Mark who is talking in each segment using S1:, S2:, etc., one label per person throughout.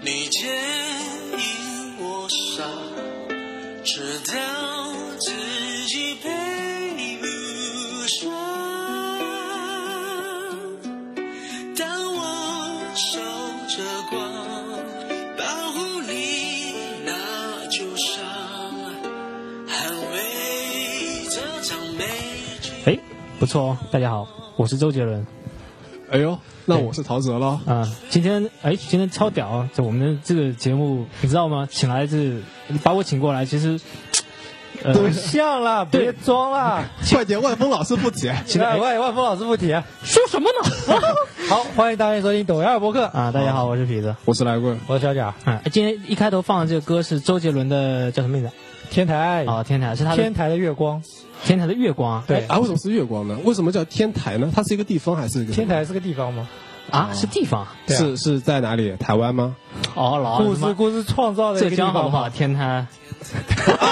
S1: 你建议我傻，直到自己配不上。当我守着光，保护你那旧伤，捍卫这场美剧。
S2: 哎，不错哦，大家好，我是周杰伦。
S3: 哎呦，那
S2: 对
S3: 我是陶喆了。
S2: 啊、今天哎，今天超屌啊！就我们的这个节目，你知道吗？请来是把我请过来，其实，呃，
S4: 都像啦，别装 啦！
S3: 快点，万峰老师不解。
S4: 请来，万万峰老师不提。啊
S2: 说什么呢？
S4: 好，欢迎大家收听《抖音二播客》
S2: 啊，大家好，我是痞子。
S3: 我是来棍，
S4: 我是小贾，
S2: 啊，今天一开头放的这个歌是周杰伦的叫什么名字？
S4: 天台，
S2: 哦，天台是他的
S4: 天台的月光，
S2: 天台的月光啊。
S4: 对
S3: 啊，为什么是月光呢？为什么叫天台呢？它是一个地方还是一个？
S4: 天台是个地方吗？
S2: 啊，是地方啊
S4: 对啊
S3: 是是在哪里？台湾吗？
S2: 哦，老
S4: 故
S2: 他妈
S4: 事故事创造的一
S2: 浙
S4: 个地
S2: 江
S4: 方
S2: 好不好？？天台。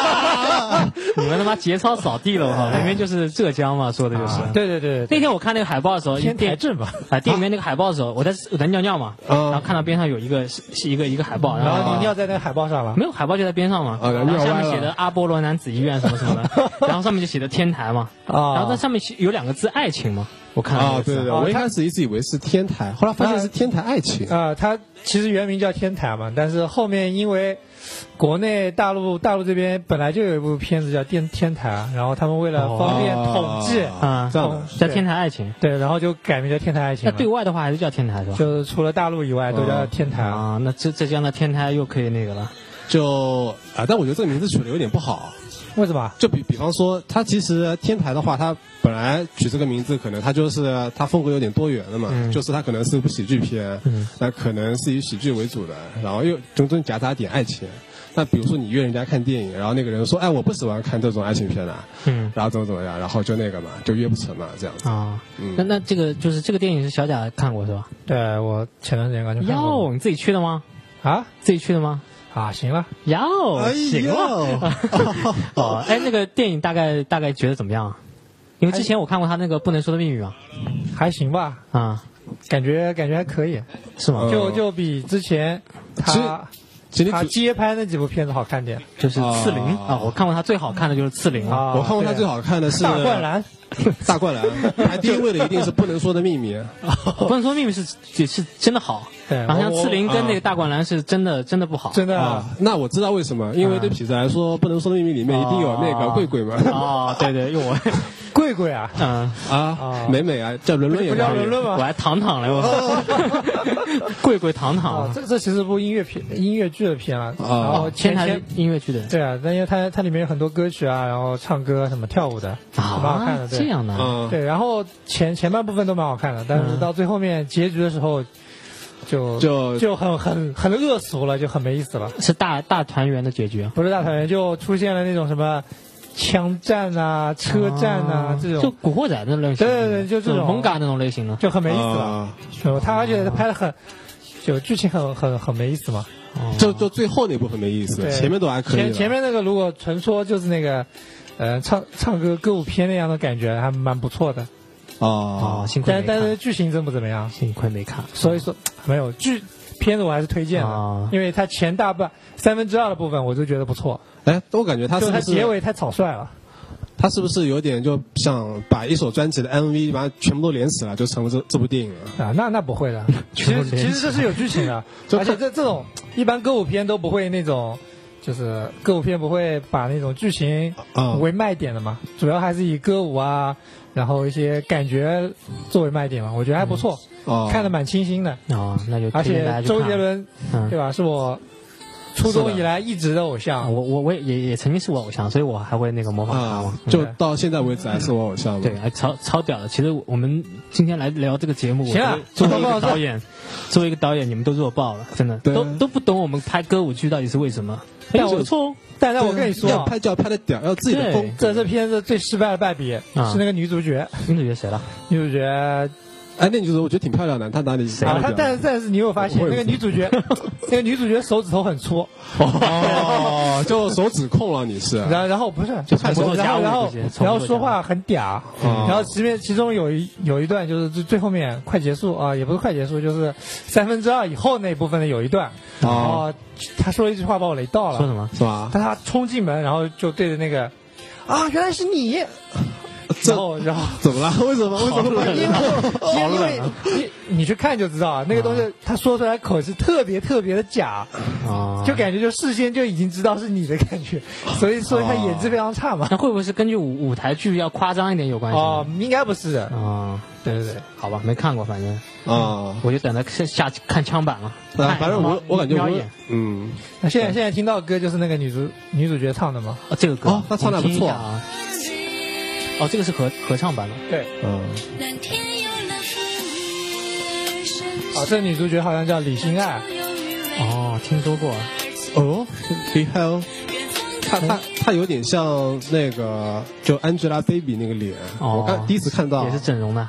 S2: 你们他妈节操扫地了，我靠！明明就是浙江嘛，说的就是。
S4: 对对对对，
S2: 那天我看那个海报的时候，
S4: 啊天台
S2: 店
S4: 镇吧。
S2: 啊，店里面那个海报的时候，我在我在尿尿嘛，
S3: 嗯
S2: 然后看到边上有一个是是一个一个海报，然
S4: 然
S2: 后
S4: 后你尿在那个海报上了。
S2: 没有海报就在边上嘛，
S3: 啊
S2: 然后
S3: 绕
S2: 下
S3: 歪
S2: 面
S3: 了
S2: 写的阿波罗男子医院什么什么的，然后上面就写的天台嘛，
S4: 啊
S2: 然后在上面写有两个字爱情嘛，我看到那
S3: 啊，
S2: 个
S3: 对
S2: 字
S3: 对对，
S4: 啊
S3: 我一
S4: 它
S3: 开始一直以为是天台，后来发现是天台爱情。
S4: 啊、它其实原名叫天台嘛，但是后面因为国内大陆大陆这边本来就有一部片子叫《天天台》，啊然后他们为了方便统治，
S2: 啊
S3: 哦这样的
S4: 统
S2: 叫天台爱情。
S4: 对，然后就改名叫《天台爱情
S2: 那
S4: 了》
S2: 对外的话还是叫天台是吧？
S4: 就是除了大陆以外都叫天台。啊。
S2: 啊，那浙浙江的天台又可以那个了。
S3: 就啊，但我觉得这个名字取的有点不好。
S4: 为什么？
S3: 就比比方说，它其实天台的话，它本来取这个名字，可能它就是它风格有点多元的嘛，
S2: 嗯
S3: 就是它可能是部喜剧片，那、可能是以喜剧为主的，然后又中间夹杂点爱情。那比如说你约人家看电影，然后那个人说，哎，我不喜欢看这种爱情片啊，
S2: 嗯
S3: 然后怎么怎么样，然后就那个嘛，就约不成嘛，这样子。
S2: 啊，
S3: 嗯
S2: 那那这个就是这个电影是小贾看过是吧？
S4: 对我前段时间刚去看过
S2: 哟，你自己去的吗？
S4: 啊
S2: 自己去的吗？
S4: 啊，行了，哎
S2: 哟，行了。
S3: 了，
S2: 哦，哎，那个电影大概大概觉得怎么样啊？因为之前我看过他那个《不能说的秘密》嘛，
S4: 还行吧，
S2: 啊，
S4: 感觉感觉还可以，
S2: 是吗？
S4: 就
S3: 嗯
S4: 就比之前
S3: 其
S4: 他
S3: 实 其实
S4: 他
S3: 你
S4: 接拍那几部片子好看点
S2: 就是刺陵
S3: 哦
S2: 啊，我看过他最好看的就是刺陵了。
S4: 啊。
S3: 我看过他最
S4: 对
S3: 好看的是
S4: 大灌，篮，
S3: 大灌篮，排第一位的一定是不能说的秘密。啊
S2: 《不能说的秘密》是也是真的好，
S4: 对
S2: 然后像
S4: 我
S2: 刺陵跟
S3: 啊
S2: 那个大灌篮是真的真的不好。
S4: 真的
S3: 啊，那我知道为什么，因为对痞子来说，不能说的秘密里面一定有那个贵贵嘛。
S4: 啊
S2: 哦，对对，因为我
S4: 贵贵啊，
S2: 嗯，
S3: 啊
S4: 啊，
S3: 美美啊，叫伦伦也
S4: 不叫
S3: 可以
S4: 伦伦
S2: 我
S4: 吗？
S2: 还躺躺嘞， 我贵贵躺
S4: 哦
S2: 躺，。
S4: 这这其实部音乐片、音乐剧的片啊，
S3: 啊
S4: 然后前
S2: 天台
S4: 天
S2: 是音乐剧的
S4: 对啊，但因为它它里面有很多歌曲啊，然后唱歌什么跳舞的，蛮好看
S2: 啊
S4: 的，，对
S2: 这样的
S3: 嗯，
S4: 对。然后前前半部分都蛮好看的，但是
S2: 嗯
S4: 到最后面结局的时候，就
S3: 就
S4: 就很很很恶俗了，就很没意思了。
S2: 是大大团圆的结局啊。
S4: 不是大团圆，就出现了那种什么枪战啊、车战啊、
S2: 哦
S4: 这
S2: 就
S4: 种，
S2: 古惑仔那种类型的，
S4: 对对对就这种
S2: 蒙嘎那种类型的。
S4: 就很没意思了。
S3: 啊
S4: 就他而且他拍的很，就剧情很很很没意思嘛。
S2: 哦
S3: 就就最后那部分没意思，
S4: 对
S3: 前面都还可以了。
S4: 前前面那个如果纯说就是那个，呃，唱唱歌歌舞片那样的感觉，还蛮不错的。
S2: 哦，
S3: 哦，
S2: 幸亏
S4: 但
S2: 没
S4: 但是
S2: 看，
S4: 剧情真不怎么样，
S2: 幸亏没看。
S4: 所以说没有剧片子我还是推荐
S2: 啊
S4: 的，因为它前大半三分之二的部分我就觉得不错，
S3: 哎，我感觉他
S4: 就是它
S3: 不
S4: 结
S3: 是
S4: 尾太草率了。
S3: 他是不是有点就想把一首专辑的 MV 把它全部都连死了，就成了这这部电影了？
S4: 啊，那那不会 的。其
S2: 全部
S4: 实
S2: 连
S4: 其实这是有剧情的，
S3: 就
S4: 而且这这种一般歌舞片都不会那种，就是歌舞片不会把那种剧情
S3: 啊
S4: 为卖点的嘛，主要还是以歌舞啊，然后一些感觉作为卖点嘛，我觉得还不错，
S3: 哦，
S4: 看得蛮清新的。
S2: 哦，那就
S4: 而
S2: 推荐大家
S4: 且
S2: 去看
S4: 周杰，伦
S2: 嗯
S4: 对吧，是我初中以来一直的偶
S2: 啊
S4: 像。
S2: 我我我也也也曾经是我偶像，所以我还会那个模
S4: 嗯
S2: 仿他
S3: 啊
S2: 嘛，。
S3: 就到现在为止还是我偶像嘛。
S2: 对，哎超超屌的。其实我们今天来聊这个节目，我
S4: 行啊
S2: 作为一
S4: 报
S2: 个
S4: 告
S2: 导演，作为一个导演，你们都弱爆了，真的，
S3: 对
S2: 都都不懂我们拍歌舞剧到底是为什么。哎
S4: 但我
S2: 有错哦，
S4: 但但我跟你说
S3: 要
S4: 啊，
S3: 拍就要拍的屌，要有自己的风格。
S4: 这这片子最失败的败笔
S2: 啊
S4: 是那个女主角，
S2: 女主角谁了？
S4: 女主角
S3: 哎，那你就说我觉得挺漂亮的，她哪里
S4: 啊
S3: 哪，里
S4: 他
S3: 漂亮
S4: 但但是你有发现
S3: 我会
S4: 那个女主角，那个女主角手指头很粗，
S3: 哦，就手指控了你是？
S4: 然后然后不是就
S2: 重复做
S4: 然
S2: 家
S4: 后
S2: 务
S4: 然后
S2: 这些重复做
S4: 然后
S2: 家务
S4: 说话很嗲，
S3: 嗯
S4: 然后其面其中有一有一段就是最最后面快结束啊，也不是快结束，就是三分之二以后那部分的有一段，然后他说了一句话把我雷到了，
S2: 哦说什么？
S3: 是吧？
S4: 但他冲进门，然后就对着那个，啊，原来是你，然后然 后。
S3: 怎么了？ 为什么？为什么会
S4: 因为
S3: 这样？
S2: 啊
S4: 因为因为你你去看就知道啊，那个东西他说出来口是特别特别的假，
S2: 啊，
S4: 就感觉就事先就已经知道是你的感觉，所以所以
S2: 啊
S4: 他演技非常差嘛。
S2: 那会不会是根据舞舞台剧要夸张一点有关系呢？
S4: 哦，应该不是
S3: 嗯
S4: 的，
S2: 啊，
S4: 对对对，
S2: 好吧，没看过，反正
S3: 啊，
S2: 我就等着下下看枪版了。
S3: 啊反正我我感觉
S2: 瞄一
S3: 我
S2: 眼
S3: 嗯，
S4: 那现在现在听到歌就是那个女主女主角唱的吗？
S2: 哦这个歌
S3: 哦他唱得
S2: 我听一
S3: 不错
S2: 下啊。哦，这个是合合唱版的，
S4: 对，
S3: 嗯，
S1: 蓝天有了风雨，深
S4: 啊，这女主角好像叫李心爱，
S1: 有余味。
S2: 哦，听说过，
S3: 哦，厉害哦。
S1: 远方
S3: 他他他有点像那个就 Angelababy 那个脸，我
S2: 哦
S3: 刚第一次看到
S2: 也，是整容的。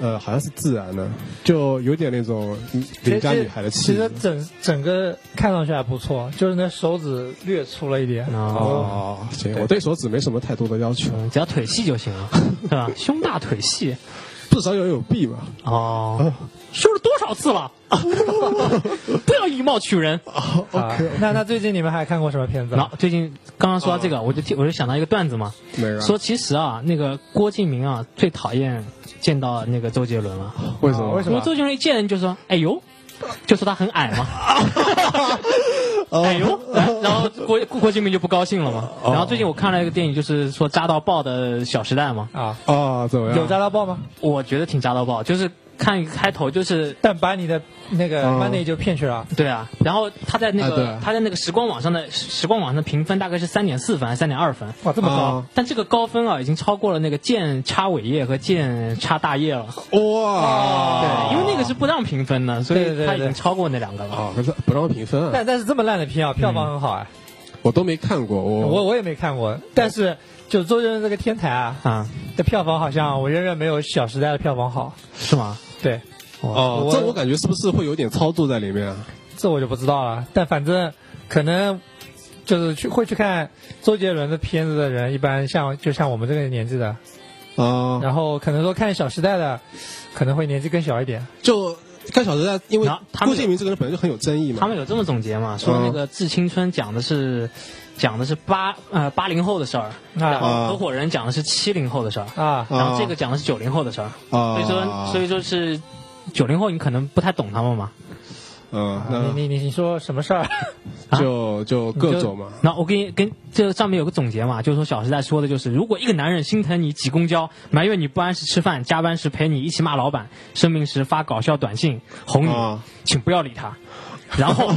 S3: 呃，好像是自然的，就有点那种邻家女孩的气
S4: 其实
S3: 质。
S4: 整整个看上去还不错，就是那手指略粗了一点。
S2: 哦，
S3: 哦，行，我对手指没什么太多的要求，
S2: 嗯，只要腿细就行 了，对吧？胸大腿细。
S3: 至少要有臂嘛。
S2: 哦，说了多少次了？ 不要以貌取 人。
S4: 啊，那那最近你们还看过什么片子
S2: 然
S4: 啊？
S2: 后最近刚刚说到这个，我就听我就想到一个段子嘛，
S3: 那个
S2: 说其实哦啊，那个郭敬明啊最讨厌见到那个周杰伦了，
S3: 为什么？
S4: 为什
S2: 因为
S4: 么？
S2: 周杰伦一见人就说：“哎 呦。”就说他很矮 嘛，哎呦，然后然后郭郭郭敬明就不高兴了嘛。然后最近我看了一个电影，就是说渣到爆的《小时代》嘛，
S4: 啊，
S3: 啊，怎么样？
S4: 有扎到爆吗？
S2: 我觉得挺渣到爆，就是看一个开头就是
S4: 但把你的那个
S3: 嗯
S4: money 就骗去了。
S2: 对啊，然后他在那
S3: 啊对
S2: 个、
S3: 啊
S2: 他在那个时光网上的时光网上的评分大概是三点四分还是三点二分，
S4: 哇，这么高！
S3: 啊
S2: 但这个高分啊已经超过了那个剑插尾叶和剑插大叶了，
S3: 哇，
S2: 对，因为那个是不让评分的，所
S4: 哦对对
S2: 以
S4: 对
S2: 他已
S4: 对
S2: 经超过那两个了。
S3: 啊，可是不让评分啊，
S4: 但但是这么烂的片啊，票房很好啊，
S3: 我都没看过，
S4: 我
S3: 我
S4: 我也没看
S3: 嗯
S4: 过。但是就周杰伦这个天台啊，
S2: 啊，
S4: 的票房好像我认为没有《小时代》的票房好。
S2: 是吗？
S4: 对，
S3: 哦
S4: 我，
S3: 这我感觉是不是会有点操作在里面啊？
S4: 这我就不知道了。但反正可能就是去会去看周杰伦的片子的人，一般像就像我们这个年纪的，
S3: 啊，
S4: 然后可能说看《小时代》的，可能会年纪更小一点。
S3: 就看《小时代》，因为
S2: 然后他们
S3: 郭敬明这个人本来就很有争议嘛
S2: 他。们有这么总结
S4: 嗯
S2: 嘛，说那个《致青春》讲的是讲的是八呃八零后的事儿，然后
S4: 啊
S2: 合伙人讲的是七零后的事儿，
S4: 啊
S3: 啊
S2: 然后这个讲的是九零后的事儿，
S3: 啊，
S2: 所以说所以说是九零后你可能不太懂他们嘛。
S3: 嗯，
S4: 啊
S3: 那
S4: 你你你你说什么事 儿？
S2: 啊
S3: 就就各种嘛。
S2: 那我给你跟这上面有个总结嘛，就是说《小时代》说的就是，如果一个男人心疼你挤公交，埋怨你不按时吃饭，加班时陪你一起骂老板，生病时发搞笑短信哄你，
S3: 啊
S2: 请不要理他。然后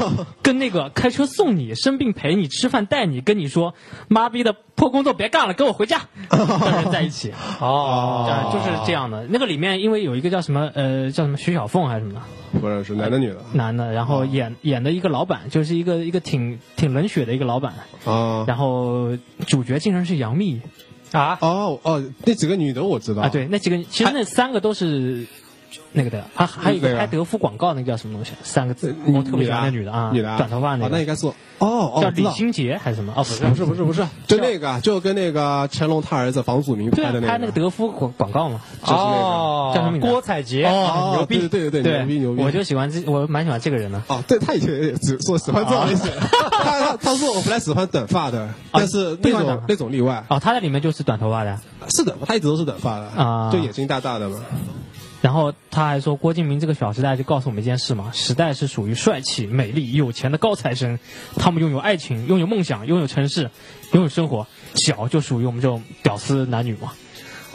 S2: 跟那个开车送你、生病陪你、吃饭带你、跟你说妈逼的破工作别干了，跟我回家的人在一起，
S4: 哦，
S2: 呃就是这样的。那个里面因为有一个叫什么呃叫什么徐小凤还是什么的，
S3: 不认识男的女的
S2: 男的，然后演演的一个老板，就是一个一个挺挺冷血的一个老板，
S3: 啊
S2: 然后主角竟然是杨幂
S4: 啊，
S3: 哦哦，那几个女的我知道
S2: 啊，，对，那几个其实那三个都是那个的，还啊还有一个拍德芙广告那个叫什么东西，三个字，我特别喜欢那女的啊，
S3: 呃女的啊
S2: 短头发
S3: 啊
S2: 那
S3: 那
S2: 个
S3: 应，该是我哦哦，
S2: 叫
S3: 我知
S2: 李
S3: 道
S2: 心洁还是什么？哦，不是
S3: 不是不是不是，就那个啊就跟那个乾隆他儿子房祖名
S2: 对
S3: 拍
S2: 啊，
S3: 的
S2: 拍那
S3: 个
S2: 个德芙广广告嘛，
S3: 就是那个
S4: 哦
S2: 叫什么名字
S4: 郭采洁。
S3: 啊哦
S2: 啊牛逼，
S3: 对对对对牛逼牛逼
S2: 我就喜欢这，我蛮喜欢这个人的。
S3: 哦，对他以前也只说喜欢这种类型，啊 他他他说我本来喜欢短发的，但是那
S2: 短发
S3: 种那种例外
S2: 哦，他在里面就是短头发的，
S3: 是短发，他一直都是短发
S2: 啊
S3: 的，就眼睛大大的嘛，
S2: 然后他还说，郭敬明这个《小时代》就告诉我们一件事嘛：时代是属于帅气、美丽、有钱的高材生，他们拥有爱情、拥有梦想、拥有城市、拥有生活。小就属于我们这种屌丝男女嘛，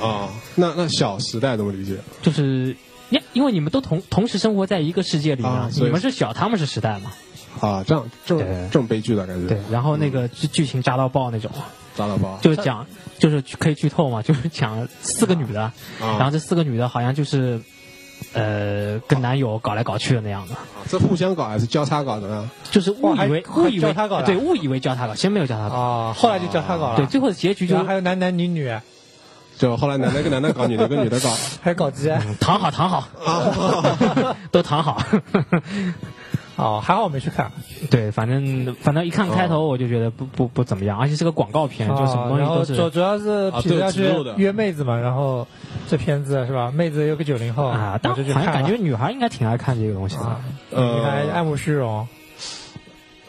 S3: 哦，那那小时代怎么理解？
S2: 就是因因为你们都同同时生活在一个世界里
S3: 啊
S2: 嘛，
S3: 所以
S2: 你们是小，他们是时代嘛。
S3: 啊，这样这种
S2: 对
S3: 这种悲剧的感觉，
S2: 对，然后那
S3: 嗯
S2: 个剧剧情渣到爆那种，
S3: 渣了吧？
S2: 就是讲就是可以剧透嘛，就是讲四个女的，
S3: 啊
S2: 然后这四个女的好像就是呃跟男友搞来搞去的那样的。
S3: 啊这互相搞还是交叉搞的呢？
S2: 就是误以为
S4: 哇还
S2: 误以为
S4: 还教他搞的
S2: 对误以为教他搞，先没有教他搞，
S4: 啊，后来就叫他搞了。
S2: 对，最后的结局就
S4: 然后还有男男女女，
S3: 就后来男的跟男的搞，女的跟女的搞。
S4: 还搞基啊？
S2: 嗯躺好躺好， 都躺好。
S4: 哦，还好我没去看，
S2: 对，反正反正一看开头我就觉得不不不怎么样，而且是个广告片，就什么
S4: 哦
S2: 东
S4: 啊然
S2: 西
S4: 后
S2: 都
S4: 主
S2: 是
S4: 主要是
S3: 啊
S4: 痞子
S3: 对
S4: 要
S3: 植入的
S4: 去约妹子嘛，然后这片子是吧？妹子又个九零后
S2: 啊，但
S4: 我就
S2: 好
S4: 去
S2: 像
S4: 看
S2: 感
S4: 了
S2: 觉女孩应该挺爱看这个东西的
S4: 啊。，
S3: 呃
S4: 你哎还爱慕虚荣。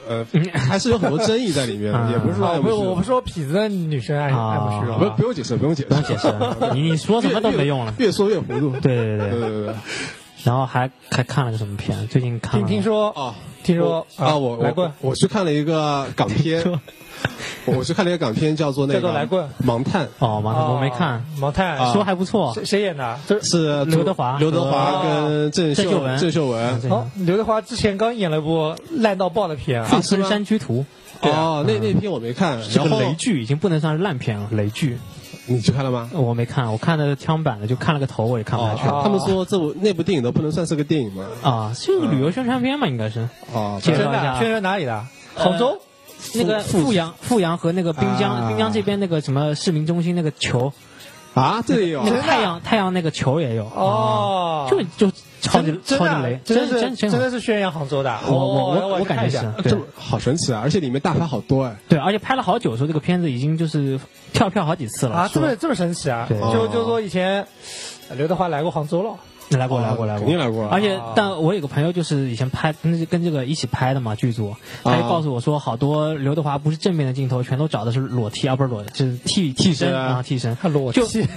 S3: 呃，
S2: 嗯
S3: 还是有很多争议在里面
S2: 啊
S3: 的，也不是说
S4: 哦，
S3: 爱
S4: 不
S3: 慕
S4: 是，
S3: 虚荣
S4: 我不说痞子的女生爱
S2: 啊
S4: 爱慕虚荣
S3: 不
S4: 啊，
S3: 不用解释，不用解释，
S2: 不用解释，你你说什么都没用了。
S3: 越说越糊涂。
S2: 对对对
S3: 对
S2: 对，
S3: 对对对，
S2: 然后还还看了个什么片？最近看
S4: 听
S2: 了
S4: 听说
S3: 哦。
S4: 听说
S3: 啊，我
S4: 来棍
S3: 我我去看了一个港片， 我我去看了一个港片，叫做那
S4: 叫做
S3: 个
S4: 来棍
S3: 《盲探
S2: 哦，马上
S4: 哦
S2: 我没看，
S4: 毛泰
S3: 啊
S2: 说还不错
S4: 谁谁演的？》，
S3: 是
S2: 刘德华哦
S3: 刘德华
S4: 和
S3: 跟郑
S2: 郑秀文嗯
S3: 郑秀文
S2: 这
S4: 哦
S2: 个，
S4: 刘德华之前刚演了部烂到爆的片
S2: 《
S4: 啊，
S2: 富春山居图
S4: 对啊
S3: 哦，那那篇我没看》，，
S2: 这
S3: 然
S2: 嗯个
S3: 后
S2: 雷剧已经不能算是烂片了，雷剧
S3: 你去看了吗？
S2: 我没看，我看的枪版的，就看了个头，我也看不下去
S4: 哦
S3: 他们说这部那部电影都不能算是个电影嘛？
S2: 啊，是个旅游宣传片嘛，应该是
S3: 哦，
S2: 介
S4: 宣
S2: 绍
S4: 传
S2: 一下
S4: 的，宣传哪里的？
S3: 呃
S4: 杭州
S2: 那个
S3: 富
S2: 富阳富阳和那个滨江
S3: 啊
S2: 滨江这边那个什么市民中心那个球，
S4: 哦
S3: 啊，这里有
S2: 那个太阳太阳那个球也有啊，
S4: 哦，
S2: 就就超级
S4: 真真
S2: 超级
S4: 的啊
S2: 雷，
S4: 真
S2: 真
S4: 是
S2: 真
S4: 真的是宣扬杭州的啊。
S2: 我我
S4: 哦
S2: 我
S4: 要
S2: 我
S4: 去看
S2: 感觉
S4: 一下
S2: 是
S3: 啊
S2: 对
S3: 这么好神奇啊！而且里面大牌好多哎，
S2: 对，而且拍了好久，说这个片子已经就是跳票好几次了
S4: 啊，这
S2: 说
S4: 么这么神奇啊！
S2: 对
S4: 就就说以前呃刘德华来过杭州了，
S2: 来过来过哎来
S3: 肯
S4: 哦
S2: 过
S3: 定。来过啊
S2: 而且
S4: 啊，
S2: 但我有个朋友就是以前拍跟这跟这个一起拍的嘛剧组，他就
S3: 啊
S2: 告诉我说，好多刘德华不是正面的镜头，全都找的是裸替啊，不是裸，就是替替身
S3: 对啊
S2: 啊，替身。
S4: 他裸
S2: 就
S4: 体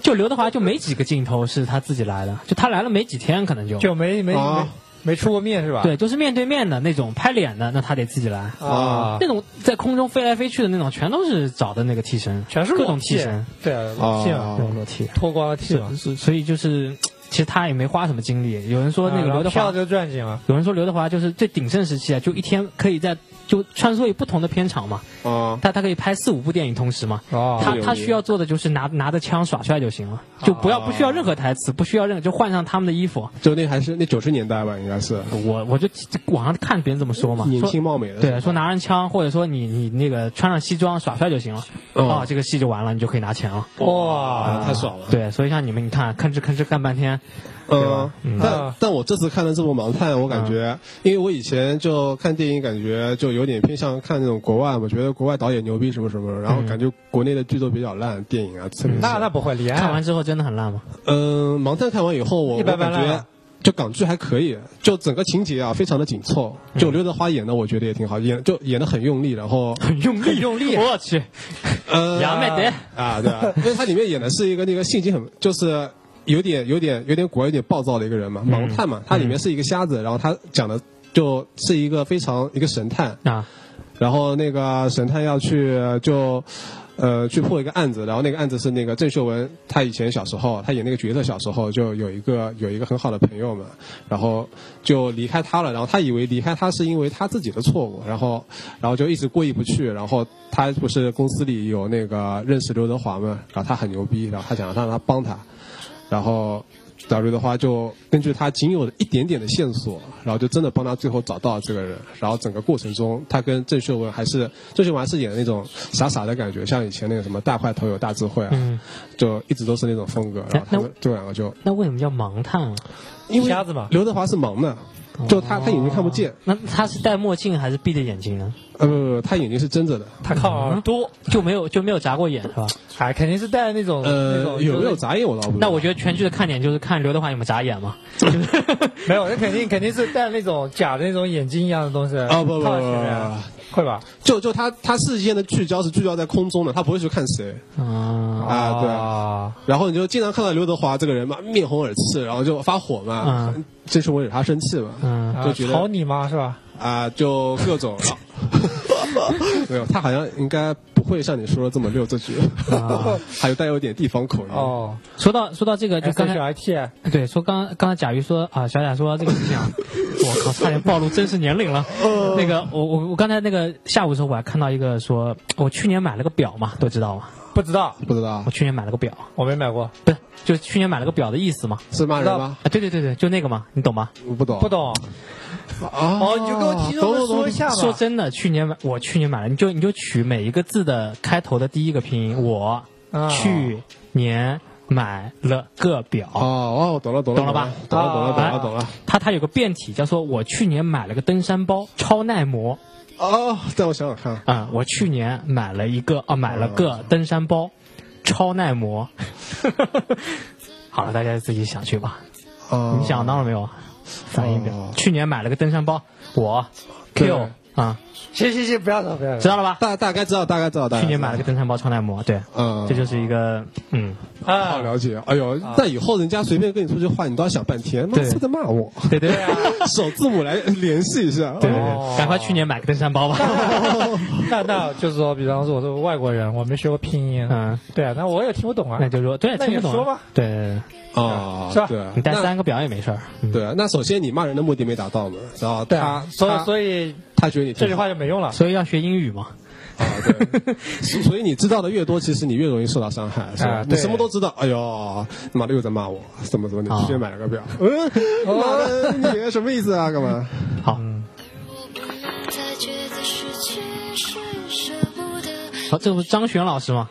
S2: 就刘德华就没几个镜头是他自己来的，就他来了没几天，可能 就
S4: 就没没没
S3: 啊
S4: 没出过面是吧？
S2: 对，就是面对面的那种拍脸的，那他得自己来。
S4: 啊，
S2: 那种在空中飞来飞去的那种，全都是找的那个替身，
S4: 全是
S2: 各
S4: 裸
S2: 种
S4: 体
S2: 替身，，
S4: 对啊，裸体嘛
S3: 啊，
S2: 对裸替。
S4: 脱光了替啊嘛
S2: 所。所所以就是，其实他也没花什么精力。有人说那
S4: 啊
S2: 个
S4: 然后
S2: 刘德华
S4: 票就赚进了，
S2: 有人说刘德华就是最鼎盛时期啊，就一天可以在就穿梭于不同的片场嘛，
S3: 啊
S2: 他他可以拍四五部电影同时嘛。
S4: 哦
S2: 他
S3: 这有
S2: 他
S3: 意
S2: 需要做的就是拿拿着枪耍帅就行了，就不要不需要任何台词，不需要任何就换上他们的衣服。
S3: 就那还是那九十年代吧，应该是
S2: 我我就网上看别人怎么说嘛，
S3: 年
S2: 说
S3: 轻貌美的，
S2: 对，啊说拿上枪或者说你你那个穿上西装耍帅就行了，
S3: 嗯
S2: 啊，这个戏就完了，你就可以拿钱了。
S3: 啊，
S4: 哇，
S3: 太爽了。
S2: 对，所以像你们，你看吭哧吭哧干半天，
S3: 嗯，但
S4: 啊
S3: 但我这次看了这部《盲探》，我感觉，因为我以前就看电影，感觉就有点偏向看那种国外，我觉得国外导演牛逼什么什么，然后感觉国内的剧都比较烂，电影啊，特别是
S4: 那那不会，李安
S2: 看完之后真的很烂吗？
S3: 嗯，《盲探》看完以后，我
S4: 一
S3: 我
S4: 般
S3: 感
S4: 般烂
S3: 觉
S4: 啊
S3: 就港剧还可以，就整个情节啊非常的紧凑，就刘德华演的我觉得也挺好，演就演的很用力，然后
S2: 很用力，用力，啊我去，
S3: 呃
S2: 杨梅得，
S3: 啊，对啊，因为他里面演的是一个那个性情很就是。有点有点有点古怪、有点暴躁的一个人嘛，盲探嘛，他里面是一个瞎子，然后他讲的就是一个非常一个神探，
S2: 啊，
S3: 然后那个神探要去就，呃，去破一个案子，然后那个案子是那个郑秀文，她以前小时候，她演那个角色小时候就有一个有一个很好的朋友嘛，然后就离开他了，然后他以为离开他是因为他自己的错误，然后然后就一直过意不去，然后他不是公司里有那个认识刘德华嘛，然后他很牛逼，然后他想让他帮他，然后。然后刘德华就根据他仅有的一点点的线索，然后就真的帮他最后找到这个人。然后整个过程中，他跟郑秀文还是郑秀文还是演的那种傻傻的感觉，像以前那个什么大块头有大智慧啊，
S2: 嗯，
S3: 就一直都是那种风格。然后他们这两个就
S2: 那为什么叫盲探啊？
S3: 因为
S4: 瞎子嘛，
S3: 刘德华是盲的，就他他眼睛看不见，
S2: 那他是戴墨镜还是闭着眼睛呢？
S3: 呃不不不，他眼睛是睁着的。
S4: 他靠耳朵，
S2: 就没有就没有眨过眼是吧？
S4: 哎，肯定是带那种那
S3: 呃，
S4: 种
S3: 有没有
S4: 就是
S3: 眨眼我倒不知道。
S2: 那我觉得全剧的看点就是看刘德华有没有眨眼嘛，就是
S4: 没有，那肯定肯定是戴那种假的那种眼镜一样的东西
S3: 啊不不不
S4: 套
S3: 不
S4: 在前面
S3: 不，
S4: 会吧？
S3: 就就他他事件的聚焦是聚焦在空中的，他不会去看谁。
S2: 啊，
S3: 啊对
S4: 啊，
S3: 然后你就经常看到刘德华这个人嘛，面红耳赤，然后就发火嘛
S2: 嗯，
S3: 这是我惹他生气嘛，
S2: 嗯，
S4: 啊
S3: 就觉得
S4: 吵你嘛是吧？
S3: 啊，就各种。 没有，他好像应该不会像你说的这么溜这句，
S2: 啊
S3: 还有带有点地方口音。
S4: 哦
S2: 说到说到这个，就刚才
S4: S H I T 啊
S2: 对，说刚刚才贾瑜说啊，小贾说这个事 情啊，我靠，差点暴露真实年龄了。
S4: 哦
S2: 那个，我我我刚才那个下午的时候，我还看到一个说，我去年买了个表嘛，都知道嘛，
S4: 不知道，
S3: 不知道
S2: 我去年买了个表，
S4: 我没买过，
S2: 不是，就是去年买了个表的意思嘛。
S3: 是骂人吗？
S2: 啊，对对对对，就那个嘛，你懂吗？
S3: 我不懂，
S4: 不懂。
S3: 啊！
S4: 哦，你就跟我听
S3: 懂
S4: 众
S3: 懂懂
S4: 说一下吧。
S2: 说真的，去年买我去年买了，你就你就取每一个字的开头的第一个拼音，我
S4: 啊
S2: 去年买了个
S3: 哦
S2: 表。
S3: 哦，懂了懂了
S2: 懂了吧
S3: 懂了懂了懂了
S2: 啊
S3: 懂了。
S2: 它它有个变体，叫做我去年买了个登山包，超耐磨
S3: 哦，让我想想看，
S2: 啊、我去年买了一个啊，买了个登山包，超耐磨。 好了，大家自己想去吧。
S3: 哦，
S2: 你想到了没有？反应表
S3: 哦。
S2: 去年买了个登山包，我 Q 啊，
S4: 行行行，不要吵，不要
S2: 知
S4: 吵。
S2: 道了吧？
S3: 大大概知道，大概知道，大概知
S2: 去
S3: 道
S2: 年买了个，登山包超耐磨，对，
S3: 嗯，
S2: 这就是一个嗯，
S3: 好
S4: 啊，
S3: 了解。哎呦，但以后人家随便跟你出去话，你都要想半天，妈
S2: 对
S3: 是在骂我，
S2: 对对
S4: 啊
S2: 对
S3: 首字母来联系一下。
S2: 对
S3: 哦
S2: 对，赶快去年买个登山 包吧。
S4: 那那就是说，比方说我是外国人，我没学过拼音，
S2: 嗯，
S4: 对啊，那我也听不懂啊
S2: 那。就说对，
S4: 那
S2: 听
S4: 你
S2: 不懂
S4: 说吧
S2: 啊。对对，对对
S3: 哦，
S4: 是吧
S3: 对啊，
S2: 你带
S3: 那
S2: 三个表也没事儿。嗯
S3: 对啊，那首先你骂人的目的没达到嘛，然后
S4: 对
S3: 他
S4: 啊，所以
S3: 他
S4: 所以
S3: 他觉得你
S4: 这
S3: 挺
S4: 句
S3: 好
S4: 话就没用了。
S2: 所以要学英语嘛。
S3: 啊，对， 所所以你知道的越多，其实你越容易受到伤害，是吧？
S4: 啊对
S3: 你什么都知道，哎呦，妈的又在骂我，怎么怎么，你
S2: 啊
S3: 去年买了个表，嗯， 妈的，你什么意思啊？干嘛？
S2: 好，
S4: 嗯
S1: 我不能再觉得失去是舍不得。
S2: 好，这不是张悬老师吗？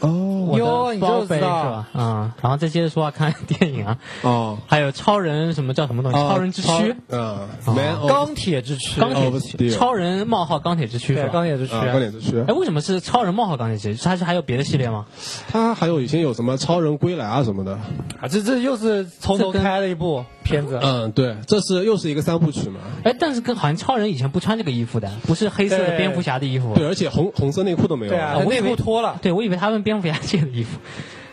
S3: 哦
S2: 我的
S4: 哟你就
S2: 包背
S4: 知
S2: 是
S4: 道
S2: 吧？嗯，然后再接着说啊，看电影啊，
S3: 哦，
S2: 还有超人什么叫什么东西？
S3: 哦
S2: 超人之躯，
S3: 超嗯，Man of
S4: 哦钢铁之躯，
S2: 钢
S3: 哦不
S2: 铁
S3: 是
S2: 之
S3: 对
S2: 躯，超人冒号钢铁之躯是
S4: 对，
S2: 吧
S4: 钢？铁之躯
S3: 啊，关。键之区
S2: 哎，，为什么是超人冒号钢铁之躯？它是还有别的系列吗？
S3: 他还有以前有什么超人归来啊什么的，
S4: 啊，这这又是从头开了一部片子。
S3: 嗯，对，这是又是一个三部曲嘛，
S2: 哎，但是跟好像超人以前不穿这个衣服的，不是黑色的
S4: 对
S2: 蝙蝠侠的衣服。
S3: 对，而且红红色内裤都没有
S4: 对啊，
S2: 我
S4: 内
S2: 以为
S4: 裤脱了。
S2: 对，我以为他们蝙蝠侠借的衣服，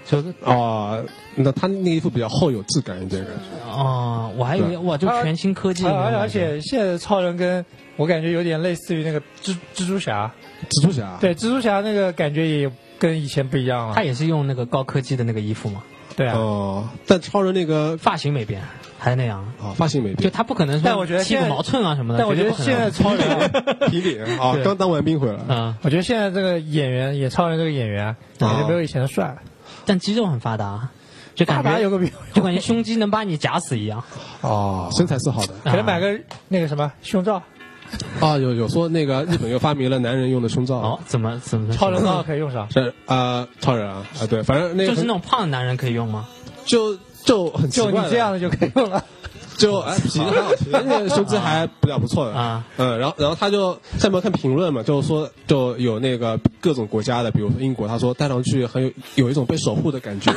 S2: 就是
S3: 哦，那他那一副比较厚有质感一点，感觉
S2: 哦，我还以为哇，就全新科技那
S4: 而
S2: 种感觉，
S4: 而而且现在的超人跟我感觉有点类似于那个蜘蜘蛛侠，
S3: 蜘蛛侠，
S4: 对，蜘蛛侠那个感觉也跟以前不一样了
S2: 他。也是用那个高科技的那个衣服嘛，
S4: 对啊，
S3: 哦，但超人那个
S2: 发型没变，还那样，
S3: 啊发型没
S2: 就
S3: 变，
S2: 他不可能说
S4: 但我觉得
S2: 剃个
S4: 现在
S2: 毛寸啊什么的，
S4: 但我觉
S2: 绝对
S4: 得
S2: 不可
S4: 现
S2: 能
S4: 在超人啊，
S3: 皮脸啊，
S4: 对
S3: 刚当完兵回来，
S2: 嗯，
S4: 我觉得现在这个演员演超人这个演员啊感觉没有以前的帅，
S2: 啊但肌肉很发达，就
S4: 大
S2: 感
S4: 达有
S2: 觉
S4: 个比，
S2: 就感觉胸肌能把你夹死一样。
S3: 哦，身材是好的
S4: 可能买个那个什么胸 罩，
S3: 啊。有有说那个日本又发明了男人用的胸罩
S2: 哦，，怎么怎么
S4: 超人
S2: 怎
S4: 刚
S2: 么
S4: 好可以用 上。
S3: 是啊，超人啊啊，对，反正那个
S2: 就是那种胖的男人可以用吗？
S3: 就就很奇
S4: 就你
S3: 怪的
S4: 这样的就可以用了，
S3: 就哎，皮还好，皮那胸肌还比较不错的
S2: 啊。
S3: 嗯，然后然后他就下面看评论嘛，就是说就有那个各种国家的，比如说英国，他说戴上去很有有一种被守护的感觉。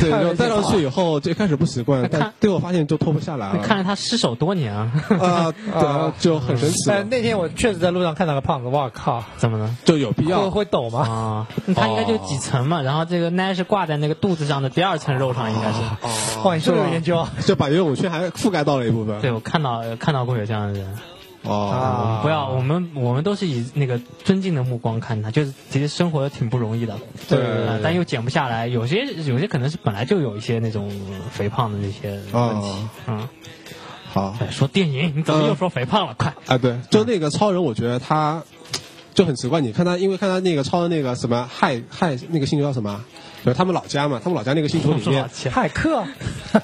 S3: 对，然后戴上去以后，最开始不习惯，但最后发现就脱不下来
S4: 嗯
S3: 了。
S2: 看来他失手多年啊，
S3: 啊，对，就很神奇了，
S4: 但那天我确实在路上看到个胖子，哇靠，
S2: 怎么了？
S3: 就有必
S4: 会
S3: 要。
S4: 会抖吗？
S2: 啊，他应该
S4: 哦
S2: 就几层嘛，然后这个奶是挂在那个肚子上的第二层肉上，应该是。哦
S4: 哇，你是不是有
S3: 是吧
S4: 研究？
S3: 就把游泳圈还覆盖到了一部分。
S4: 嗯
S2: 对，我啊看到呃看到过有这样的人。
S4: 啊
S3: 哦，
S2: 不要，我们我们都是以那个尊敬的目光看他，就是其实生活挺不容易的，
S3: 对
S2: 呃但又减不下来。有些有些可能是本来就有一些那种肥胖的那些问题
S3: 哦。
S2: 嗯，
S3: 好
S2: 哎，说电影，你怎么又说肥
S4: 嗯
S2: 胖了？快，
S3: 啊，对，就那个超人，我觉得他就很奇怪。你看他，因为看他那个超人那个什么害害那个星球叫什么啊？就是他们老家嘛，他们老家那个星球里
S2: 说 好
S3: 面，
S2: 气啊
S4: 骇客，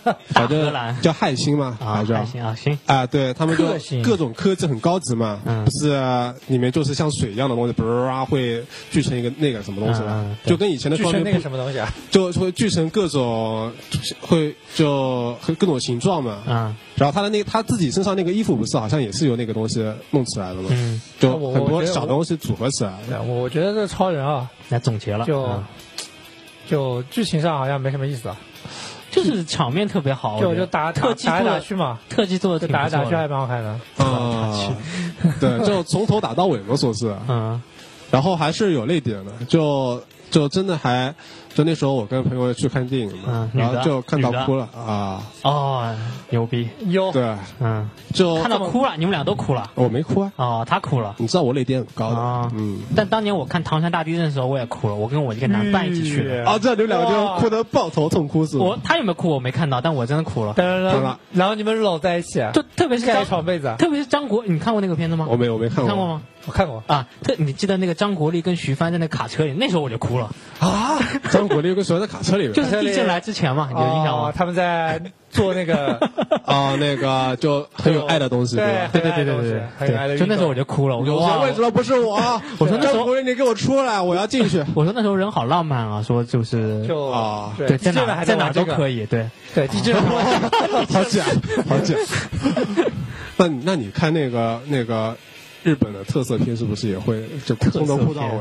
S2: 大
S3: 反
S2: 荷
S3: 正
S2: 兰
S3: 叫氦星嘛，
S2: 啊，
S3: 还叫
S2: 还行啊，行，
S3: 啊，对他们就
S4: 克星
S3: 各种科技很高级嘛，
S2: 嗯
S3: 不是里面就是像水一样的东西，不是啊会聚成一个那个什么东西嘛，
S2: 嗯嗯对
S3: 就跟以前的
S4: 巨
S3: 超
S4: 成
S3: 人
S4: 那
S3: 不
S4: 个什么东西啊？
S3: 就会聚成各种，会就各种形状嘛。
S2: 嗯
S3: 然后他的那他自己身上那个衣服不是好像也是由那个东西弄起来的嘛，
S2: 嗯，
S3: 就
S4: 我
S3: 很
S4: 我
S3: 多
S4: 觉得
S3: 小
S4: 我
S3: 东西组合起来
S4: 对
S3: 的。
S4: 我我觉得这个超人啊，
S2: 来总结了，
S4: 就
S2: 嗯
S4: 就剧情上好像没什么意思啊，
S2: 就是场面特别好，
S4: 就
S2: 我觉
S4: 就
S2: 得
S4: 打打
S2: 特技做
S4: 打来打
S2: 的
S4: 去嘛，
S2: 哦特技做的
S4: 就
S2: 挺
S4: 打
S2: 不
S4: 来打
S2: 错
S4: 去还
S2: 的，
S4: 蛮好看的。
S3: 啊，对， 就从头打到尾嘛，说是，
S2: 嗯
S3: 然后还是有泪点的，就就真的还，就那时候我跟朋友去看电影嘛，
S2: 嗯
S3: 然
S2: 女
S3: 后
S2: 的
S3: 就看到
S2: 女的
S3: 哭了啊，
S2: 哦，牛逼，
S4: 哟，
S3: 对，
S2: 嗯，
S4: 哦
S3: 就
S2: 看到哭了，你们俩都哭了，
S3: 我没哭啊，
S2: 哦，他哭了。
S3: 你知道我泪点很高的
S2: 啊，
S3: 嗯，
S2: 但当年我看《唐山大地震》的时候，我也哭了。我跟我一个男伴一起去的。
S4: 嗯
S3: 啊，这你们两个就
S4: 哇
S3: 哭得抱头痛哭是
S4: 嗯
S3: 吧？
S2: 我他有没有哭我没看到，但我真的哭了。
S4: 然
S3: 当
S4: 后
S3: 然
S4: 然后你们搂在一起，啊
S2: 就特别是
S4: 盖
S2: 张
S4: 一，床被子啊，
S2: 特别是张国，你看过那个片子吗？
S3: 我没有我没看
S2: 你
S3: 过，
S2: 看过吗？
S4: 我看过
S2: 啊，特你记得那个张国立跟徐帆在那卡车里，那时候我就哭了。
S4: 啊，
S3: 张山谷里有个锁在卡车里面，
S2: 就是地震来之前嘛，你有印象
S4: 哦
S2: 吗，？
S4: 他们在做那个
S3: 哦，那个就很有爱的东西，
S4: 对
S3: 吧？
S2: 对对对对对
S4: 还
S2: 对
S4: 有爱的
S2: 对，
S4: 运
S2: 就
S4: 动
S2: 那时候我就哭了，我说
S3: 我说
S2: 哇
S3: 为，什么不是我？啊
S2: 我说那时
S3: 张
S2: 候
S3: 国荣，你给我出来，我要进去。
S2: 我说那时候人好浪漫啊，说就是
S4: 就
S3: 啊
S2: 对，
S4: 地
S2: 在
S4: 震了
S2: 哪
S4: 还
S2: 在哪
S4: 玩这
S2: 都
S4: 个
S2: 可以，对，
S4: 对地 震了还玩这个
S3: 好假，
S4: 啊
S3: 好 假。那你那你看那个那个日本的特色片是不是也会就从头哭到尾？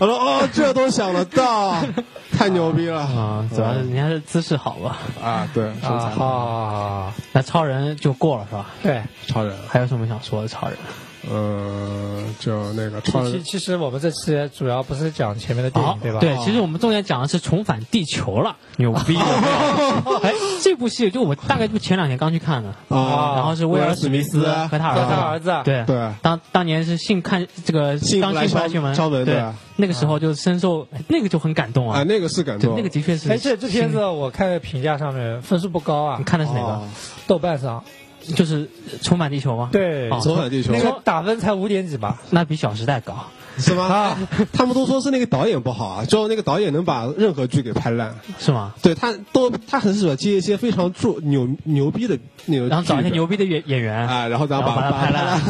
S3: 我说哦，这都想得到，太牛逼了
S2: 啊，主要是
S4: 嗯
S2: 人家是姿势好吧？
S3: 啊！对，身
S4: 啊，好
S3: 材
S4: 好好好
S2: 那超人就过了是吧？
S4: 对。
S3: 超人，
S2: 还有什么想说的超人？
S3: 呃，就那个超
S4: 其
S3: 人，
S4: 其实我们这期主要不是讲前面的电
S2: 好
S4: 影，，对吧？哦
S2: 对，其实我们重点讲的是重返地球了，牛逼的！ 哎，这部戏就我大概就前两年刚去看的，
S3: 啊
S2: 然后是威尔史密斯
S3: 威尔史密斯
S2: 和他
S4: 和他
S2: 儿
S4: 儿
S2: 子，
S4: 子啊
S2: 对
S3: 对
S2: 当当年是性看这个
S3: 幸福
S2: 当
S3: 来
S2: 幸福来
S3: 敲
S2: 敲门，
S3: 敲门对
S2: 对
S3: 吧，
S2: 那个时候就深受那个就很感动
S3: 啊，
S2: 啊，
S3: 那个是感
S2: 对，
S3: 动，
S2: 那个的确是。
S4: 哎，这这片子我看评价上面分数不高啊
S2: 你，看的是哪
S3: 哦
S2: 个？
S4: 豆瓣上
S2: 就是重返地球吗？，
S4: 对
S2: 哦
S3: 重返地球
S4: 那个打分才五点几吧，
S2: 那比《小时代》高。
S3: 是吗
S4: 啊？
S3: 他们都说是那个导演不好啊，就那个导演能把任何剧给拍烂。
S2: 是吗？
S3: 对他都他很喜欢接一些非常著牛牛逼的那呃种剧本，
S2: 然后找一些牛逼的演演员
S3: 啊，然后咱
S2: 然后把
S3: 它
S2: 它拍烂。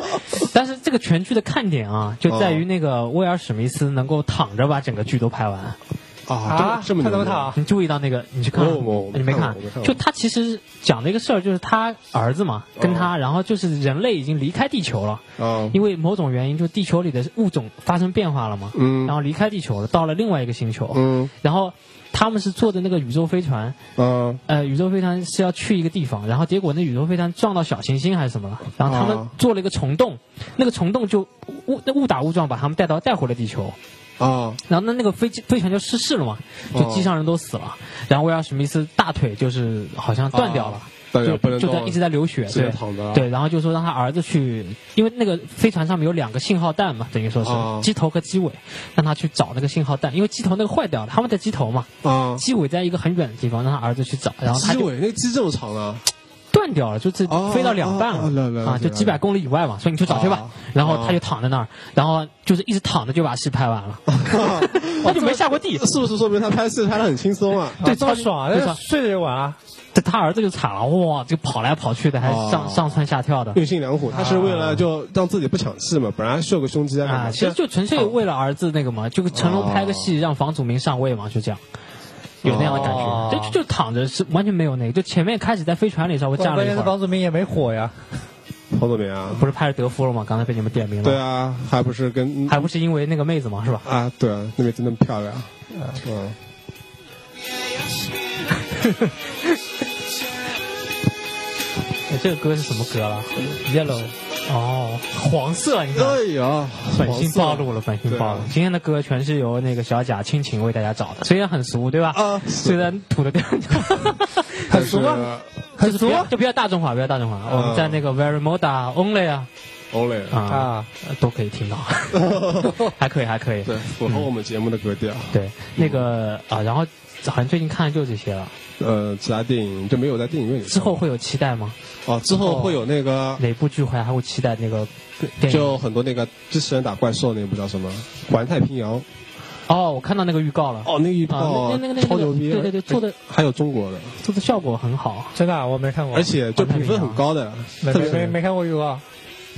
S2: 但是这个全剧的看点啊，就在于那个威尔史密斯能够躺着把整个剧都拍完。
S3: 啊
S4: 啊，
S3: 这么
S4: 他怎
S3: 这么牛
S4: 么
S3: 逼
S4: 躺？
S2: 你注意到那个，你去看了
S3: 我哦我我没
S2: 你没啊
S3: 看过我没看过
S2: 就他其实讲的一个事儿，就是他儿子嘛，
S3: 哦
S2: 跟他，然后就是人类已经离开地球了，
S3: 啊！
S2: 因为某种原因，就地球里的物种发生变化了嘛，
S3: 嗯
S2: 然后离开地球了，到了另外一个星球，
S3: 嗯
S2: 然后他们是坐的那个宇宙飞船，
S3: 嗯
S2: 呃，宇宙飞船是要去一个地方，然后结果那宇宙飞船撞到小行星还是什么了，然后他们
S3: 啊
S2: 做了一个虫洞，那个虫洞就误那误打误撞把他们带到带回了地球，
S3: 啊
S2: 然后那那个飞机飞船就失事了嘛，就
S3: 哦
S2: 机上人都死了，然后威尔史密斯大腿就是好像断掉了，
S3: 大家
S2: 就
S3: 哦哎不能
S2: 就在
S3: 动
S2: 一直在流血，
S3: 是
S2: 对
S3: 在躺着啊
S2: 对，然后就说让他儿子去，因为那个飞船上面有两个信号弹嘛，等于说
S3: 哦
S2: 是机头和机尾，让他去找那个信号弹，因为机头那个坏掉了，他们在机头嘛，
S3: 啊！
S2: 机尾在一个很远的地方，让他儿子去找，然后他
S3: 鸡
S2: 就
S3: 尾那个鸡这么长 啊？
S2: 断掉了，就是
S3: 哦
S2: 飞到两半
S3: 哦哦了了
S2: 了啊，
S3: 了
S2: 就几百公里以外嘛，所以你去找去吧
S3: 哦。
S2: 然后他就躺在那儿，然后就是一直躺着就把戏拍完了，
S3: 哦
S2: 他就没下过地。
S3: 啊是不是说明他拍戏拍的很轻松啊？
S2: 对
S4: 啊这么
S2: 超
S4: 爽啊，
S2: 对
S4: 那
S2: 超
S4: 睡着就玩啊，
S2: 这他儿子就惨了，哇，就跑来跑去的，还
S3: 哦
S2: 上上蹿下跳的
S3: 用心良苦，他是为了就让自己不抢戏嘛，本来秀个胸肌啊干
S2: 啊，
S3: 嘛
S2: 其实就纯粹为了儿子那个嘛，就成龙拍个戏让房祖名上位嘛，就这样。有那样的感觉，
S4: 哦
S2: 就就就躺着是完全没有那个，就前面开始在飞船里稍微站了
S4: 关
S2: 一
S4: 键是
S2: 会儿，
S4: 房祖名也没火呀，
S3: 彭总明啊？
S2: 不是拍了德芙了吗？刚才被你们点名了，
S3: 对啊，还不是跟
S2: 还不是因为那个妹子嘛，是吧？
S3: 啊？对，那边真的漂亮，
S2: 啊
S3: 嗯。
S2: 哎这个歌是什么歌了？
S4: Yellow，
S2: 哦，黄色，你看，
S3: 哎呀，
S2: 本性暴露了，本性暴露
S3: 对啊。
S2: 今天的歌全是由那个小贾亲情为大家找的，虽然很俗，对吧？
S3: 啊是
S2: 虽然土 的掉，
S3: 但
S4: 很
S3: 是
S4: 俗吗？很
S2: 就
S4: 俗
S2: 不要
S4: 吗
S2: 就不要大众化，不要大众化。我们在那个 Very Moda Only 啊
S3: Only
S2: 啊
S4: 啊，
S2: 都可以听到， 还可以，还可以。
S3: 对，符合我们节目的格调。
S2: 对，那个啊，然后好像最近看的就这些了。
S3: 呃，其他电影就没有在电影院里看
S2: 之后会有期待吗？
S3: 哦，之后会有那个
S2: 哪部剧会还会期待那个电影？
S3: 就很多那个机器人打怪兽那部叫什么《环太平洋》
S2: 哦，我看到那个预告了。
S3: 哦，那个预告
S2: 啊，那那那个那个
S3: 超牛逼，
S2: 对对对做得
S3: 还有中国的，
S2: 这个效果很好。
S4: 真的啊我没看过，
S3: 而且就评分很高的，
S4: 没
S3: 特
S4: 没
S3: 别
S4: 没
S3: 是
S4: 没看过预告，啊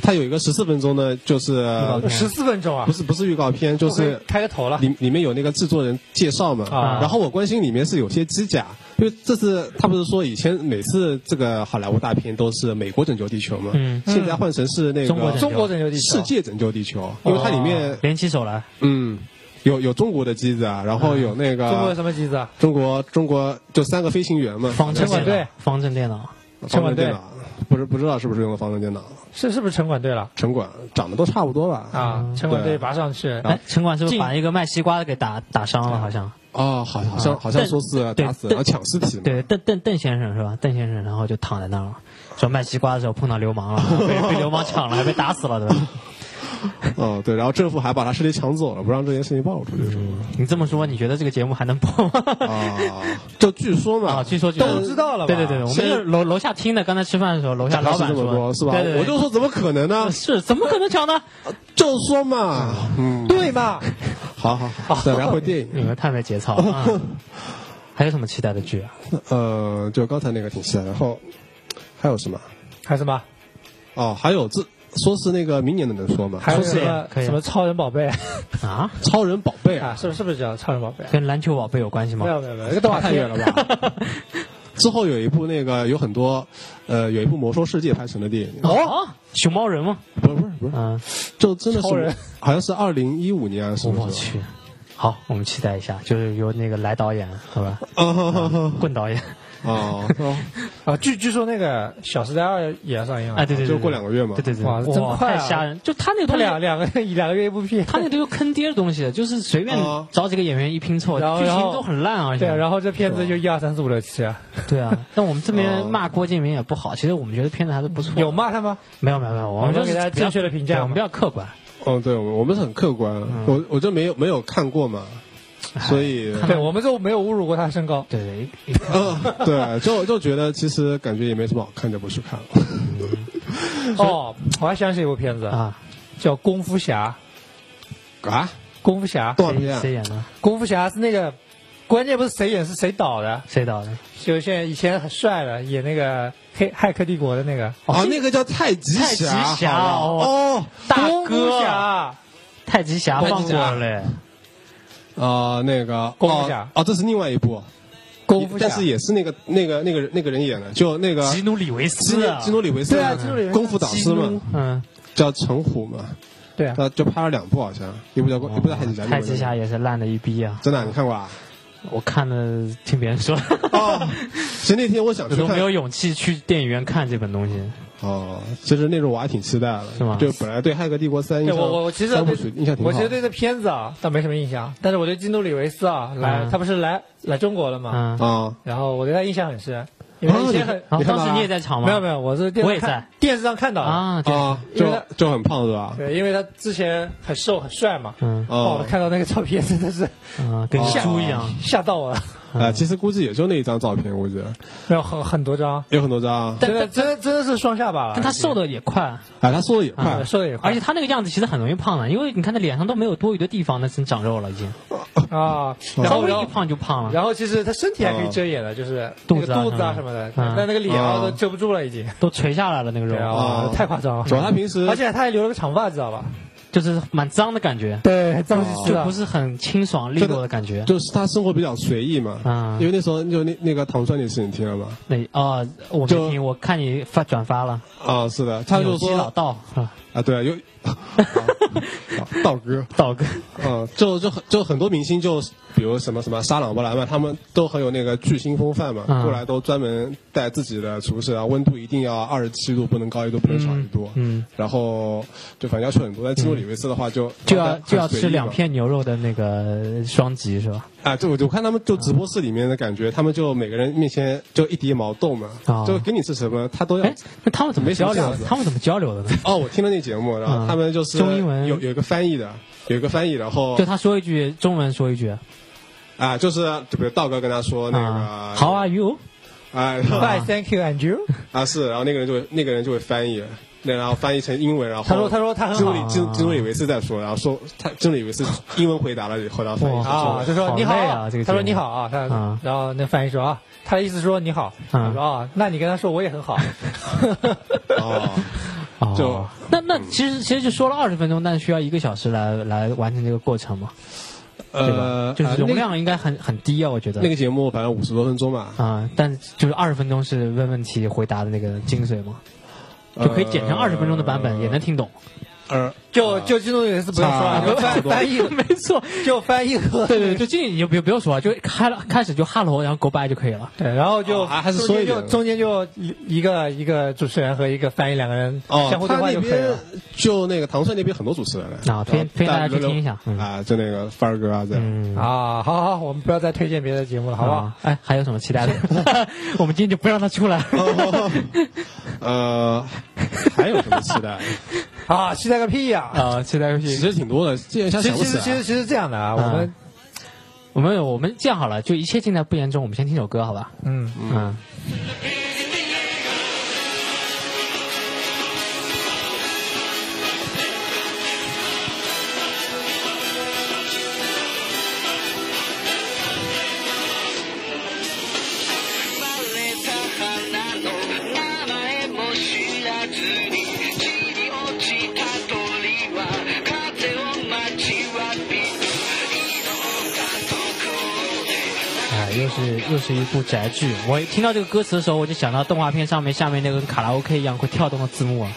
S3: 它有一个十四分钟的，就是
S2: 告片
S4: 十四分钟啊
S3: 不，是不是预告片，就
S4: 我
S3: 是
S4: 可以开个头了
S3: 里里面有那个制作人介绍嘛，
S4: 啊
S3: 然后我关心里面是有些机甲，因为这次他不是说以前每次这个好莱坞大片都是美国拯救地球嘛，
S2: 嗯
S3: 现在换成是那
S2: 中国
S3: 个
S2: 拯
S4: 中国拯救地球，
S3: 世界拯救地球，因为它里面
S2: 哦联起手来，
S3: 嗯有有中国的机子啊，然后有那个
S4: 中国有什么机子啊？
S3: 中国中国就三个飞行员嘛，
S2: 方阵
S4: 城管
S2: 电
S4: 队
S2: 脑，方阵电脑，
S3: 方
S4: 城管
S3: 阵
S4: 队
S3: 电脑，不是不知道是不是用的方阵电脑，
S4: 是是不是城管队了
S3: 城管长得都差不多吧？
S4: 啊？城管队拔上
S3: 啊
S4: 去，
S2: 哎，城管是不是
S4: 进
S2: 把一个卖西瓜的给打打伤了？好像
S3: 哦，好好像
S2: 啊
S3: 好像
S2: 但
S3: 说是
S2: 对
S3: 打死然
S2: 对
S3: 后抢尸体嘛，
S2: 对，邓邓邓先生是吧？邓先生，然后就躺在那儿了，说卖西瓜的时候碰到流氓了，然后被被流氓抢了，还被打死了，对吧？
S3: 哦对，然后政府还把他尸体抢走了，不让这件事情暴露出去，是吗？
S2: 你这么说，你觉得这个节目还能播吗？
S3: 啊，就据说嘛
S2: 啊，，据说
S4: 都知道了吧
S2: 对对对，我们
S3: 现在
S2: 就是楼楼下听的，刚才吃饭的时候，楼下老
S3: 是
S2: 板
S3: 这么
S2: 说
S3: 多是吧
S2: 对对？对
S3: 我就说 怎么可能呢？
S2: 是怎么可能抢呢？
S3: 就说嘛，嗯，
S4: 对嘛？
S3: 好好
S2: 啊
S3: 好，再聊回电
S2: 你
S3: 影。
S2: 们太没节操了。啊还有什么期待的剧啊？
S3: 呃，就刚才那个挺期待的，然后还有什么？
S4: 还有什么？
S3: 哦，还有这说是那个明年的能说吗？
S4: 还有
S2: 可以
S4: 什么
S2: 可以
S4: 什么超人宝贝
S2: 啊，
S3: 超人宝贝
S4: 啊？
S3: 啊，
S4: 是不是是不是叫超人宝贝？
S2: 跟篮球宝贝有关系吗
S4: 没？有没有没有，
S2: 啊
S4: 这个动画
S3: 太
S4: 片
S3: 远了吧？ 之后有一部那个有很多，呃，有一部《魔兽世界》拍成的电影，
S2: 哦，熊猫人吗？
S3: 不是不是不是，
S2: 嗯，
S3: 就真的是
S4: 超人
S3: 好像是二零一五年还是什么
S2: 我
S3: 时
S2: 去。好，我们期待一下，就是由那个来导演，好 吧？
S3: 候？哦
S2: 棍导演，
S3: 哦哦，
S4: 啊，据据说那个《小时代二》也要上映
S2: 哎，
S4: 了，
S2: 对对对，
S3: 啊就过两个月嘛。
S2: 对对对，
S4: 哇
S2: 哇，
S4: 真快啊
S2: 太吓人！就他那个
S4: 他
S2: 东西，
S4: 两两个两个月一部片，
S2: 他那都有坑爹的东西，就是随便
S3: 啊
S2: 找几个演员一拼凑，
S4: 然后
S2: 剧情
S4: 然后
S2: 都很烂而且
S4: 对啊，然后这片子就一二三四五六七啊，
S2: 对 啊，但我们这边
S3: 哦
S2: 骂郭敬明也不好，其实我们觉得片子还是不错。
S4: 有？骂他吗？
S2: 没有没有没有，
S4: 我
S2: 我
S4: 们
S2: 们就是
S4: 给大家
S2: 比较
S4: 正确的评价
S2: 对我
S4: 嘛
S2: 们比较客观。
S3: 哦，对，我我们是很客观，
S4: 嗯
S3: 我我就没有没有看过嘛，
S4: 哎
S3: 所 以
S4: 对我们就没有侮辱过他身高。
S2: 对对，
S3: 呃，对，就就觉得其实感觉也没什么好看，就不去看了。
S4: 哦，我还想起一部片子，
S2: 啊，
S4: 叫《功夫侠
S3: 啊，》，
S4: 功夫侠，
S3: 动画片
S2: 谁
S3: 啊
S2: 谁演的？
S4: 功夫侠是那个，关键不是谁演是谁导的，
S2: 谁导的？
S4: 就是现在以前很帅的演那个黑骇客帝国的那个哦
S3: 啊，那个叫太极侠，
S2: 太极侠
S3: 好吧哦，
S2: 大
S4: 功夫
S2: 哥，
S4: 侠，
S2: 太极侠
S4: 太
S2: 放
S4: 极
S2: 过
S4: 侠
S2: 了嘞。
S3: 啊，那个
S4: 功夫侠
S3: 哦哦，这是另外一部，
S4: 功夫侠，
S3: 但是也是那个那个那个那个人演的，就那个
S2: 基努里维
S3: 基
S2: 斯
S3: 努
S2: 啊，
S3: 基努里维斯
S4: 对啊基努里维斯
S3: 功夫导师
S4: 基努
S3: 嘛，
S2: 嗯，
S3: 叫陈虎嘛，
S4: 对啊，
S3: 他就拍了两部好像，一部叫
S4: 哦嗯
S3: 功一部叫太极侠，
S2: 太极侠
S3: 一部叫
S2: 也是烂的一逼啊！
S3: 真的啊你看过啊？
S2: 我看了，听别人 说，
S3: 哦，其实那天我想
S2: 我
S3: 去
S2: 都没
S3: 看
S2: 有勇气去电影院看这本东西。
S3: 哦，其实那时候我还挺期待的，
S2: 是吗
S3: 就本来对《骇客帝国三》印
S4: 对
S3: 象，
S4: 我我我其实
S3: 三部
S4: 对
S3: 曲印象挺好。
S4: 我其实对这片子啊倒没什么印象，但是我对基努里维斯啊来，
S2: 嗯
S4: 他不是来来中国了嘛，
S2: 嗯，
S3: 啊，哦
S4: 然后我对他印象很深，因为他以前很
S2: 然后
S3: 你看
S2: 当时
S3: 吧
S2: 你也在场吗？
S4: 没有没哦有，我是电
S2: 我
S4: 视
S2: 也
S4: 看
S2: 在
S4: 电视上看到的，
S2: 啊，对
S3: 啊，
S4: 因为
S3: 就
S4: 他
S3: 就很胖是吧？
S4: 对，因为他之前很瘦很帅嘛，
S2: 嗯
S4: 哇，
S3: 哦
S4: 我，看到那个照片真的是
S2: 嗯，跟
S3: 哦
S2: 猪一样。
S4: 吓到我了，
S3: 啊，其实估计也就那一张照片，我觉得
S4: 没有很很多张，
S3: 有很多张。啊
S2: 但
S4: 真的真的真的是双下巴了，嗯
S2: 但他瘦的也快，
S3: 哎，他说的也快
S4: 对，瘦的也快，
S2: 而且他那个样子其实很容易胖的，因为你看他脸上都没有多余的地方，那真长肉了已经，
S4: 啊，然
S2: 稍
S4: 后
S2: 微
S4: 然
S2: 一
S4: 后
S2: 胖就胖了，
S4: 然后其实他身体还可以遮掩的，就是那
S2: 肚
S4: 个
S2: 子啊
S4: 肚子啊
S2: 什
S4: 什
S2: 么
S4: 么的，
S2: 嗯
S4: 但那个脸啊都遮不住了已经，
S2: 都垂下来了那个
S4: 对啊，
S2: 肉，
S4: 哇
S3: 哦
S4: 太夸张了
S3: 主。要他平时
S4: 而且他还留了个长发，知道吧？哦
S2: 就是蛮脏的感觉，
S4: 对，脏兮兮
S2: 就
S4: 的
S2: 不。是很清爽利落的感觉。
S3: 就是他生活比较随意嘛，
S4: 嗯
S2: 啊
S3: 因为那时候就那那个唐川那事你听了吗？
S2: 那哦，我没
S3: 就
S2: 听，我看你发转发了，
S3: 啊，是的，他就
S2: 有机老
S3: 说
S2: 道啊，
S3: 啊，对，有啊道哥，
S2: 道哥
S3: 嗯，就就很就很多明星就比如什么什么沙朗布莱曼，他们都很有那个巨星风范嘛，
S2: 嗯
S3: 过来都专门带自己的厨师，然后啊温度一定要二十七度，不能高一度，不能少一度，
S2: 嗯嗯嗯
S3: 然后就反正要求很多。但基努里维斯的话就、
S2: 就要就要
S3: 很随意
S2: 吃
S3: 嘛
S2: 两片牛肉的那个双极是吧？
S3: 啊，就我就看他们就直播室里面的感觉，他们就每个人面前就一碟毛豆嘛，
S2: 哦
S3: 就给你吃什么他都要
S2: 哎。，那他们怎么
S3: 没什
S2: 交
S3: 么
S2: 流
S3: 架子？
S2: 他们怎么交流的呢？
S3: 哦，我听了那节目，然后
S2: 嗯
S3: 他们就是
S2: 中英文
S3: 有有一个翻译的，有一个翻译，然后
S2: 就他说一句中文，说一句
S3: 啊，就是就比如道哥跟他说那
S2: 啊
S3: 个
S2: ，How are you？
S3: 啊
S4: Bye, thank you, and you。
S3: 啊是，然后那个人就会那个人就会翻译，那然后翻译成英文，然后
S4: 他说，他啊说他
S3: 基
S4: 很
S3: 努
S4: 好
S3: 里基基努里维斯在说，然后说他基努里维斯英文回答了，回答翻译成中
S4: 啊，
S3: 文
S4: 就说
S2: 哦好
S4: 你好
S2: 累啊这个
S4: 他说
S2: 节目
S4: 你好啊，他
S2: 啊
S4: 然后那翻译说啊，他的意思是说你好，
S2: 啊
S4: 我说啊，那你跟他说我也很 好，
S3: 哦，
S2: 哦
S3: 就
S2: 那那其实其实就说了二十分钟，但是需要一个小时来来完成这个过程嘛，对吧
S3: 呃，？
S2: 就是容
S3: 那个
S2: 量应该很很低啊，我觉得。
S3: 那个节目反正五十多分钟吧，
S2: 啊、但就是二十分钟是问问题回答的那个精髓嘛，就可以剪成
S3: 呃
S2: 二十分钟的版本，也能听懂。
S3: 呃
S4: 就
S3: 啊
S4: 就基努里维斯不用说
S3: 差
S4: 了，
S3: 不
S4: 就
S3: 多
S4: 翻翻译
S2: 没错，
S4: 就翻译和
S2: 啊 对对，对，就这你就不不用说了，就开了开始就哈喽，然后 goodbye 就可以了。
S4: 对，然后就
S3: 哦还还是
S4: 中
S3: 说
S4: 间
S3: 一
S4: 就
S3: 点
S4: 中间就一个一个主持人和一个翻译两个人
S3: 哦
S4: 相，互对
S3: 他
S4: 话
S3: 那
S4: 就可以
S3: 边
S4: 了。
S3: 就那个唐帅那边很多主持人嘞
S2: 啊推推大家去
S3: 轮流
S2: 听一下嗯
S3: 啊，就那个范儿哥啊这样。
S2: 嗯，
S4: 啊，好好，我们不要再推荐别的节目了，好不好？
S2: 啊？哎，还有什么期待的？ 哦我们今天就不让他出来。
S3: 哦呃，还有什么期待？
S4: 啊，期待个屁呀！
S2: 啊，期待游
S3: 其实挺多的，这一下
S4: 其
S3: 想
S4: 实
S3: 不
S4: 其
S3: 起
S4: 实其
S3: 来
S4: 实
S3: 啊。
S4: 其实这样的啊，我们
S2: 我们我们这样好了，就一切尽在不言中，我们先听首歌，好吧？
S4: 嗯，
S2: 嗯，
S5: 啊
S1: 我
S5: 哦
S2: 的，哎又是又是一部宅剧。我一听到这个歌词的时候，我就想到动画片上面下面那个跟卡拉 OK 一样会跳动的字幕啊，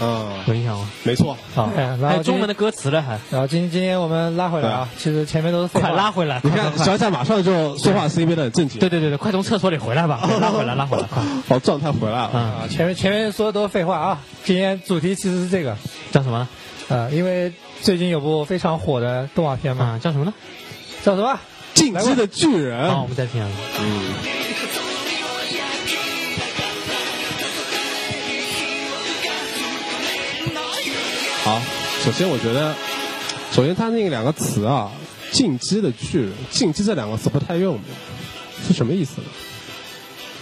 S3: 嗯，
S2: 有印象吗？
S3: 没错，
S2: 啊
S4: 哎然，后
S2: 还有
S4: 这
S2: 中文的歌词了，还
S4: 然后今今天我们拉回来啊，其实前面都是废话
S2: 快拉回来！
S3: 你
S2: 快
S3: 看
S2: 快快
S3: 小贾马上就说话声音变得很正经，
S2: 对，对对对，快从厕所里回来吧，快拉回来，拉回来，快！
S3: 好状态回来了。
S2: 嗯，
S4: 啊，前面前面说的都是废话啊。今天主题其实是这个，
S2: 叫什么呢？
S4: 啊，因为最近有部非常火的动画片嘛，
S2: 啊，叫什么呢？
S4: 叫什么？
S3: 进击的巨人
S2: 啊，我，们再听啊。
S3: 好，首先我觉得，首先他那两个词啊，“进击的巨人”“进击”这两个词不太用，是什么意思呢？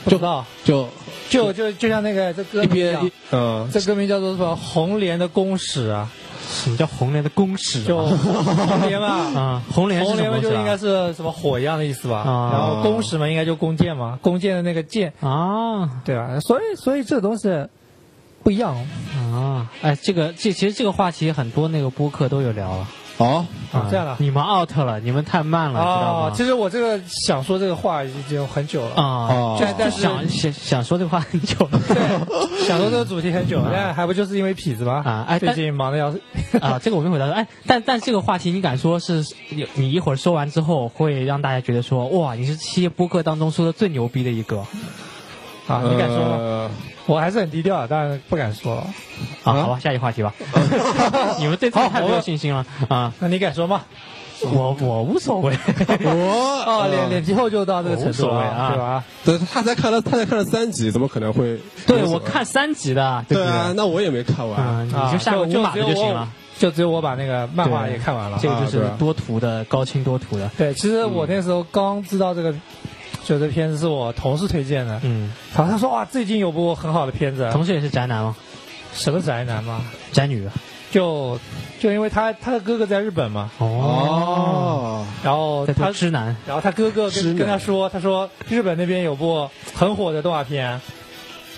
S4: 不知道，
S3: 就
S4: 就就就像那个这歌
S3: 一
S4: 名
S3: 边
S4: 叫
S2: 啊
S3: 一嗯，
S4: 这歌名叫做什么？红莲的公使啊，
S2: 什么叫红莲的公使
S4: 就
S2: 啊？
S4: 红莲嘛。
S2: 啊，红莲是
S4: 红
S2: 什
S4: 莲
S2: 么
S4: 嘛
S2: 东
S4: 就
S2: 西
S4: 应该
S2: 啊？
S4: 是什么火一样的意思吧，
S2: 啊
S4: 然后弓矢嘛应该就弓箭嘛，弓箭的那个箭，
S2: 啊
S4: 对吧？所以所以这东西不一样，
S2: 啊！哎，这个这其实这个话题很多那个播客都有聊了
S3: 哦，
S4: 啊这样的
S2: 你们 out 了，你们太慢了，知道
S4: 哦
S2: 吗，？
S4: 其实我这个想说这个话已经很久了，
S2: 啊，
S3: 哦
S4: 这，但
S2: 就是想想想说这个话很久 了。
S4: 对，啊想说这个主题很久了，但还不就是因为痞子吗？
S2: 啊哎
S4: 最近忙的要死。
S2: 啊，这个我没回答。哎，但但这个话题，你敢说是你你一会儿说完之后，会让大家觉得说，哇，你是这些播客当中说的最牛逼的一个
S4: 啊，你敢说吗？
S3: 呃
S4: 我还是很低调的，当然不敢说了。
S3: 啊
S2: 啊？好吧，下一个话 题吧。你们对自己太没有信心了 啊！
S4: 那你敢说吗？
S2: 我 我无所谓，
S3: 呃我
S4: 哦，脸脸皮厚就到这个程度
S2: 我无所
S4: 了，
S2: 谓啊
S4: 对吧？
S3: 对，他才看了，他才看了三集，怎么可能会？
S2: 对我看三集的，
S3: 对
S2: 不对？
S3: 啊，那我也没看
S2: 啊，
S3: 完。
S2: 你
S4: 啊
S2: 就下个
S4: 就
S2: 五码的
S4: 只
S2: 就
S4: 有我
S2: 行了。
S4: 就只有我把那个漫画
S2: 对
S4: 也看完了
S2: 这。个就
S3: 啊
S2: 是
S3: 对啊
S2: 多图的高清多图的，
S4: 对，其实我那时候刚知道这个，就这片子是我同事推荐的，
S2: 嗯，
S4: 然后他说哇，最近有部很好的片子，
S2: 同时也是宅男嘛，
S4: 什么宅男嘛，
S2: 宅女啊
S4: 就就因为他他的哥哥在日本嘛，
S2: 哦，
S3: 哦，
S4: 然后
S2: 在
S4: 他
S2: 做直男，
S4: 然后他哥哥
S3: 是
S4: 跟
S3: 呢
S4: 跟他说，他说日本那边有部很火的动画片，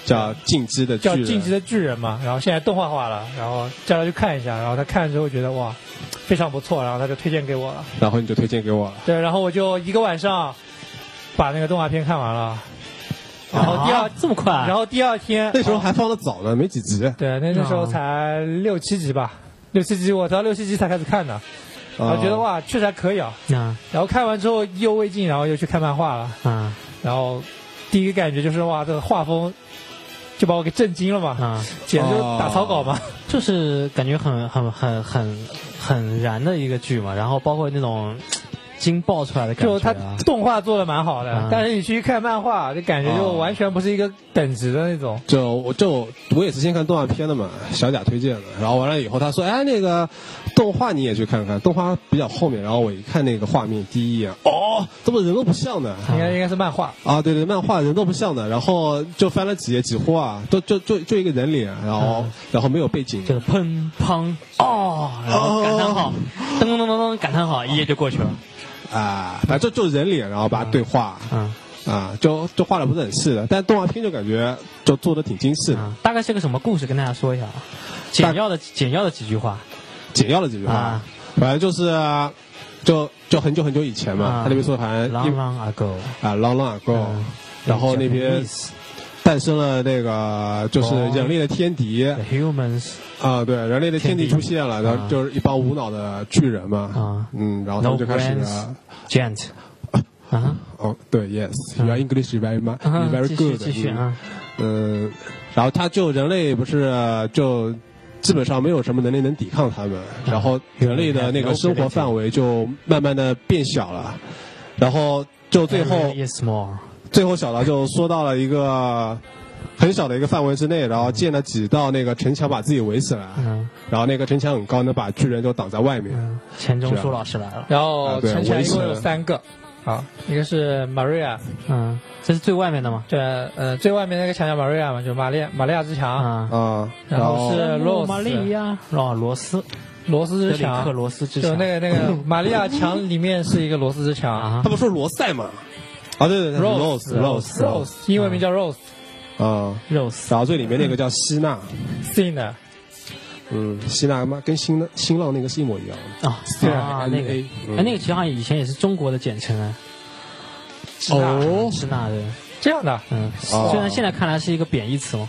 S3: 叫《进击的巨
S4: 叫
S3: 人
S4: 《进击》的巨人》嘛，然后现在动画化了，然后叫他去看一下，然后他看了之后觉得哇，非常不错，然后他就推荐给我了。
S3: 然后你就推荐给我了。
S4: 对，然后我就一个晚上把那个动画片看完了，然后哦第二，
S2: 啊这么快，
S4: 然后第二天哦
S3: 那时候还啊放的早呢，没几集啊。
S4: 对那那时候才六七集吧，六七集我到六七集才开始看
S3: 啊
S4: 的，然后
S2: 啊
S4: 觉得哇，确实还可以啊。
S2: 那
S4: 然后看完之后意犹未尽，然后又去看漫画了。
S2: 啊
S4: 然后第一个感觉就是哇，这个画风就把我给震惊了嘛，
S2: 啊，哦
S4: 简直就是打草稿嘛。
S2: 就是感觉很很很很很燃的一个剧嘛，然后包括那种惊爆出来的 感
S4: 就
S2: 觉
S4: 他
S2: 啊，
S4: 动画做的蛮好的，
S2: 嗯
S4: 但是你去看漫画，就感觉就
S3: 哦
S4: 完全不是一个等级的那种。
S3: 就我就我也是先看动画片的嘛，小贾推荐的，然后完了以后他说，哎，那个动画你也去看看，动画比较后面，然后我一看那个画面，第一眼，哦，怎么人都不像呢？
S4: 应该应该是漫画，
S3: 啊，对对，漫画人都不像的，然后就翻了几页，几乎啊，都就就就一个人脸，然后、然后没有背景，
S2: 嗯就是砰砰哦，然后感叹号，噔噔噔噔噔感叹
S4: 哦
S2: 号，一页就过去了，
S3: 啊，反正就就人脸，然后把它对话
S2: 嗯
S3: 啊，就就画的不是很细的，但动画片就感觉就做的挺精细的，
S2: 嗯，大概是个什么故事？跟大家说一下啊，简要的简要的几句话
S3: 简要了几句话，
S2: 啊
S3: 反正就是就就很久很久以前嘛，
S2: 啊
S3: 他那边说反
S4: 呃
S3: 正
S2: ，Long
S3: 因
S2: long ago，
S3: 啊，long long ago，、
S2: 嗯
S3: 然后那
S2: Japanese
S3: 边诞生了那个就是
S2: 哦
S3: 人类的天敌
S2: The humans
S3: 啊，对，人类的天敌
S2: 天敌
S3: 出现了，然
S2: 啊
S3: 后就是一帮无脑的巨人嘛，
S2: 啊
S3: 嗯，然后他们就开始
S2: No friends giant 啊，
S3: 哦，对，yes，your English is very much
S2: 啊
S3: very
S2: 继续
S3: good，
S2: 嗯继续
S3: 嗯
S2: 啊，
S3: 嗯，然后他就人类不是就基本上没有什么能力能抵抗他
S2: 啊
S3: 们，然后人类的那个生活范围就慢慢的变小了，然后就最后
S2: yes more
S3: 最后小到就缩到了一个很小的一个范围之内，然后建了几道那个城墙把自己围起来，
S2: 嗯
S3: 然后那个城墙很高，能把巨人就挡在外面。
S2: 嗯，钱钟书老师来了，
S4: 然
S3: 啊
S4: 后
S3: 对
S4: 城墙
S3: 我
S4: 一
S3: 一
S4: 共
S3: 起
S4: 有三个。啊，一个是 Maria，
S2: 嗯，这是最外面的吗？
S4: 对，呃，最外面那个墙叫 Maria 嘛，就玛利亚玛利亚之墙，
S2: 啊，
S3: 啊，然后
S4: 是罗斯
S2: 玛利亚，哦，罗斯，啊
S4: 罗斯
S2: 德
S4: 之
S2: 里克
S4: 墙，
S2: 罗斯之
S4: 就
S2: 墙，
S4: 那个那个玛利亚墙里面是一个罗斯之墙
S2: 啊
S3: 他，们说罗塞嘛，啊对对对
S4: Rose
S3: Rose Rose
S2: 嗯
S4: ，Rose，英文名叫 Rose
S3: 啊，
S2: ，Rose
S3: 然后最里面那个叫希娜，
S4: Sin 的，
S3: 嗯，希腊妈跟新浪新浪那个是一模一样的。
S2: 啊啊，那个
S3: CRNA，嗯
S2: 哎，那个其实好像以前也是中国的简称啊，
S4: 支那
S3: 哦
S2: 支那人，
S4: 这样的，
S2: 嗯，
S3: 哦
S2: 虽然现在看来是一个贬义词嘛，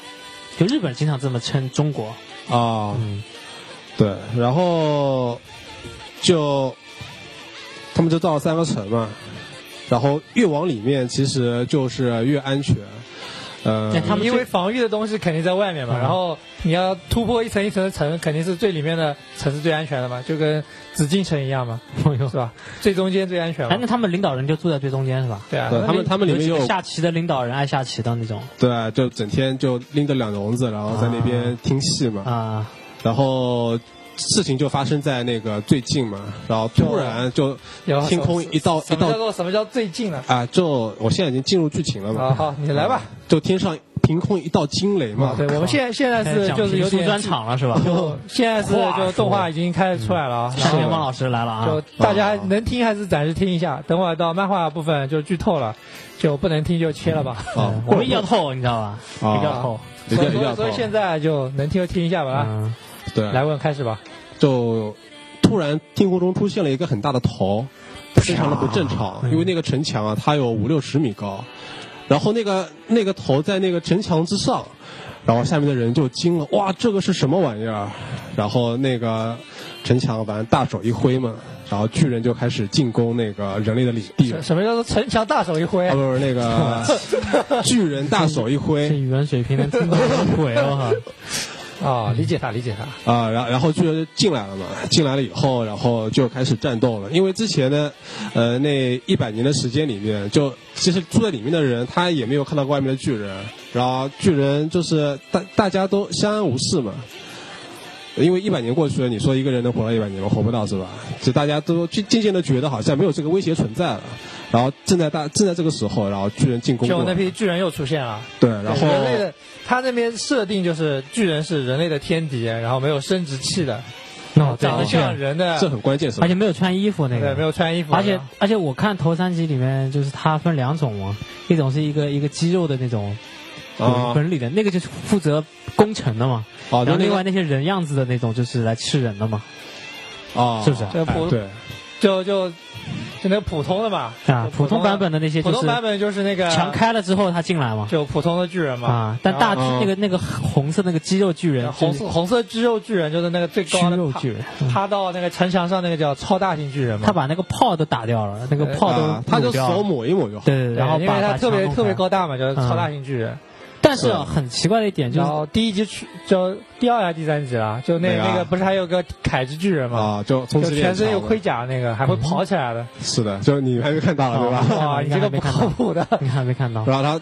S2: 就日本经常这么称中国，
S3: 啊，
S2: 嗯，
S3: 对，然后就他们就到了三个城嘛，然后越往里面其实就是越安全，呃
S2: 哎，他们
S4: 因
S2: 最
S4: 为防御的东西肯定在外面嘛，
S2: 嗯
S4: 然后你要突破一层一层的层，肯定是最里面的层是最安全的嘛，就跟紫禁城一样嘛，
S2: 哎呦
S4: 是吧？最中间最安全
S2: 哎，
S4: 嘛
S2: 那。他们领导人就坐在最中间是吧？
S4: 对啊，
S3: 对他们他们里面
S2: 有几
S3: 有
S2: 个下棋的领导人爱下棋的那种
S3: 对，就整天就拎着两笼子，然后在那边听戏嘛，
S2: 啊，
S3: 然后。事情就发生在那个最近嘛，然后突然就
S4: 有啊
S3: 天空一道一
S4: 什么叫
S3: 道
S4: 做什么叫最近了？
S3: 啊，就我现在已经进入剧情了嘛。
S4: 啊，好，你来吧。啊
S3: 就天上凭空一道惊雷嘛。
S4: 对，我们现在现在
S2: 开始
S4: 是
S2: 嗯哎讲
S4: 就是
S2: 评
S4: 有
S2: 书
S4: 点
S2: 专场了是吧？
S4: 就现在是就动画已经开始出来了啊，然
S2: 山
S4: 后
S2: 田邦老师来了
S4: 就
S2: 嗯啊，
S4: 大家能听还是暂时听一下，等会儿到漫画部分就剧透了，就不能听就切了吧。
S3: 啊
S2: 嗯，我们一定要透，你知道吧？
S4: 哦
S2: 一定要透，
S3: 一定
S4: 所
S3: 要
S4: 以
S3: 一定要
S4: 所以
S3: 透
S4: 现在就能听就听一下吧啊。
S2: 嗯，
S3: 对，
S4: 来问开始吧。
S3: 就突然天空中出现了一个很大的头，非常的不正常，
S2: 嗯
S3: 因为那个城墙啊，它有五六十米高，然后那个那个头在那个城墙之上，然后下面的人就惊了，哇，这个是什么玩意儿？然后那个城墙反正大手一挥嘛，然后巨人就开始进攻那个人类的领地
S2: 嗯
S3: 了
S4: 什。什么叫做城墙大手一挥
S3: 啊，？不是那 个巨人大手一
S2: 这
S3: 挥
S2: 语文水平 能听到鬼了哈，
S4: 啊，理解他，理解他。
S2: 嗯
S3: 啊，然后然后巨人就进来了嘛，进来了以后，然后就开始战斗了。因为之前呢，呃，那一百年的时间里面，就其实住在里面的人他也没有看到过外面的巨人，然后巨人就是大大家都相安无事嘛。因为一百年过去了，你说一个人能活到一百年吗？活不到是吧？就大家都渐渐渐的觉得好像没有这个威胁存在了。然后正在大正在这个时候，然后巨人进攻
S4: 就
S3: 过
S4: 那
S3: 来，
S4: 批巨人又出现了。
S3: 对，然后
S4: 人类的他那边设定就是巨人是人类的天敌，然后没有生殖器的，
S2: 嗯那我再
S4: 长得
S2: 回去
S4: 像
S2: 了
S4: 人的，
S3: 这很关键是吧
S2: 而？且没有穿衣服那
S4: 对，没
S2: 个。
S4: 有穿衣服的，
S2: 嗯而且而且我看头三集里面，就是它分两种嘛，一种是一个一个肌肉的那种
S4: 哦
S3: 啊
S2: 纹理的，那个就是负责攻城的嘛，
S3: 哦，
S2: 然
S3: 就
S2: 后
S3: 那
S2: 另外
S3: 个
S2: 那些人样子的那种就是来吃人的嘛，
S3: 哦，
S2: 是不是
S4: 就
S3: 哎
S4: 普
S3: 对，
S4: 就就就那个普通的嘛，
S2: 啊
S4: 就，
S2: 普通版本的那些
S4: 普
S2: 就
S4: 通
S2: 是
S4: 版本就是那个
S2: 墙开了之后他进来嘛，
S4: 啊就普通的巨人嘛，
S2: 啊，但大
S3: 然后
S2: 那个那个红色那个肌肉巨人，
S4: 红色红色肌肉巨人就是那个最
S2: 肌
S4: 高的
S2: 肉
S4: 趴
S2: 巨人，
S4: 趴到那个城墙上那个叫超大型巨人嘛，
S2: 他把那个炮都打掉了，那个炮
S3: 啊
S2: 都，
S3: 他就
S2: 抹掉
S3: 手
S2: 了，
S3: 抹一抹就好。
S2: 对对，对
S4: 对
S2: 然后
S4: 因
S2: 把
S4: 为他
S2: 把
S4: 特别
S2: 墙弄
S4: 特别
S2: 开
S4: 高大嘛，就是
S2: 嗯
S4: 超大型巨人。
S2: 但是啊很奇怪的一点就
S4: 然
S2: 是
S4: 后第一集去就第二还是啊第三集了，就那
S3: 哪个啊
S4: 那个不是还有个凯之巨人吗？
S3: 啊，就
S4: 就
S3: 从此
S4: 全身有盔
S3: 盔，
S4: 甲那个，还会跑起 来的。
S3: 是的，就你还没看到了对吧？
S2: 嗯
S4: 哇，你这个不靠谱的。
S2: 你还没看到，
S3: 然后他，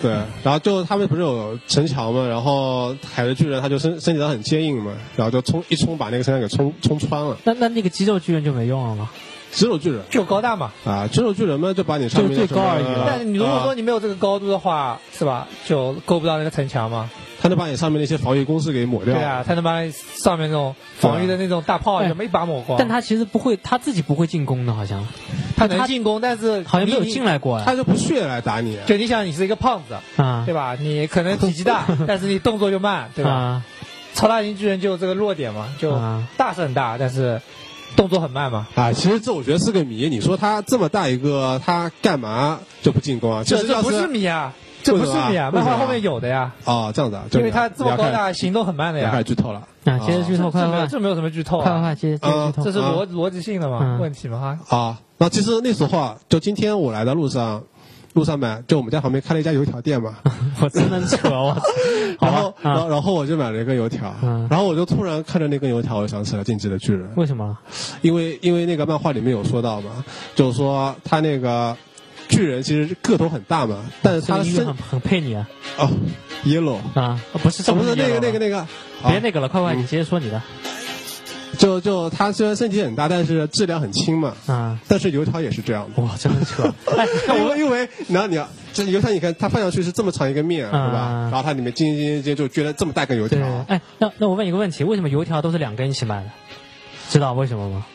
S3: 对，然后就他们不是有城墙嘛，然后海的巨人他就身身体上很坚硬嘛，然后就冲一冲把那个城墙给冲冲穿了。
S2: 那那那个肌肉巨人就没用了吗？
S3: 肌肉巨人
S4: 就高大嘛，
S3: 啊，肌肉巨人嘛就把你上面
S2: 就
S3: 的
S2: 最高而已
S3: 什么
S4: 但你如果
S3: 啊
S4: 说你没有这个高度的话，是吧？就够不到那个城墙嘛。
S3: 他能把你上面那些防御工事给抹
S4: 对
S3: 掉，
S4: 啊，他能把上面那种防御的那种大炮
S2: 对啊
S4: 什么一把抹光。
S2: 但他其实不会，他自己不会进攻的，好像
S4: 他能进攻，但是
S2: 好像没有
S4: 你
S2: 进。来过
S3: 他就不屑来打你。
S4: 就你想，你是一个胖子，
S2: 啊
S4: 对吧？你可能体积 大，但是你动作就慢，对吧？
S2: 啊
S4: 超大型巨人就有这个弱点嘛，就
S2: 啊
S4: 大是很大，但是动作很慢嘛。
S3: 啊，其实这我觉得是个谜。你说他这么大一个，他干嘛就不进攻啊？其
S4: 这
S3: 实要
S4: 这不是谜啊，这不是谜啊，
S3: 为什么啊
S4: 漫画后面有的呀，
S3: 啊，这样子啊，就
S4: 因为
S3: 你
S4: 他
S3: 要
S4: 这么高，大，行动很慢的
S3: 你要开
S4: 哎呀
S3: 始。剧透了。
S2: 啊！接着剧透，
S4: 这这
S2: 快快
S4: 没有
S2: 快
S4: 这没有什么剧透
S2: 快快
S4: 啊，
S2: 快，接着接着
S3: 呃
S2: 剧透
S4: 这。是
S3: 啊
S4: 逻逻辑性的嘛
S2: 嗯
S4: 问题嘛哈。
S3: 啊，那其实那时候啊，就今天我来的路上，路上买，就我们家旁边开了一家油条店 嘛，
S2: 我真能扯我，好
S3: 然
S2: 吧
S3: 后，然
S2: 啊
S3: 后然后我就买了一根油条
S2: 嗯，
S3: 然后我就突然看着那根油条，我就想起了《进击的巨人》，
S2: 为什么？
S3: 因为因为那个漫画里面有说到嘛，就是说他那个。巨人其实个头很大嘛，但是
S2: 这
S3: 他
S2: 个
S3: 的
S2: 音乐
S3: 身
S2: 很很配你啊！
S3: 哦，yellow，
S2: 啊不是，这
S3: 什么是那个那个
S2: 个，
S3: 那个，
S2: 别
S3: 啊
S2: 那个了，快快，
S3: 嗯
S2: 你接着说你的
S3: 就就他虽然身体很大，但是质量很轻嘛，
S2: 啊！
S3: 但是油条也是这样的。
S2: 哇，真能扯！哎，那
S3: 因
S2: 我
S3: 为因为然后你要这油条，你看它放上去是这么长一个面，是吧
S2: 啊？
S3: 然后它里面煎煎煎煎就撅了这么大根油
S2: 对，
S3: 条。
S2: 哎，那那我问一个问题，为什么油条都是两根一起卖的？知道为什么吗？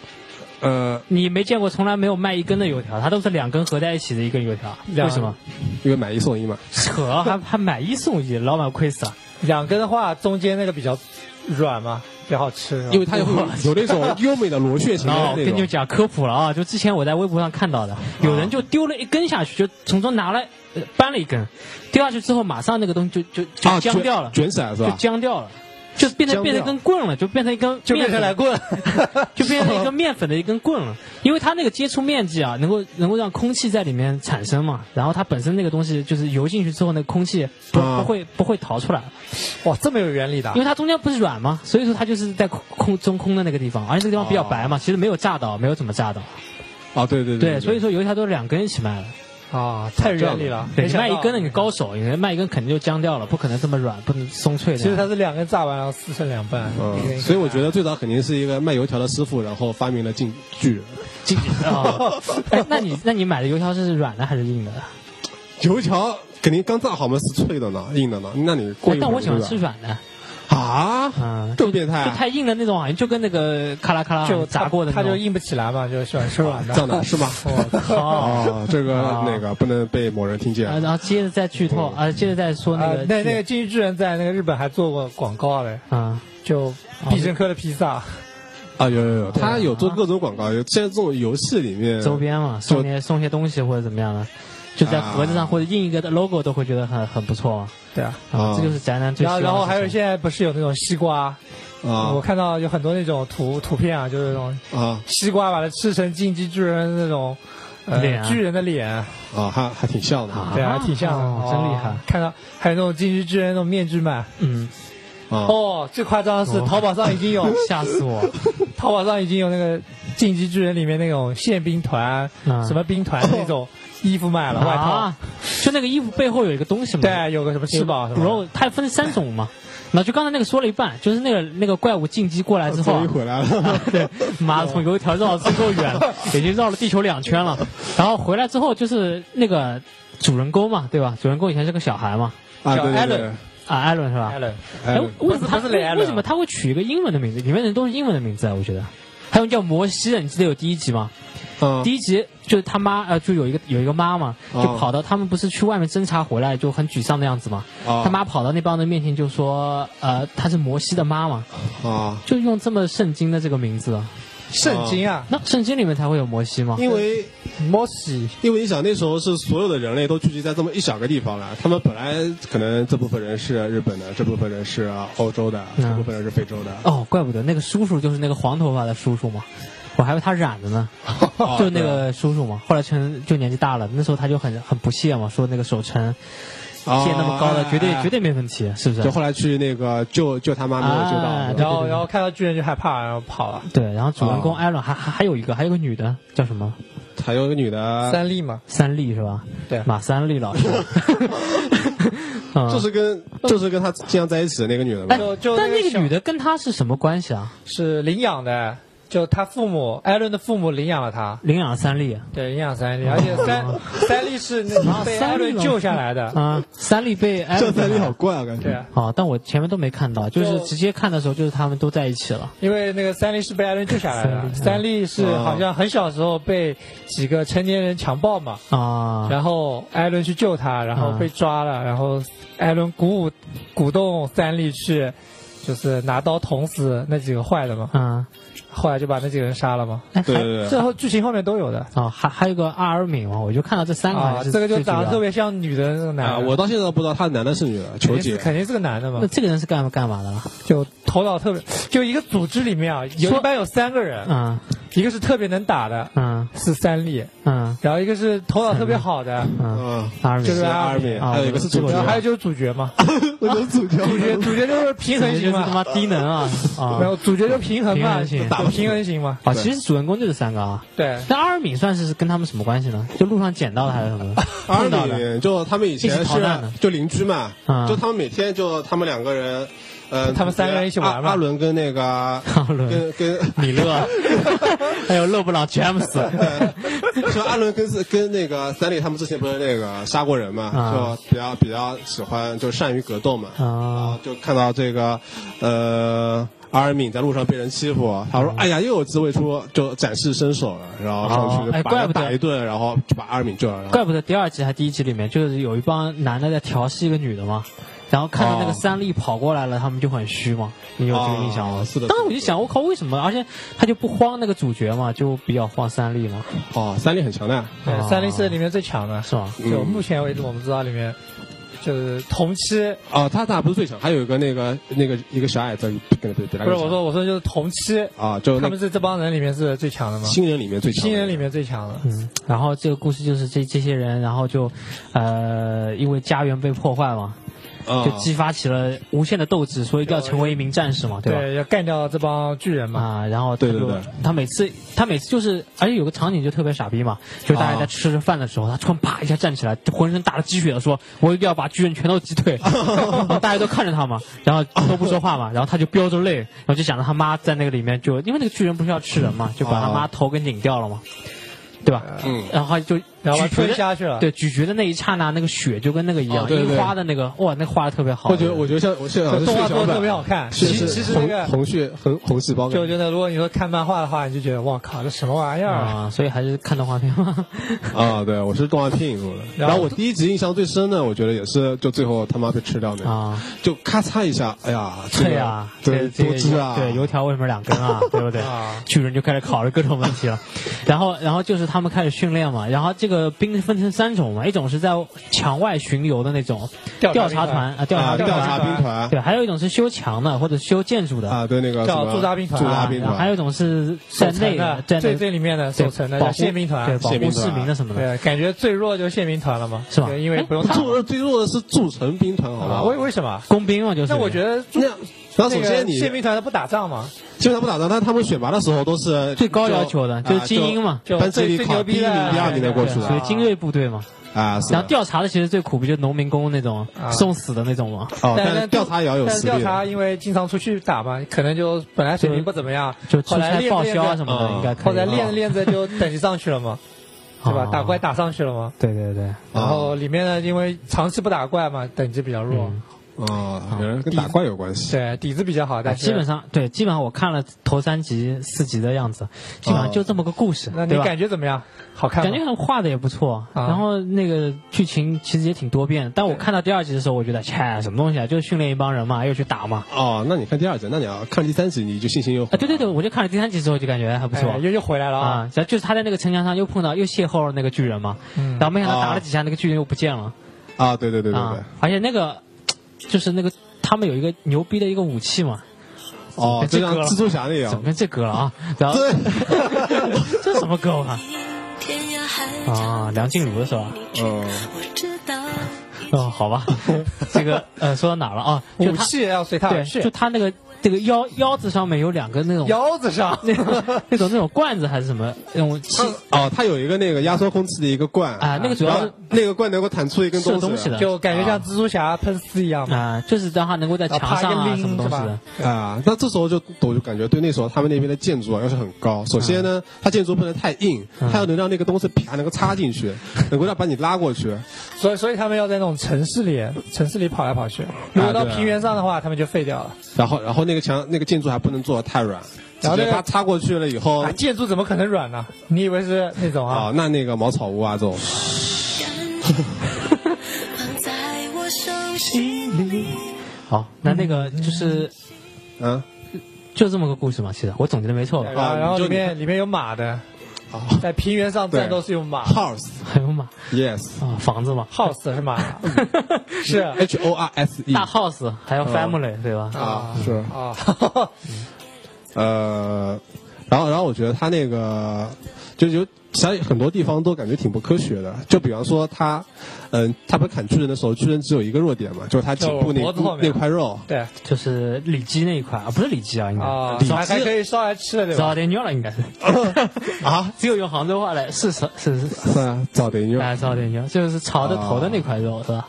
S3: 呃，
S2: 你没见过从来没有卖一根的油条，它都是两根合在一起的一根油条，
S4: 两
S2: 为什么？啊
S3: 因为买一送一嘛。
S2: 扯，还还买一送一，老板亏死了。
S4: 两根的话，中间那个比较软嘛，比较好吃，是吧
S3: 因为它会有那种优美的螺旋形的
S2: 啊，
S3: 那
S2: 我
S3: 种。
S2: 跟你们讲科普了啊，就之前我在微博上看到的，有人就丢了一根下去，就从中拿了、呃搬了一根，丢下去之后，马上那个东西就就就
S3: 啊，
S2: 僵
S3: 卷
S2: 掉了，
S3: 卷色是
S2: 就
S3: 吧？
S2: 僵掉了，就变成
S3: 僵掉
S2: 变成一根棍啊了，就变成一根
S4: 就变成来
S2: 来，
S4: 棍，
S2: 就变成一根面粉的一根棍了，因为它那个接触面积啊，能够能够让空气在里面产生嘛，然后它本身那个东西就是游进去之后，那个空气不、
S3: 啊
S2: 不会不会逃出来，
S4: 哇，这么有原理的啊
S2: 因，为它中间不是软嘛，所以说它就是在空空中空的那个地方，而且这个地方比较白嘛，其实没有炸到，没有怎么炸到。
S3: 啊，对对
S2: 对，
S3: 对，
S2: 所以说油条都是两根一起卖的。
S4: 啊，太有原理了，
S2: 对，
S4: 没
S2: 你
S4: 想
S2: 卖
S4: 到
S2: 一根的你高手，你卖一根肯定就僵掉了，不可能这么软，不能松脆的。
S4: 其实 它是两根炸完，然后撕成两半，一根一
S3: 嗯，
S4: 根
S3: 所以我觉
S4: 炸
S3: 得最早肯定是一个卖油条的师傅，然后发明了进剧。
S2: 进去啊。哎，那你那你买的油条是软的还是硬的？
S3: 油条肯定刚炸好嘛，是脆的呢，硬的呢。那你过一会
S2: 哎但
S3: 儿
S2: 我喜欢
S3: 对吧
S2: 吃软的，
S3: 啊，
S2: 嗯，
S3: 这么变态
S2: 就
S3: 啊，
S2: 太硬的那种好像就跟那个咔啦咔啦
S4: 就
S2: 炸过的
S4: 它
S2: 那
S4: 就
S2: 种。
S4: 硬不起来嘛，就喜欢吃软的
S3: 这。样的是 吗？
S4: 哦
S2: 哦，
S3: 啊，这个
S2: 啊
S3: 那个不能被某人听见
S2: 啊然后接着再剧透啊，接着再说那
S4: 啊
S2: 个，
S4: 那那个金鱼巨人在那个日本还做过广告嘞，
S2: 啊，
S4: 就必胜客的披萨，
S3: 啊！有有有，他有做各种广告，有现在这种游戏里面
S2: 周边嘛，送些送些东西或者怎么样的，就在盒子上
S3: 啊
S2: 或者印一个 logo 都会觉得很很不错
S4: 对啊。
S2: 啊
S3: 啊，
S2: 这就是宅男最
S4: 然后
S2: 希望的
S4: 然后还有
S2: 事情
S4: 现在不是有那种西瓜，我
S3: 啊
S4: 看到有很多那种图图片啊，就是那种
S3: 啊
S4: 西瓜把它吃成进击巨人那种。呃
S2: 脸啊
S4: 巨人的脸，
S3: 啊，还还挺像的啊
S4: 对啊，挺像的，
S2: 哦真厉害
S4: 哦看到还有那种进击巨人那种面具嘛，
S2: 嗯，
S3: 啊
S4: 哦，最夸张的是
S2: 哦
S4: 淘宝上已经有，
S2: 吓死我！
S4: 淘宝上已经有那个进击巨人里面那种宪兵团、
S2: 嗯
S4: 什么兵团那 种衣服卖了，外套，
S2: 啊，就那个衣服背后有一个东西嘛，
S4: 对，有个什么翅膀什
S2: 然后
S4: 么
S2: 它分三种嘛。那就刚才那个说了一半，就是那个那个怪物进击过来之后
S3: 终于
S2: 啊，
S3: 回来了，
S2: 对，妈从油条绕足够远了，已经绕了地球两圈了。然后回来之后就是那个主人公嘛，对吧？主人公以前是个小孩嘛，
S3: 啊，
S4: 叫
S3: 对对
S4: Alan
S3: 对，
S2: 啊，艾伦是吧？
S4: 的，
S2: 哎，
S3: Alan
S2: 为什么他
S4: 不是雷艾伦
S2: 为什么他会取一个英文的名字？里面人都是英文的名字啊，我觉得。还有叫摩西的，你记得有第一集吗？
S3: 啊
S2: 第一集就是他妈呃，就有一个有一个妈妈就
S3: 哦
S2: 跑到他们不是去外面侦查回来就很沮丧的样子嘛，
S3: 啊
S2: 他妈跑到那帮人面前就说呃她是摩西的妈妈，
S3: 啊，
S2: 就用这么圣经的这个名字啊，
S4: 圣经啊，
S2: 那圣经里面才会有摩西吗？
S3: 因为
S4: 摩西，
S3: 因为你想那时候是所有的人类都聚集在这么一小个地方了，他们本来可能这部分人是日本的，这部分人是欧洲的，
S2: 嗯
S3: 这部分人是非洲的，
S2: 哦，怪不得那个叔叔就是那个黄头发的叔叔嘛，我还以为他染的呢，
S3: 啊
S2: 就是那个叔叔嘛。后来成就年纪大了，那时候他就很很不屑嘛，说那个守城
S3: 啊
S2: 建那么高的、绝对
S3: 哎哎
S2: 绝对没问题，是不是
S3: 就？后来去那个救救他妈没有救
S2: 啊
S3: 到，
S2: 对
S4: 然
S2: 对
S4: 后
S2: 对
S4: 然后看到巨人就害怕，然后跑了。
S2: 对，然后主人公
S3: 哦
S2: 艾伦还还还有一个，还有个女的叫什么？
S3: 还有一个女
S2: 啊
S3: 的，
S4: 三笠嘛，
S2: 三笠是吧？
S4: 对
S2: 马三笠老师。嗯
S3: 就是跟就是跟他经常在一起的那个女的嘛，
S2: 哎
S4: 就就
S2: 但
S4: 那个
S2: 那个
S4: 小
S2: 女的跟他是什么关系啊？
S4: 是领养的，就他父母，艾伦的父母领养了他，
S2: 领养了三笠
S4: 对，领养三笠，而且三三笠是
S2: 哦啊
S4: 那被艾
S2: 三笠
S4: 伦
S2: 老
S4: 救下来的，
S2: 啊，三笠被艾
S3: 这
S2: 伦
S3: 三力好怪啊，感
S4: 对
S3: 觉
S4: 啊，
S2: 哦，但我前面都没看到，就是
S4: 就
S2: 直接看的时候，就是他们都在一起了。
S4: 因为那个三笠是被艾伦救下来
S2: 三笠
S4: 的，三笠是
S3: 哦
S4: 好像很小时候被几个成年人强暴嘛，
S2: 啊，
S4: 然后艾伦去救他，然后被抓了，然后艾伦鼓舞鼓动三笠去。就是拿刀捅死那几个坏的嘛，
S2: 嗯，
S4: 后来就把那几个人杀了嘛。
S2: 哎，
S3: 对
S2: 还
S3: 对啊对
S4: 最后剧情后面都有的
S2: 啊，还还有个阿尔敏嘛，我就看到这三个
S4: 啊，
S2: 还是
S4: 这个就
S2: 最主要
S4: 长
S2: 的
S4: 得特。别像女的那个男的。
S3: 啊，我到现在都不知道他男的是女的，求
S4: 肯定是
S3: 解
S4: 肯定是个男的嘛
S2: 那，这个人是干干嘛的了？
S4: 就头脑特别，就一个组织里面啊，有
S2: 说
S4: 一般有三个人，
S2: 嗯
S4: 一个是特别能打的，
S2: 嗯
S4: 是三笠，
S2: 嗯
S4: 然后一个是头脑特别好的，
S2: 嗯，
S3: 啊，
S2: 阿尔敏
S4: 就是
S3: 是
S4: 啊
S3: 阿尔敏，
S2: 啊
S3: 还有一个是主
S2: 我知
S4: 然后
S2: 道
S4: 还
S3: 角，
S4: 有就是主角嘛，
S3: 我觉得主角
S4: 主角主角就是平衡
S2: 嗯就是
S4: 型
S2: 他
S4: 嘛，
S2: 妈低能啊啊
S4: 没！有主角就平衡嘛，
S2: 平衡型
S4: 打平衡型嘛，
S2: 啊，
S3: 对
S2: 其实主人公就是三个啊。
S4: 对，
S2: 那阿尔敏算是跟他们什么关系呢？就路上捡到的还是什么？
S3: 阿
S2: 碰到的
S3: 敏就他们以
S2: 一起
S3: 前
S2: 逃
S3: 是
S2: 难的
S3: 就邻居嘛
S2: 啊，
S3: 就他们每天就他们两个人，呃，
S4: 他们三个人一起玩嘛
S3: 阿阿伦跟那个
S2: 阿伦、
S3: 跟跟
S2: 米 勒，还有勒布朗詹姆斯。
S3: 说呃阿伦跟是跟那个三笠他们之前不是那个杀过人嘛，
S2: 啊
S3: 就比较比较喜欢就善于格斗嘛，
S2: 啊
S3: 然后就看到这个呃阿尔敏在路上被人欺负，他说：“哎呀，又有自卫出，就展示身手了，然后上去
S2: 哦
S3: 就
S2: 哎
S3: 把
S2: 怪
S3: 他
S2: 不得
S3: 打一顿，然后就把阿尔敏救了。”然后
S2: 怪不得第二集还第一集里面就是有一帮男的在调戏一个女的嘛，然后看到那个
S3: 哦
S2: 三笠跑过来了，他们就很虚嘛，你有这个印象吗？
S3: 哦是的
S2: 当时我就想，我靠，为什么？而且他就不慌那个主角嘛，就比较慌三笠嘛，
S3: 哦，三笠很强的，
S2: 哦
S4: 对，三零四里面最强的，
S3: 嗯
S2: 是吧？
S4: 就目前为止我们知道里面，就是同期，
S3: 哦，他那不是最强，还有一个那个那个一个小矮子跟比比他
S4: 不是
S3: 更强
S4: 我说我说就是同期，
S3: 啊，就
S4: 他
S3: 那
S4: 们是这帮人里面是最强的吗？
S3: 新人里面最强的，
S4: 新人里面最强的，
S2: 嗯，然后这个故事就是这这些人，然后就，呃，因为家园被破坏嘛，
S3: 啊
S2: 就激发起了无限的斗志，所以要成为一名战士嘛，对吧？
S4: 对，要干掉这帮巨人嘛。
S2: 啊，然后他
S3: 对
S2: 就
S3: 对对
S2: 他每次他每次就是，而且有个场景就特别傻逼嘛，就
S3: 啊
S2: 大家在吃着饭的时候，他突然啪一下站起来，浑身打了鸡血的说：“我一定要把巨人全都 击退。”然后大家都看着他嘛，然后都不说话嘛，然后他就飙着泪，然后就想着他妈在那个里面就因为那个巨人不是要吃人嘛，就把他妈头跟顶掉了嘛，对吧？
S3: 啊嗯
S2: 然后他就
S4: 然后把他
S2: 咀
S4: 推
S2: 嚼的
S4: 下去了，
S2: 对咀嚼的那一刹那，那个血就跟那个一样，
S3: 哦对对
S2: 樱花的那个哇，那画的特别好。
S3: 我觉得我觉得像我现
S4: 这
S3: 在
S4: 动画做的特别好看。
S3: 啊是
S4: 其实
S3: 是
S4: 其实这
S3: 红
S4: 个，
S3: 红血红红细胞感
S4: 就我觉得如果你说看漫画的话，你就觉得哇靠，这什么玩意儿啊？
S2: 啊，所以还是看动画片吧。
S3: 啊，对，我是动画片引入的。
S4: 然后
S3: 然后我第一集印象最深的，我觉得也是就最后他妈被吃掉那个，
S2: 啊。
S3: 就咔嚓一下，哎呀，这
S2: 对
S3: 个
S2: 呀，
S3: 对
S2: 这
S3: 多汁啊，
S2: 对，油条为什么两根 啊？对不对
S4: 啊？
S2: 巨人就开始考虑各种问题了。 然后，然后就是他们开始训练嘛。然后这个兵分成三种嘛，一种是在墙外巡游的那种
S4: 调
S2: 调
S4: 查
S2: 查
S4: 兵团
S2: 团啊，调
S3: 啊，
S2: 查
S3: 调
S2: 兵
S3: 查
S2: 团。
S3: 兵团
S2: 对，还有一种是修墙的或者修建筑的。
S3: 啊，对那个
S4: 叫
S3: 什么
S4: 驻扎兵团
S3: 驻
S4: 啊
S3: 扎
S2: 啊，
S3: 兵
S2: 然后还
S3: 团
S2: 有一种是在
S4: 守
S2: 内
S4: 城
S2: 在
S4: 的
S2: 内
S4: 最最里面的
S2: 对
S4: 守城的
S2: 保
S4: 叫
S2: 护
S4: 宪兵团
S2: 对，，保
S3: 宪
S2: 护
S3: 兵
S2: 市
S3: 团
S2: 民的什么的。
S4: 对，感觉最弱就是宪兵团了嘛，
S2: 是吧
S4: 对因为不用打嘛。
S3: 最最弱的是驻城兵团，好不
S4: 啊
S3: 好
S4: 为？为什么？
S2: 工兵嘛，就是。
S4: 那我觉得
S3: 那那
S4: 那
S3: 首
S4: 个
S3: 先你
S4: 宪兵团他不打仗嘛，
S3: 基本上不打仗，但他们选拔的时候都是
S2: 最高要求的
S3: 就
S2: 就是精英嘛
S3: 啊就班级里考第一名、第二名的过去
S2: 对属于
S3: 了
S2: 精锐部队嘛，
S3: 啊，是的
S2: 然后调查的其实最苦，不就农民工那种
S4: 啊
S2: 送死的那种嘛？
S3: 哦，
S4: 但
S3: 但调查也要有
S4: 但是
S3: 实
S4: 调
S3: 力的。
S4: 查因为经常出去打嘛，可能就本来水平不怎么样，
S2: 就出
S4: 后来
S2: 差
S4: 练
S2: 报
S4: 练
S2: 销啊
S4: 着
S2: 什么的，
S3: 嗯
S2: 应该可以。
S4: 后来练着练着就等级上去了 嘛，对吧
S2: 哦？
S4: 打怪打上去了嘛，
S2: 对对对，
S3: 啊
S4: 然后里面呢，因为长期不打怪嘛，等级比较弱，
S2: 嗯哎
S3: 哦，原来跟打怪有关系。
S4: 对，底子比较好，但是
S2: 基本上对，基本上我看了头三集、四集的样子，基本上就这么个故事，
S4: 嗯那你
S2: 对吧？
S4: 感觉怎么样？好看吗？
S2: 感觉很画的也不错，
S4: 啊
S2: 然后那个剧情其实也挺多变。但我看到第二集的时候，我觉得，切，什么东西啊？就是训练一帮人嘛，又去打嘛。
S3: 哦，那你看第二集，那你要看第三集，你就信心又
S2: 啊，对对对，我就看了第三集之后就感觉还不错。
S4: 哎又又回来了啊！
S2: 啊，然后就是他在那个城墙上又碰到又邂逅了那个巨人嘛，
S4: 嗯
S2: 然后没想到
S3: 啊
S2: 打了几下那个巨人又不见了
S3: 啊，对对对对对
S2: 啊，，而且那个就是那个他们有一个牛逼的一个武器嘛，
S3: 哦，就像
S2: 这个
S3: 蜘蛛侠那
S2: 怎么
S3: 样，
S2: 跟这歌 了啊？然后
S3: 对
S2: 这什么歌啊？
S1: 天涯海角
S2: 啊，梁静茹的是吧？
S3: 嗯，
S1: 我知道。
S2: 哦，好吧，这个呃，说到哪了啊？就
S4: 武
S2: 他
S4: 器也要随他而
S2: 对，就
S4: 去，
S2: 他那个这个腰腰子上面有两个那种
S4: 腰子 上
S2: 那种那种那种罐子还是什么那种气
S4: 嗯
S3: 哦，它有一个那个压缩空气的一个罐
S2: 啊那个主要
S3: 然后
S2: 是
S3: 那个罐能够弹出一根
S2: 射
S3: 东
S2: 东西的
S4: 就感觉像蜘蛛侠喷丝一样嘛，
S2: 啊，就是让它能够在
S4: 啊
S2: 墙
S4: 爬一个
S2: 上啊
S4: 铃
S2: 什么东西
S4: 是
S2: 的
S4: 吧。
S3: 啊，那这时候就我就感觉对那时候他们那边的建筑啊要是很高，首先呢，它建筑不能太硬，它要能让那个东西啪能够插进去，能够让把你拉过去，
S4: 所以所以他们要在那种城市里城市里跑来跑
S2: 啊
S4: 去。如果到平原上的话，他们就废掉了。
S3: 然后然后那个墙那个建筑还不能做的太软，直
S4: 然后那
S3: 接
S4: 个
S3: 它插过去了以后
S4: 啊，建筑怎么可能软呢？你以为是那种啊
S3: 啊，那那个茅草屋啊这种，
S1: 放在我手心里，
S2: 好，那那个就是
S3: 嗯，
S2: 就这么个故事嘛，其实我总结的没错吧？
S4: 然后
S3: 啊
S4: 然后
S3: 你就
S4: 里面里面有马的，
S3: 啊
S4: 在平原上战斗是用马
S3: ，house
S2: 还有马
S3: yes
S2: 哎啊，房子嘛，
S4: ，house 是马， 是嗯
S3: H O R S E
S2: 大 house，还有 family，对吧？
S3: 啊是
S4: 啊，
S3: 呃，然后然后我觉得他那个就有其他很多地方都感觉挺不科学的，就比方说他，嗯、他们砍巨人的时候，巨人只有一个弱点嘛，就是他颈部那
S4: 就脖子后面
S3: 那块肉。
S4: 对
S2: 就是里脊那一块啊，不是里脊啊，应该
S4: 啊，
S2: 早
S4: 还还可以烧来吃的对吧？
S2: 早点尿了，应该是
S3: 啊，
S2: 只有用杭州话来是是是是，
S3: 是啊，早点用
S2: 哎，早点尿就是朝着头的那块肉是吧？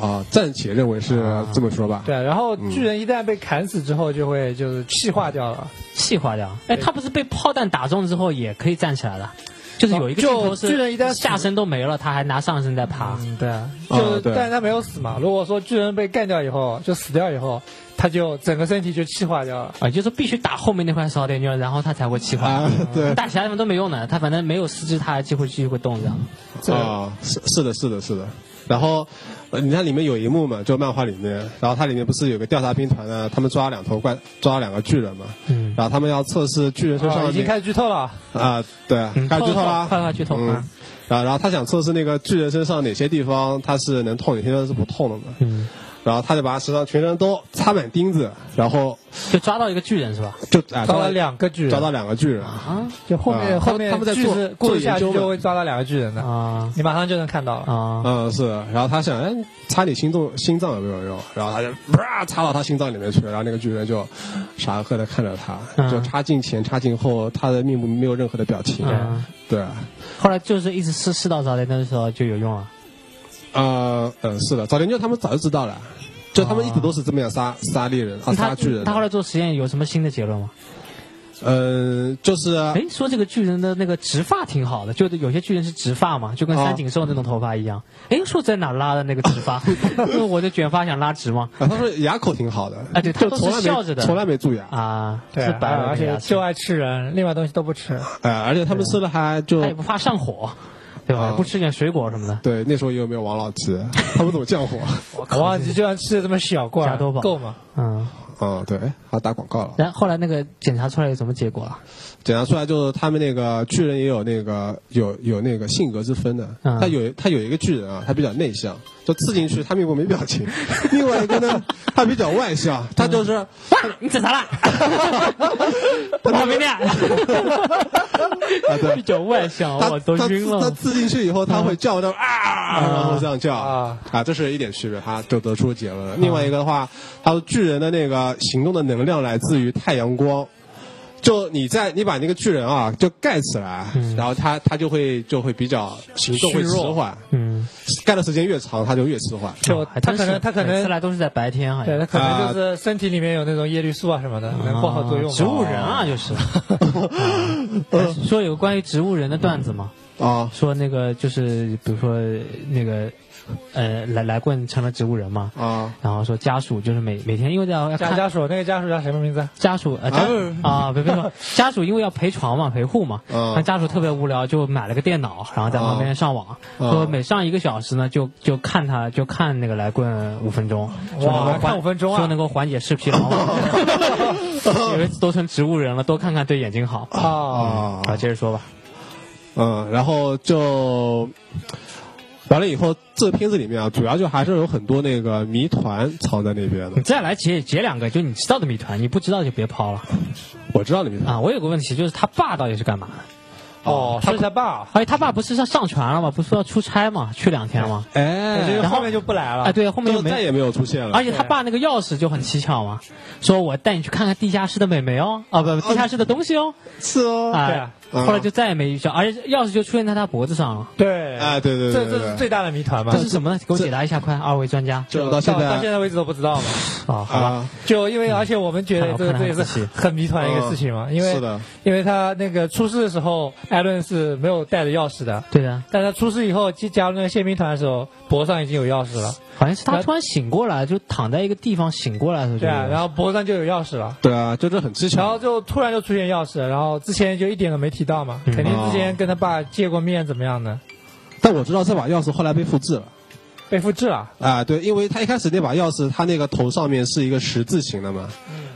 S3: 啊，暂且认为是这么说吧。
S4: 啊
S3: 啊
S4: 对，然后巨人一旦被砍死之后，就会就是气化掉了。
S2: 细化掉。哎，他不是被炮弹打中之后也可以站起来的？就是有一个镜头
S4: 就巨人一旦
S2: 是
S4: 死
S2: 下身都没了，他还拿上身在爬。
S4: 嗯，对啊，
S3: 啊
S4: 就、
S3: 对
S4: 但是他没有死嘛。如果说巨人被干掉以后，就死掉以后，他就整个身体就气化掉了。
S2: 啊，就是必须打后面那块烧点尿，然后他才会气化。
S3: 啊，对
S2: 打其他地方都没用的，他反正没有四肢，他还就会继续会动这样。
S4: 这
S3: 啊，是是的，是的，是的。然后，呃你看里面有一幕嘛，就漫画里面，然后它里面不是有个调查兵团呢，他们抓两头怪，抓两个巨人嘛，
S2: 嗯
S3: 然后他们要测试巨人身上
S4: 啊
S3: 的
S4: 已经
S3: 那
S4: 开始剧透了，
S3: 个啊，对啊，
S2: 嗯
S3: 开始剧透啦，
S2: 快快快剧透
S3: 嗯
S2: 啊，
S3: 然后然后他想测试那个巨人身上哪些地方它是能痛，哪些地方是不痛的嘛，
S2: 嗯，
S3: 然后他就把他身上全身都插满钉子，然后
S2: 就抓到一个巨人是吧？
S3: 就啊
S4: 抓了两个巨人，
S3: 抓到两个巨人，
S2: 啊
S4: 就后面、
S3: 啊
S4: 后面
S3: 他们在
S4: 巨
S3: 做
S4: 子
S3: 做
S4: 故事下去
S3: 研究嘛
S4: 就会抓到两个巨人的，
S2: 啊
S4: 你马上就能看到了。
S2: 啊！
S3: 嗯，是。然后他想，哎，插你心脏心脏有没有用？然后他就啪插到他心脏里面去了。然后那个巨人就傻呵呵的看着他，
S2: 嗯
S3: 就插进前插进后，他的面部没有任何的表情。
S2: 嗯
S3: 对，
S2: 后来就是一直试试到早点的时候就有用了。
S3: 呃，嗯，是的，早田就他们早就知道了，就他们一直都是这么样杀杀猎人啊，
S2: 那哦嗯他
S3: 杀巨人的。
S2: 他后来做实验有什么新的结论吗？
S3: 嗯，就是
S2: 哎，说这个巨人的那个直发挺好的，就是有些巨人是直发嘛，就跟
S3: 哦
S2: 三井寿那种头发一样。哎，说在哪拉的那个直发？那我的卷发想拉直吗？
S3: 啊，他说牙口挺好的，
S2: 啊对他
S3: 就
S2: 都是
S3: 从来
S2: 笑
S3: 没
S2: 着的
S3: 从来没蛀牙，
S2: 啊，
S4: 对
S2: 是
S4: 啊，
S2: 白的
S4: 而
S2: 那个
S4: 且
S2: 牙齿
S4: 就爱吃人，另外东西都不吃。
S3: 哎，而且他们吃了还就
S2: 他也不怕上火，对吧？
S3: 啊
S2: 不吃点水果什么的，
S3: 对，那时候也有没有王老吉， 他们怎么降火？
S4: 我忘记就算吃的这么小罐
S2: 加多宝
S4: 儿，够吗？
S2: 嗯。
S3: 嗯，对，还打广告了。
S2: 然后后来那个检查出来有什么结果啊？
S3: 检查出来就是他们那个巨人也有那个有有那个性格之分的，
S2: 嗯
S3: 他有他有一个巨人啊，他比较内向，就刺进去他面部没表 情；另外一个呢，他比较外向，他就是
S2: 哇，你整 啥啦？我没练，
S3: 啊
S2: 比
S3: 对，
S2: 较外向，
S3: 他
S2: 我都
S3: 他
S2: 晕
S3: 他
S2: 了。
S3: 刺进去以后他会叫的啊，然后这样叫
S4: 啊
S3: 啊，这是一点区别，他就得出结论了。另外一个的话，他说巨人的那个行动的能量来自于太阳光。就你在你把那个巨人啊就盖起来，然后他他就会就会比较行动会
S4: 虚
S3: 迟
S4: 弱
S3: 缓，
S2: 嗯，
S3: 干的时间越长，它就越迟缓。
S4: 就
S2: 还
S4: 他
S2: 真
S4: 可
S2: 是
S4: 能他可
S2: 每次
S4: 能
S2: 来都是在白天，哎好
S4: 对他
S2: 像
S4: 可能就是身体里面有那种叶绿素啊什么的，能化好作用嘛。
S2: 啊植物人啊， 就是。啊说有关于植物人的段子嘛，
S3: 啊
S2: 说那个就是比如说那个呃来来棍成了植物人嘛，
S3: 啊
S2: 然后说家属就是每每天因为要要
S4: 家
S2: 看
S4: 家属那个家属叫什么名字？
S2: 家属呃家啊，别别说，家属因为要陪床嘛，陪护嘛，
S4: 啊
S3: 嗯
S2: 那家属特别无聊，就买了个电脑，然后在旁边上网，
S4: 啊
S3: 嗯
S2: 说每上一个小时呢，就就看他，就看那个来棍五分钟，说
S4: 哇，
S2: 能够缓
S4: 看五分钟
S2: 说
S4: 啊
S2: 能够缓解视疲劳 嘛，以为都成植物人了，多看看对眼睛好。
S4: 啊！
S3: 啊
S2: 啊，接着说吧，
S3: 嗯，然后就完了以后，这个片子里面啊，主要就还是有很多那个谜团藏在那边
S2: 你
S3: 的。
S2: 再来解解两个，就你知道的谜团，你不知道就别抛了
S3: 我知道的谜团
S2: 啊！我有个问题，就是他爸到底是干嘛的？
S4: 哦，说一下爸，
S2: 而且他爸不是上上船了吗？不是说要出差吗？去两天吗？
S4: 我觉
S3: 哎，
S4: 得
S2: 然后
S4: 后面就不来了。
S2: 啊，对，后面
S3: 就
S2: 就没啊
S3: 再也没有出现 了
S2: 而。且他爸那个钥匙就很蹊跷嘛，说我带你去看看地下室的美眉哦，啊不，不地下室的东西哦，
S3: 是哦，
S4: 对
S2: 啊
S4: 啊，
S3: 嗯
S2: 后来就再也没遇上，而且钥匙就出现在他脖子上了，
S4: 对，
S3: 哎，对对
S4: 这啊这
S3: 对
S4: 是
S3: 对对，
S4: 最大的谜团嘛
S2: 这？是什么呢？给我解答一下，快，二位专家
S3: 就到现
S4: 到
S3: 在
S4: 现在为止都不知道嘛。
S2: 啊，好吧，
S3: 啊，
S4: 就因为而且我们觉得
S2: 嗯看
S4: 这
S2: 来
S4: 个
S2: 看
S4: 这也
S2: 来
S4: 是
S2: 很仔细哦
S4: 很很谜团的一个事情嘛，因为
S3: 是的，
S4: 因为他那个出事的时候，艾伦是没有带着钥匙的。
S2: 对啊的，
S4: 但他出事以后，加加入那个宪兵团的时候，脖上已经有钥匙了，
S2: 好像是他
S4: 那
S2: 突然醒过来，就躺在一个地方醒过来的时候就
S4: 对
S2: 有
S4: 啊，
S2: 了，
S4: 然后脖子上就有钥匙了，
S3: 对啊，就这很蹊
S4: 然后
S3: 跷。
S4: 就突然就出现钥匙，然后之前就一点都没提到嘛，
S2: 嗯
S4: 肯定之
S3: 哦
S4: 前跟他爸见过面怎么样的，
S3: 但我知道这把钥匙后来被复制了。
S4: 被复制了，
S3: 啊，对，因为他一开始那把钥匙，他那个头上面是一个十字形的嘛，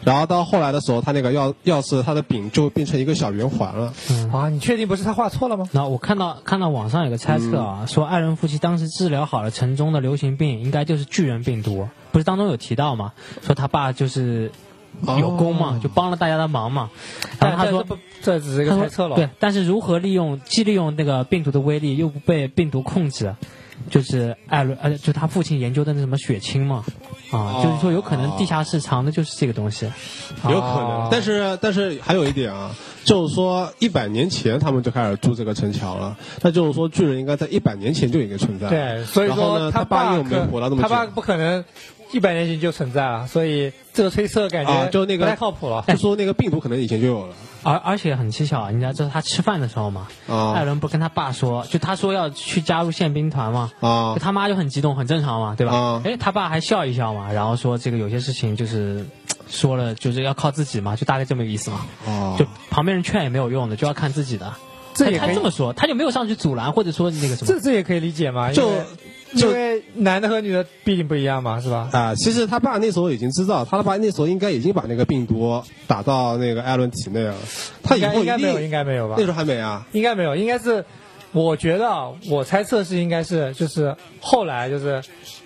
S3: 然后到后来的时候，他那个钥钥匙，它的柄就变成一个小圆环了。
S4: 啊，你确定不是他画错了吗？
S2: 那我看到看到网上有个猜测啊，说艾伦夫妻当时治疗好了城中的流行病，应该就是巨人病毒，不是当中有提到嘛？说他爸就是有功嘛，就帮了大家的忙嘛。然后他
S4: 但
S2: 说
S4: 这不这只是一个
S2: 他说
S4: 猜测了，
S2: 对，但是如何利用既利用那个病毒的威力，又不被病毒控制，就是艾伦呃，就他父亲研究的那什么血清嘛，啊，
S3: 哦
S2: 就是说有可能地下室藏的就是这个东西。
S3: 有可能
S4: 哦，
S3: 但是但是还有一点啊，就是说一百年前他们就开始筑这个城墙了，那就是说巨人应该在一百年前就已经存在。
S4: 对，所以
S3: 嗯然后
S4: 说
S3: 呢
S4: 他
S3: 他爸
S4: 爸
S3: 又没
S4: 可
S3: 活到那么
S4: 他
S3: 久
S4: 爸不可能一百年前就存在了，所以这个推测感
S3: 啊
S4: 觉
S3: 就那个
S4: 不太靠谱了。
S3: 就说那个病毒可能以前就有了
S2: 而而且很蹊跷啊，你知道这是他吃饭的时候嘛，艾
S4: 哦
S3: 啊
S2: 伦不跟他爸说，就他说要去加入宪兵团嘛，
S3: 啊
S4: 哦
S2: 就他妈就很激动，很正常嘛，对吧
S3: 啊？
S2: 哎、他爸还笑一笑嘛，然后说这个有些事情就是说了就是要靠自己嘛，就大概这么个意思嘛，
S4: 哦
S3: 啊
S2: 就旁边人劝也没有用的，就要看自己的。
S4: 这也
S2: 他
S4: 可
S2: 他
S4: 以
S2: 这么说，他就没有上去阻拦或者说那个什么
S4: 这。这也可以理解嘛，因
S3: 就
S4: 为
S3: 就
S4: 因为男的和女的毕竟不一样嘛，是吧？
S3: 啊！其实他爸那时候已经知道，他爸那时候应该已经把那个病毒打到那个艾伦体内了。他
S4: 应
S3: 以
S4: 该应该
S3: 后一
S4: 没有，应
S3: 定
S4: 该没有吧
S3: 那？时候还没啊
S4: 应该没有，应该是，我觉得啊我猜测是应该是就是后来就是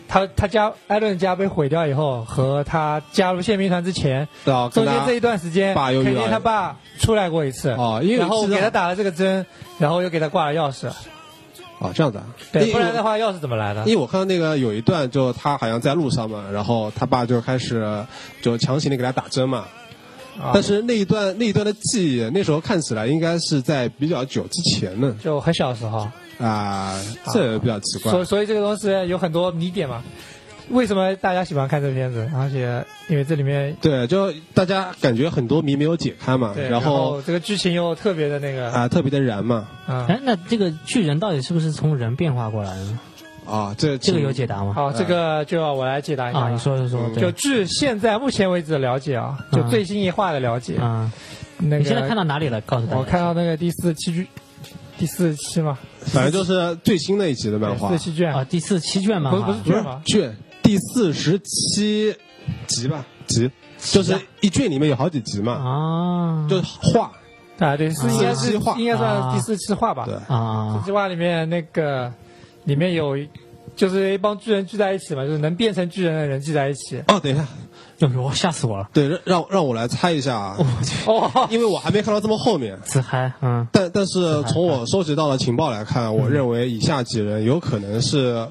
S4: 他他家艾伦家被毁掉以后，和他加入宪兵团之前，
S3: 对啊，
S4: 中
S3: 跟
S4: 间
S3: 他
S4: 这一段时间，
S3: 爸又遇
S4: 肯
S3: 到
S4: 定他爸出来过一次，
S3: 哦，因为
S4: 然后
S3: 知道
S4: 给他打了这个针，然后又给他挂了钥匙，
S3: 哦这样子啊，
S4: 对，
S3: 因为
S4: 不然的话钥匙怎么来的
S3: 因？为我看到那个有一段，就他好像在路上嘛，然后他爸就开始就强行的给他打针嘛。
S4: 啊
S3: 但是那一段那一段的记忆，那时候看起来应该是在比较久之前呢
S4: 就很小时候，
S3: 啊，这比较奇怪
S4: 所所以这个东西有很多疑点嘛。为什么大家喜欢看这片子？而且因为这里面
S3: 对，就大家感觉很多谜没有解开嘛，
S4: 对，
S3: 然后
S4: 这个剧情又特别的那个
S3: 啊特别的燃嘛
S4: 啊。
S2: 哎，那这个巨人到底是不是从人变化过来的呢？
S3: 啊，这
S2: 这个有解答吗？
S4: 好，这个就要我来解答一下了。
S2: 啊，你说说说，
S3: 嗯
S4: 就
S2: 对，
S4: 至现在目前为止的了解啊，就
S2: 嗯
S4: 最新一话的了解，
S2: 啊，
S4: 那个
S2: 你现在看到哪里了？告诉大家。
S4: 我看到那个第四期剧，第四期嘛，
S3: 反正就是最新的一集的漫画
S4: 对四期卷，
S2: 啊，第四七卷漫
S4: 不是
S2: 画
S4: 不是卷嘛，
S3: 卷第四十七集吧集，就是一卷里面有好几集嘛，
S2: 啊，
S3: 就是画
S4: 啊对，是应该
S3: 四
S4: 是
S3: 期话
S4: 应该算
S2: 啊
S4: 第四期话吧
S3: 对。
S4: 第
S2: 啊
S4: 四话里面那个里面有就是一帮巨人聚在一起嘛，就是能变成巨人的人聚在一起。
S3: 哦，等一下。
S2: 哟哟，吓死我了！
S3: 对，让让让我来猜一下啊，
S4: 哦，
S3: 因为我还没看到这么后面。
S2: 自嗨，嗯，
S3: 但但是从我收集到的情报来看，我认为以下几人有可能是，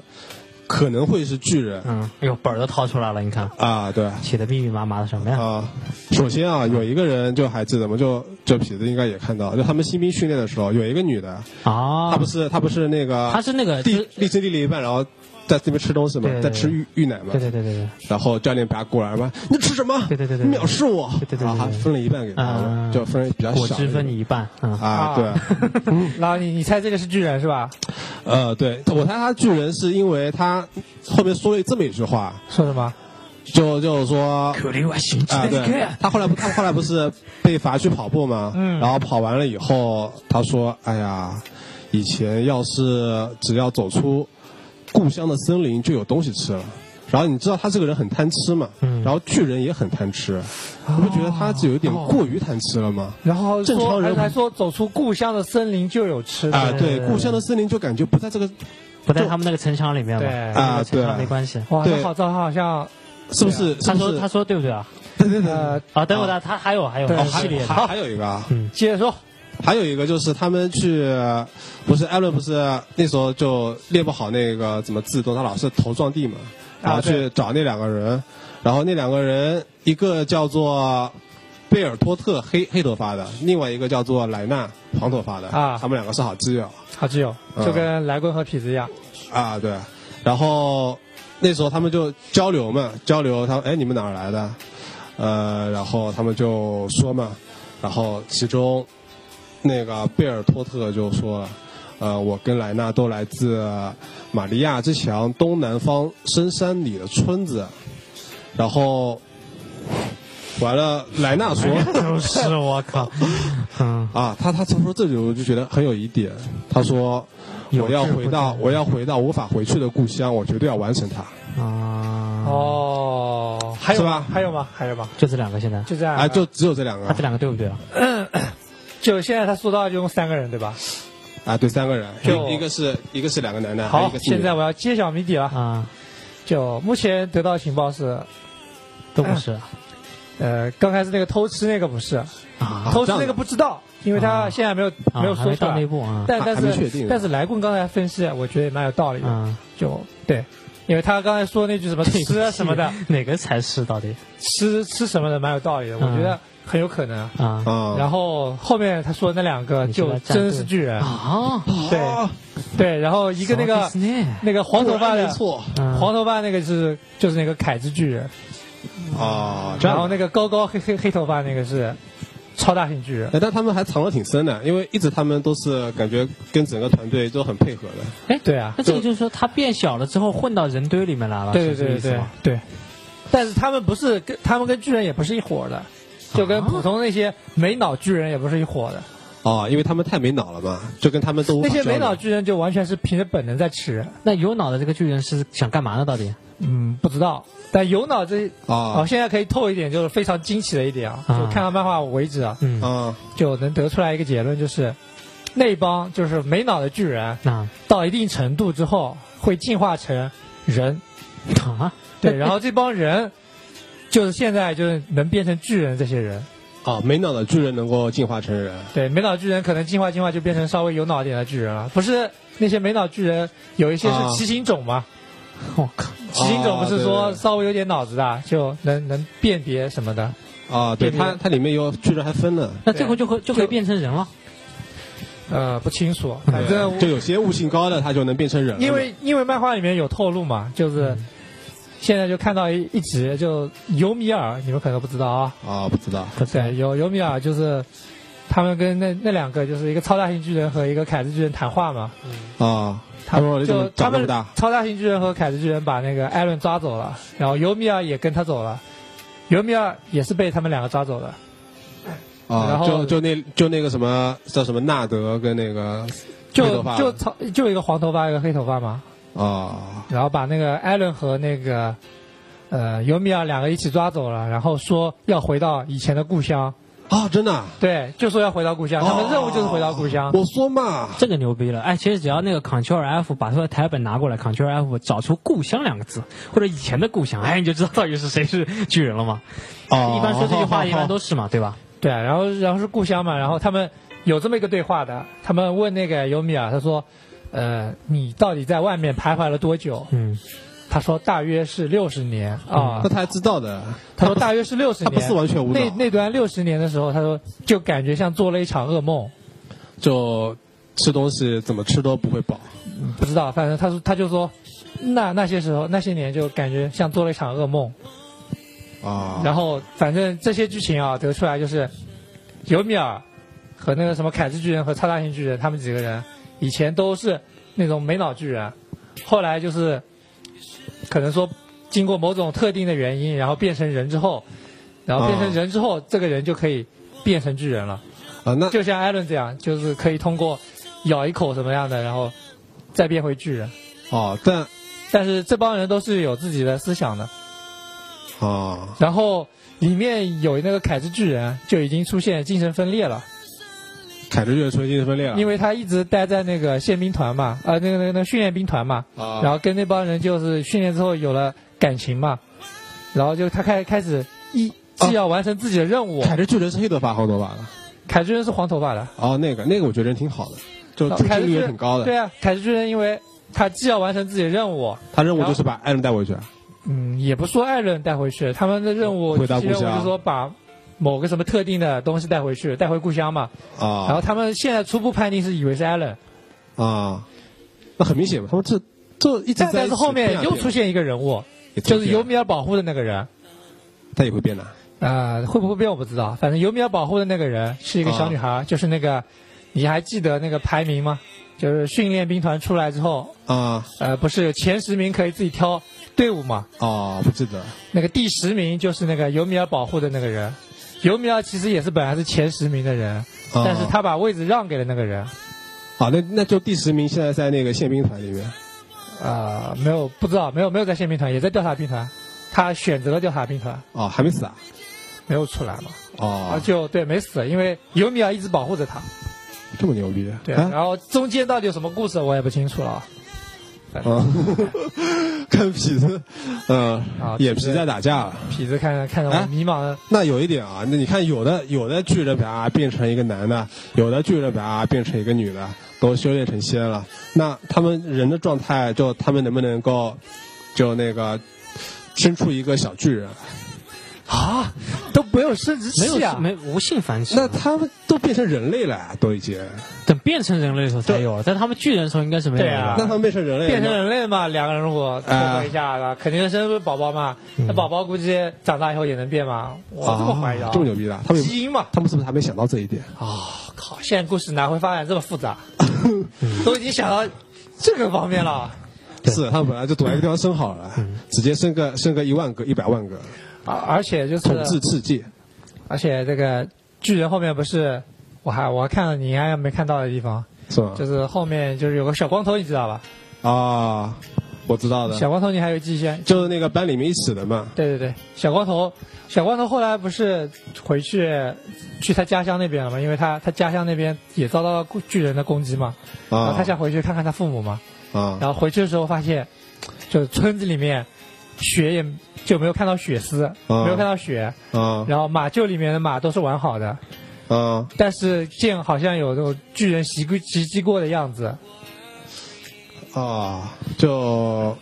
S3: 可能会是巨人
S2: 嗯，哎呦，本儿都掏出来了，你看
S3: 啊，对
S2: 写的密密麻麻的什么呀？
S3: 啊。首先啊，有一个人就还记得吗？就就痞子应该也看到，就他们新兵训练的时候，有一个女的，
S2: 啊，
S3: 她不是她不是那个，
S2: 他是那个，
S3: 立
S2: 对
S3: 立正立了一半，然后在这边吃东西嘛
S2: 对，对
S3: 在吃玉玉奶嘛
S2: 对，对对对
S3: 然后教练把他过来嘛，你吃什么？
S2: 对对对对
S3: 你藐视我！
S2: 对对对对
S3: 然后还分了一半给他嘛
S2: 嗯，
S3: 就分比较
S2: 对，
S3: 小
S2: 果
S3: 一点，
S2: 汁分你一半，嗯，
S3: 啊，对。
S4: 然后你你猜这个是巨人是吧？
S3: 呃，对，我猜他巨人是因为他后面说了这么一句话，
S4: 说什么？
S3: 就就是说
S2: 可怜我心
S3: 啊、对，他后来不，他后来不是被罚去跑步吗？
S4: 嗯
S3: 然后跑完了以后，他说：“哎呀，以前要是只要走出故乡的森林，就有东西吃了。”然后你知道他这个人很贪吃嘛，
S2: 嗯
S3: 然后巨人也很贪吃，你不觉得他就有
S2: 哦
S3: 点过于贪吃了吗？
S4: 然后
S3: 正常
S4: 说
S3: 人
S4: 还还说走出故乡的森林就有吃的。
S3: 啊，
S2: 对
S3: 对，故乡的森林就感觉不在这个，
S2: 不在他们那个城墙里面
S4: 对
S2: 嘛，
S3: 啊
S2: 城墙
S3: 对
S2: 没关系。
S4: 哇，
S3: 对
S4: 这好，这好像
S3: 是不是？是
S2: 他
S3: 不
S2: 说
S3: 是
S2: 他说对不对啊？
S3: 对对对，
S4: 呃，
S2: 啊，等会儿他他还有还有
S4: 对
S2: 还
S3: 哦，
S2: 有
S3: 还
S2: 系列的
S3: 还还有一个啊，
S4: 接着说，
S3: 还有一个就是他们去，不是艾伦不是那时候就练不好那个怎么自动，他老是头撞地嘛，然后去找那两个人，然后那两个人一个叫做贝尔托特黑黑头发的，另外一个叫做莱纳黄头发的
S4: 啊
S3: 他们两个是好基友
S4: 好基友
S3: 嗯
S4: 哦就跟来棍和痞子一样，
S3: 啊，对，然后那时候他们就交流嘛，交流他哎你们哪儿来的？呃，然后他们就说嘛，然后其中那个贝尔托特就说了，呃，我跟莱纳都来自玛利亚之墙东南方深山里的村子，然后完了，莱纳说
S2: 就是 我靠，嗯，
S3: 啊，他他他说这里我就觉得很有疑点，他说我要
S2: 有志不
S3: 回到
S2: 同
S3: 我要回到无法回去的故乡，我绝对要完成它。
S2: 啊，
S4: 哦，还有
S3: 嗯是
S4: 吗
S3: 吧？
S4: 还有吗？还有吗？
S2: 就这两个现在，
S4: 就这样
S3: 啊，就只有这两个
S2: 他这两个对不对啊？
S4: 就现在他说到就用三个人对吧？
S3: 啊，对，三个人，
S4: 就
S3: 一一个是一个是两个男的，还有
S4: 好
S3: 一，个是女
S4: 现在
S3: 的
S4: 我要揭晓谜底了。
S2: 啊，
S4: 就目前得到的情报是，
S2: 都不是
S4: 呃，刚开始那个偷吃那个不是，
S2: 啊，
S4: 偷吃
S3: 这
S4: 那个
S3: 样的
S4: 不知道，因为他
S2: 啊
S4: 现在没有
S2: 啊
S4: 没有
S2: 还
S4: 说
S2: 没
S4: 出
S2: 到那一
S4: 来。
S2: 步啊，
S4: 但
S3: 还
S4: 但
S3: 还没确
S4: 是
S3: 定嗯
S4: 但是来棍刚才分析，我觉得也蛮有道理的。
S2: 啊
S4: 就对，因为他刚才说那句什么吃啊什么的，，
S2: 哪个才是到底
S4: 吃吃什么的蛮有道理的，我
S2: 嗯
S4: 觉得很有可能。
S2: 啊？
S3: 啊，
S4: 然
S3: 后
S4: 后后面他说那两个
S2: 你说
S4: 就
S2: 的战
S4: 真
S2: 队
S4: 是巨人，
S2: 啊，
S4: 对对，然后一个那个那个黄头发的
S3: 没错
S2: 啊嗯
S4: 黄头发那个是就是那个凯之巨人，
S3: 啊，这
S4: 然
S3: 样
S4: 后那个高高黑黑黑头发那个是超大型巨人。
S3: 哎，但他们还藏得挺深的，因为一直他们都是感觉跟整个团队都很配合的。
S2: 哎，
S4: 对啊
S2: 那这个就是说他变小了之后混到人堆里面来了，
S4: 对
S2: 啊是这个
S4: 对
S2: 意思
S4: 对
S2: 吗
S4: 对，但是他们不是跟他们跟巨人也不是一伙的，就跟
S2: 啊
S4: 普通那些没脑巨人也不是一伙的。
S3: 哦，因为他们太没脑了嘛，就跟他们都无
S4: 那
S3: 法
S4: 些
S3: 交
S4: 没
S3: 流
S4: 脑巨人就完全是凭着本能在吃，
S2: 那有脑的这个巨人是想干嘛呢？到底
S4: 嗯，不知道。但有脑这哦，
S3: 啊
S4: 现在可以透一点，就是非常惊奇的一点啊，
S2: 啊
S4: 就看到漫画为止啊，
S2: 嗯
S3: 啊
S4: 就能得出来一个结论，就是那帮就是没脑的巨人
S2: 那
S4: 到一定程度之后会进化成人，
S2: 啊，
S4: 对，然后这帮人就是现在就是能变成巨人这些人，
S3: 啊！没脑的巨人能够进化成人
S4: 对，没脑巨人可能进化进化就变成稍微有脑点的巨人了，不是那些没脑巨人有一些
S3: 啊
S4: 是骑行种嘛，
S2: 我靠，
S4: 骑行种不是
S3: 啊对
S4: 说
S3: 对对
S4: 稍微有点脑子的就能能辨别什么的，
S3: 啊！对，
S4: 对
S3: 它它里面有巨人还分了，
S2: 那最后就会就可以
S4: 就
S2: 变成人了
S4: 呃，不清楚，反正
S3: 就有些悟性高的他就能变成人了嘛，
S4: 因为因为漫画里面有透露嘛，就是
S2: 嗯
S4: 现在就看到一一集，就尤米尔，你们可能不知道啊，
S3: 啊不知道
S4: 对，尤尤米尔就是他们跟那那两个就是一个超大型巨人和一个凯子巨人谈话嘛，
S3: 啊，
S4: 他
S3: 们
S4: 就他
S3: 长这
S4: 们
S3: 么大
S4: 超大型巨人和凯子巨人把那个艾伦抓走了，然后尤米尔也跟他走了，尤米尔也是被他们两个抓走的，然
S3: 啊，
S4: 后
S3: 就就那就那个什么叫什么纳德跟那个黑
S4: 就
S3: 头发
S4: 就超就一个黄头发一个黑头发嘛，
S3: 啊
S4: 然后把那个艾伦和那个呃尤米尔两个一起抓走了，然后说要回到以前的故乡，
S3: 啊真的啊，
S4: 对，就说要回到故乡，他们任务就是回到故乡。
S3: 哦我说嘛，
S2: 这个牛逼了！哎，其实只要那个 Ctrl F 把他的台本拿过来，Ctrl F 找出“故乡”两个字，或者以前的故乡，哎，你就知道到底是谁是巨人了嘛。
S4: 哦
S3: 啊
S2: 一般说这句话一般
S3: 都
S2: 都是嘛，对吧？
S4: 对，然后然后是故乡嘛，然后他们有这么一个对话的，他们问那个尤米尔，他说，呃，你到底在外面徘徊了多久？
S2: 嗯，
S4: 他说大约是六十年啊
S3: 那。他还知道的，
S4: 他说大约是六十
S3: 嗯他
S4: 年。
S3: 不是完全无脑
S4: 那那段六十年的时候，他说就感觉像做了一场噩梦，
S3: 就吃东西怎么吃都不会饱。
S4: 不知道，反正他说他就说，那那些时候那些年就感觉像做了一场噩梦。
S3: 啊，
S4: 然后反正这些剧情啊得出来就是，尤米尔和那个什么凯之巨人和超大型巨人他们几个人以前都是那种没脑巨人，后来就是可能说经过某种特定的原因，然后变成人之后，然后变成人之后，这个人就可以变成巨人了，
S3: 啊，那
S4: 就像艾伦这样，就是可以通过咬一口什么样的，然后再变回巨人。
S3: 哦，但
S4: 但是这帮人都是有自己的思想的，
S3: 啊
S4: 然后里面有那个凯之巨人就已经出现精神分裂了，
S3: 凯之月重新分裂了，
S4: 因为他一直待在那个宪兵团嘛，呃，那个那个那个训练兵团嘛，
S3: 啊，
S4: 然后跟那帮人就是训练之后有了感情嘛，然后就他开开始一既要完成自己的任务，
S3: 凯之巨人是黑头发、黄头发的。
S4: 凯之巨人是黄头发的，
S3: 哦，那个那个我觉得人挺好的，就出
S4: 凯之
S3: 镜率
S4: 巨
S3: 也
S4: 人
S3: 挺高的。
S4: 对啊，凯之巨人因为他既要完成自己的任务，
S3: 他任务就是把艾伦带回去。啊
S4: 嗯，也不说艾伦带回去，他们的任务
S3: 回到
S4: 其实
S3: 故乡
S4: 任务就说把某个什么特定的东西带回去，带回故乡嘛，然后
S3: 啊
S4: 他们现在初步判定是以为是艾伦。
S3: 啊，那很明显嘛，他们这这一直
S4: 但
S3: 在
S4: 但
S3: 一
S4: 是
S3: 起
S4: 后
S3: 变
S4: 面
S3: 啊
S4: 又
S3: 变啊
S4: 出现一个人物，
S3: 也
S4: 就是
S3: 变啊
S4: 尤米尔保护的那个人，
S3: 他也会变的。
S4: 呃，会不会变我不知道，反正尤米尔保护的那个人是一个小女
S3: 啊
S4: 孩，就是那个，你还记得那个排名吗？就是训练兵团出来之后，
S3: 啊
S4: 呃，不是有前十名可以自己挑队伍嘛？
S3: 哦，不记得
S4: 那个第十名就是那个尤米尔保护的那个人，尤米尔其实也是本来是前十名的人，
S3: 啊
S4: 但是他把位置让给了那个人，
S3: 啊，那那就第十名现在在那个宪兵团里面
S4: 呃，没有不知道，没有没有在宪兵团，也在调查兵团，他选择了调查兵团，
S3: 哦，还没死啊
S4: 没有出来嘛。啊，
S3: 哦，
S4: 就对，没死，因为尤米尔一直保护着他。
S3: 这么牛逼
S4: 对，
S3: 啊
S4: 然后中间到底有什么故事，我也不清楚了啊。
S3: 啊， 看痞子，呃
S4: 啊，
S3: 眼皮在打架。
S4: 痞子看着看着我
S3: 啊
S4: 迷茫的，
S3: 那有一点啊，那你看有的有的巨人把它啊变成一个男的，有的巨人把它啊变成一个女的，都修炼成仙了。那他们人的状态，就他们能不能够就那个生出一个小巨人。
S4: 啊，都没有生殖
S2: 没
S4: 器
S2: 有
S4: 啊，
S2: 没无性繁殖。
S3: 那他们都变成人类了啊，都已经。
S2: 等变成人类的时候才有，啊但他们巨人的时候应该是没有
S4: 对啊
S2: 的。
S3: 那他们变成人类了，
S4: 变成人类嘛，两个人如
S3: 啊
S4: 果凑合一下，那肯定生宝宝嘛。那宝宝估计长大以后也能变嘛，我这么怀疑啊
S3: 嗯啊，这么牛逼的，他们
S4: 基因嘛。
S3: 他们是不是还没想到这一点？
S4: 啊，靠！现在故事哪会发展这么复 杂？都已经想到这个方面了。
S2: 对
S3: 是他们本来就躲在一个地方生好了，
S4: 嗯
S3: 直接生个生个一万个、一百万个，
S4: 而啊而且就是，
S3: 统治世界。
S4: 而且这个巨人后面不是，我还我还看了你应该没看到的地方，
S3: 是吧
S4: 就？是后面就是有个小光头，你知道吧？
S3: 啊，我知道的，
S4: 小光头你还有记忆先？
S3: 就是那个班里面一起的嘛。
S4: 对对对，小光头，小光头后来不是回去去他家乡那边了嘛？因为他他家乡那边也遭到了巨人的攻击嘛，然后
S3: 啊
S4: 他想回去看看他父母嘛。
S3: 啊
S4: 然后回去的时候发现，就是村子里面雪也就没有看到血丝，
S3: 嗯
S4: 没有看到血。
S3: 啊
S4: 然后马厩里面的马都是完好的，
S3: 啊！
S4: 但是剑好像有那种巨人袭击袭击过的样子。
S3: 啊，就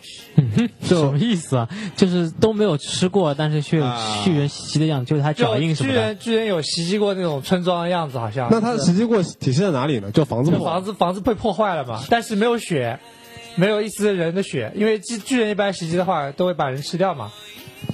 S2: 什么意思啊？就是都没有吃过，但是却有
S3: 啊
S2: 巨人袭的样子，就是他脚
S4: 就
S2: 印什
S4: 巨
S2: 么的。
S4: 人巨人有袭击过那种村庄的样子，好像。
S3: 那他
S4: 就是
S3: 袭击过体现在哪里呢？就房子
S4: 就
S3: 破
S4: 房子房子被破坏了嘛，但是没有血。没有一丝人的血，因为巨巨人一般袭击的话都会把人吃掉嘛，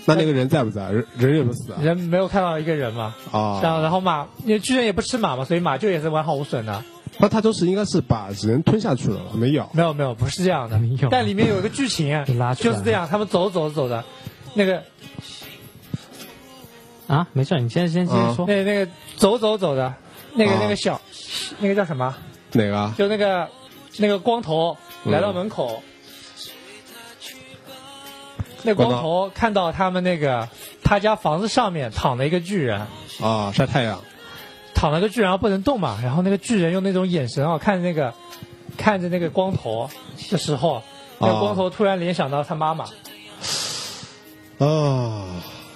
S3: 那那个人在不在？人人有没有死啊？
S4: 人没有看到一个人嘛。然
S3: 啊，
S4: 后然后马，因为巨人也不吃马嘛，所以马厩也是完好无损的。
S3: 那他就是应该是把人吞下去了吧，没有
S4: 没有没有，不是这样的
S2: 没有。，
S4: 但里面有一个剧情啊
S2: 拉出来
S4: 就是这样，他们走着走着走的，那个
S2: 啊，没事，你先先继续说。
S4: 那那个走走走的，那个、
S3: 啊
S4: 那个小，那个叫什么？
S3: 哪个啊？
S4: 就那个那个光头
S3: 嗯
S4: 来到门口，那光头看到他们那个他家房子上面躺了一个巨人，
S3: 啊，晒太阳
S4: 躺了个巨人，然后不能动嘛。然后那个巨人用那种眼神啊，看着那个看着那个光头的时候，那个
S3: 啊
S4: 光头突然联想到他妈妈。
S3: 啊。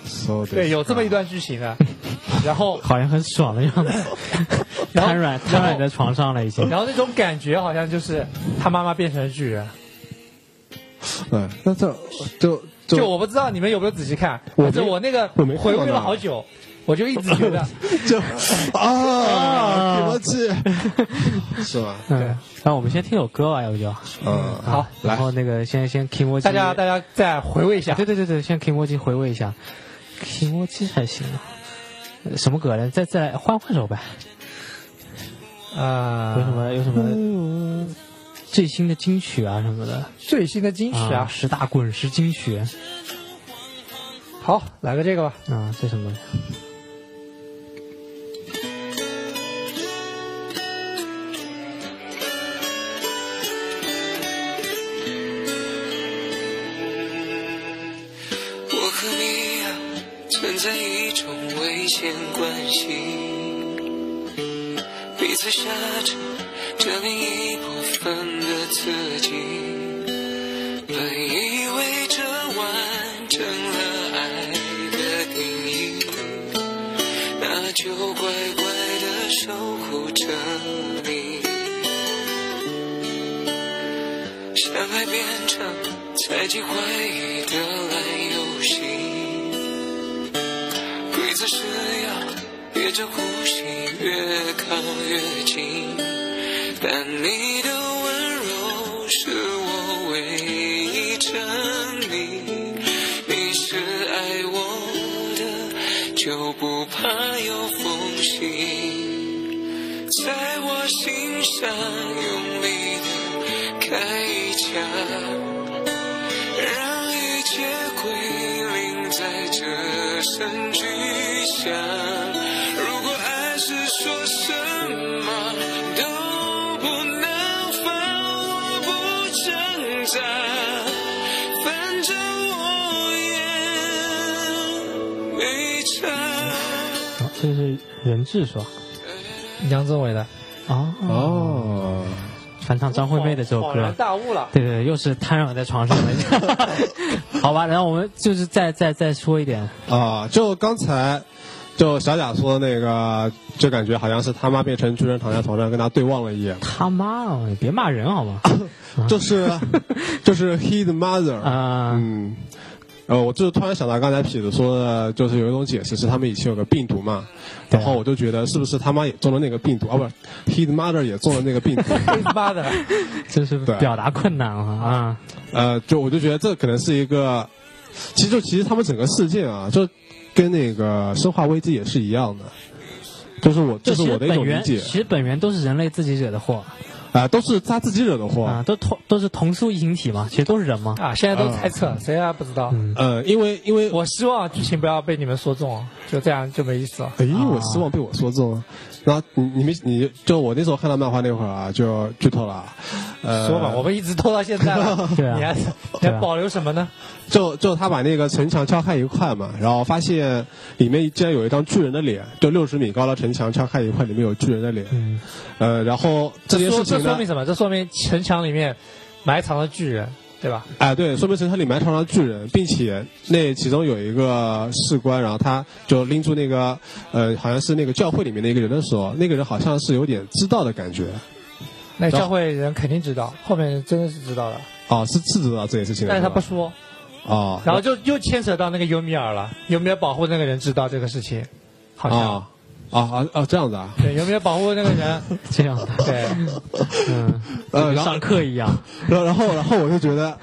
S3: So 啊
S4: 对，有这么一段剧情的。啊 然后，
S2: 好像很爽的样子，
S4: 然后
S2: 瘫软瘫软在床上了已经。
S4: 然后那种感觉好像就是他妈妈变成了巨人。
S3: disgusting 嗯，那这就
S4: 就我不知道你们有没有仔细看，
S3: 我
S4: 反正
S3: 没
S4: 我那个
S3: 我没看
S4: 回
S3: 到
S4: 味
S3: 呢
S4: 了好久，我就一直觉 得，
S3: 就啊，我去， 是吧？
S2: 嗯，那我们先听首歌吧，要不就
S3: 嗯，
S4: 好
S2: 啊然后那个先先 Kimoji，
S4: 大家大家再回味一下
S2: 对对对对，先 Kimoji 回味一下，Kimoji 还行啊。呃什么歌呢？再再来换换首呗。有什
S4: 啊，
S2: 么有什么最新的金曲啊什么的？
S4: 最新的金曲
S2: 啊，
S4: 啊，
S2: 十大滚石金曲。
S4: 好，来个这个吧。
S2: 啊，这什么？
S5: 我和你啊，存在一种危险关系，彼此挟着证明一部分的自己，本以为这完成了爱的定义，那就乖乖的守护着你。相爱变成猜忌怀疑的烂游戏，规则是要越着呼吸越靠越近，但你的温柔是我唯一真理，你是爱我的，就不怕有缝隙。在我心上用力的开一枪，让一切归零，在这声巨响。如果爱是说什么都不能放，我不挣扎，反正我也没差。
S2: 啊这是人质是吧？
S4: 杨宗纬的，
S2: 啊，
S3: 哦，
S2: 翻唱张惠妹的这首歌。
S4: 恍然大悟了。
S2: 对对，对又是瘫软在床上 了。好吧，然后我们就是再再再说一点
S3: 啊，就刚才就小贾说那个，就感觉好像是他妈变成巨人躺在床上跟他对望了一眼，
S2: 他妈哦，你别骂人好吗？
S3: 就是啊 就是 his mother，
S2: 啊，
S3: 嗯，呃，我就突然想到刚才痞子说的，就是有一种解释是他们以前有个病毒嘛，
S2: 对
S3: 然
S2: 啊
S3: 后我就觉得是不是他妈也中了那个病毒啊？不是，his mother 也中了那个 病毒，
S4: 妈的，
S2: 真是
S3: 对
S2: 表达困难啊啊！
S3: 呃，就我就觉得这可能是一个，其实就其实他们整个事件啊，就跟那个生化危机也是一样的，就是我这
S2: 就是其实
S3: 我的一
S2: 本
S3: 种理
S2: 源
S3: 解
S2: 其实本源都是人类自己惹的祸
S3: 啊、都是他自己惹的祸。
S2: 啊，都同都是同素异形体嘛，其实都是人嘛。
S4: 啊，现在都是猜测，谁啊还不知道？
S3: 呃，因为因为
S4: 我希望剧情不要被你们说中，哦就这样就没意思了。
S3: 哎，
S2: 啊
S3: 我希望被我说中了。然后你你没你就我那时候看到漫画那会儿啊，就剧透了啊。呃，
S4: 说吧，我们一直拖到现在 了，
S2: 对啊
S4: 你还你
S2: 对啊
S4: 还保留什么呢？
S3: 就就他把那个城墙敲开一块嘛，然后发现里面竟然有一张巨人的脸，就六十米高的城墙敲开一块，里面有巨人的脸。
S2: 嗯，
S3: 呃，然后这
S4: 这
S3: 件
S4: 说
S3: 事
S4: 这
S3: 情
S4: 说
S3: 呢
S4: 明，什么？这说明城墙里面埋藏了巨人，对吧？
S3: 哎，对，说明城墙里埋藏了巨人，并且那其中有一个士官，然后他就拎住那个呃，好像是那个教会里面的一个人的时候，那个人好像是有点知道的感觉。
S4: 那教会人肯定知道，后面真的是知道了，
S3: 哦，是是知道这件事情的，
S4: 但是他不
S3: 吧
S4: 说，
S3: 哦，
S4: 然后就又牵扯到那个尤米尔了。尤米尔保护那个人知道这个事情，好像、
S3: 啊啊啊啊，这样子啊，
S4: 对，尤米尔保护那个 人，
S2: 这样的，
S4: 对，
S2: 嗯，
S3: 呃，
S2: 跟
S3: 然后
S2: 上课 一样，
S3: 然后然后然后我就觉得，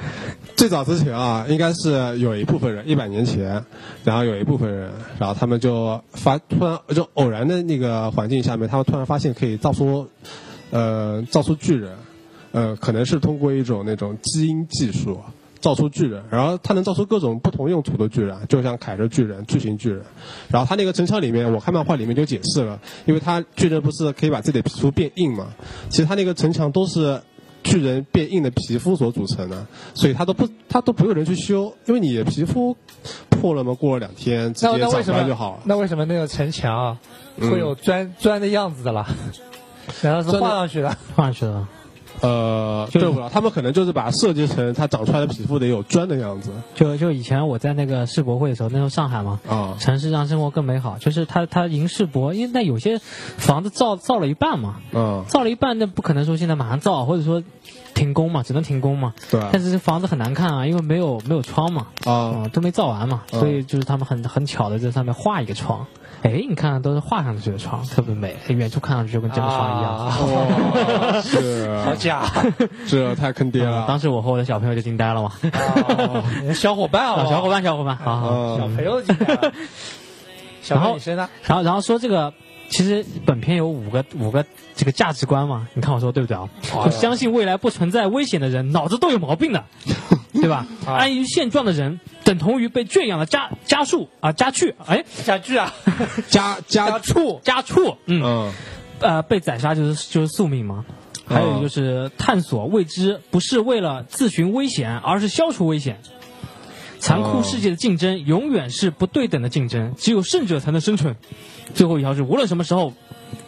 S3: 最早之前啊，应该是有一部分人，一百年前，然后有一部分人，然后他们就发突然就偶然的那个环境下面，他们突然发现可以造出，呃，造出巨人，呃，可能是通过一种那种基因技术。造出巨人，然后他能造出各种不同用途的巨人，就像凯特巨人、巨型巨人。然后他那个城墙里面，我看漫画里面就解释了，因为他巨人不是可以把自己的皮肤变硬嘛，其实他那个城墙都是巨人变硬的皮肤所组成的，所以他都不他都不用人去修，因为你的皮肤破了嘛，过了两天直
S4: 那
S3: 接
S4: 那为
S3: 长
S4: 什
S3: 出
S4: 么
S3: 来就好了。
S4: 那为什么那个城墙啊
S3: 嗯
S4: 会有砖、砖的样子的 啦？难道是
S3: 砖的
S4: 画上去的？
S2: 放上去了。
S3: 呃，
S2: 就
S3: 对不了，他们可能就是把它设计成它长出来的皮肤得有砖的样子
S2: 就就以前我在那个世博会的时候，那时候上海嘛，
S3: 啊。
S2: 城市让生活更美好，就是它它迎世博，因为那有些房子造造了一半嘛，
S3: 嗯，
S2: 造了一半，那不可能说现在马上造，或者说停工嘛，只能停工嘛。
S3: 对
S2: 但是这房子很难看啊，因为没有没有窗嘛，啊、
S3: 啊，
S2: 都没造完嘛，
S3: 嗯
S2: 所以就是他们很很巧的在上面画一个窗。哎，你看都是画上去的窗，特别美，远处看上去就跟真的窗一样。
S4: 啊
S3: 哦，
S4: 好
S3: 是
S4: 假！
S3: 这太坑爹
S2: 嗯
S3: 了
S2: 当时我和我的小朋友就惊呆了嘛，
S4: 哦你的小伙伴啊，
S2: 小伙伴，小伙伴，好好好。
S4: 小
S3: 嗯
S4: 朋友进来了， 小朋友你身呢？
S2: 然后然后说这个，其实本片有五个五个这个价值观嘛，你看我说对不对啊？就相信未来不存在危险的人，脑子都有毛病 的，对吧？
S4: 啊
S2: 安于现状的人，等同于被圈养的家家畜啊家畜，哎
S4: 家具啊，
S3: 家家
S4: 畜
S2: 家畜，嗯
S3: 嗯
S2: 呃被宰杀就是就是宿命嘛。还有一个就是探索未知，不是为了自寻危险，而是消除危险。残酷世界的竞争永远是不对等的竞争，只有胜者才能生存。最后一条是，无论什么时候，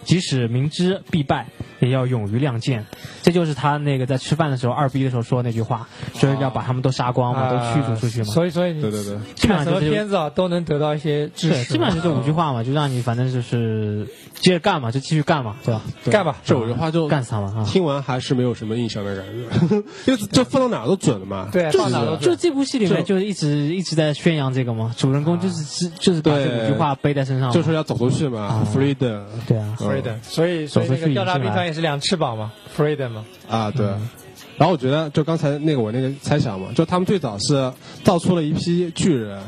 S2: 即使明知必败，也要勇于亮剑。这就是他那个在吃饭的时候二逼的时候说的那句话，说要把他们都杀光
S3: 啊
S2: 嘛，都驱逐出去嘛。
S4: 啊所以，所以
S3: 对
S4: 你
S3: 对对，
S2: 基本
S4: 看
S2: 上
S4: 什么
S2: 就是
S4: 片子啊，都能得到一些知
S2: 对，
S4: 识。
S2: 基本上就这五句话嘛，就让你反正就是接着干嘛，就继续干嘛，对吧？
S3: 对
S4: 干吧
S3: 这五句话就
S2: 干死他们啊！
S3: 听完还是没有什么印象的感觉， 因为这放到哪儿都准了嘛。
S4: 对，
S3: 就是
S4: 放哪都
S2: 就
S4: 准。
S2: 这部戏里面就是一直一直在宣扬这个嘛，主人公
S4: 啊
S2: 就是只就是把这五句话背在身上嘛，
S3: 就是要走出去嘛，freedom
S2: 对啊，
S3: 嗯
S4: freedom，所以所以那
S2: 走出去
S4: 个吊大
S2: 引进
S4: 兵
S2: 来
S4: 团也是两翅膀嘛，freedom 嘛，
S3: 啊，对。
S2: 嗯
S3: 然后我觉得，就刚才那个我那个猜想嘛，就他们最早是造出了一批巨人，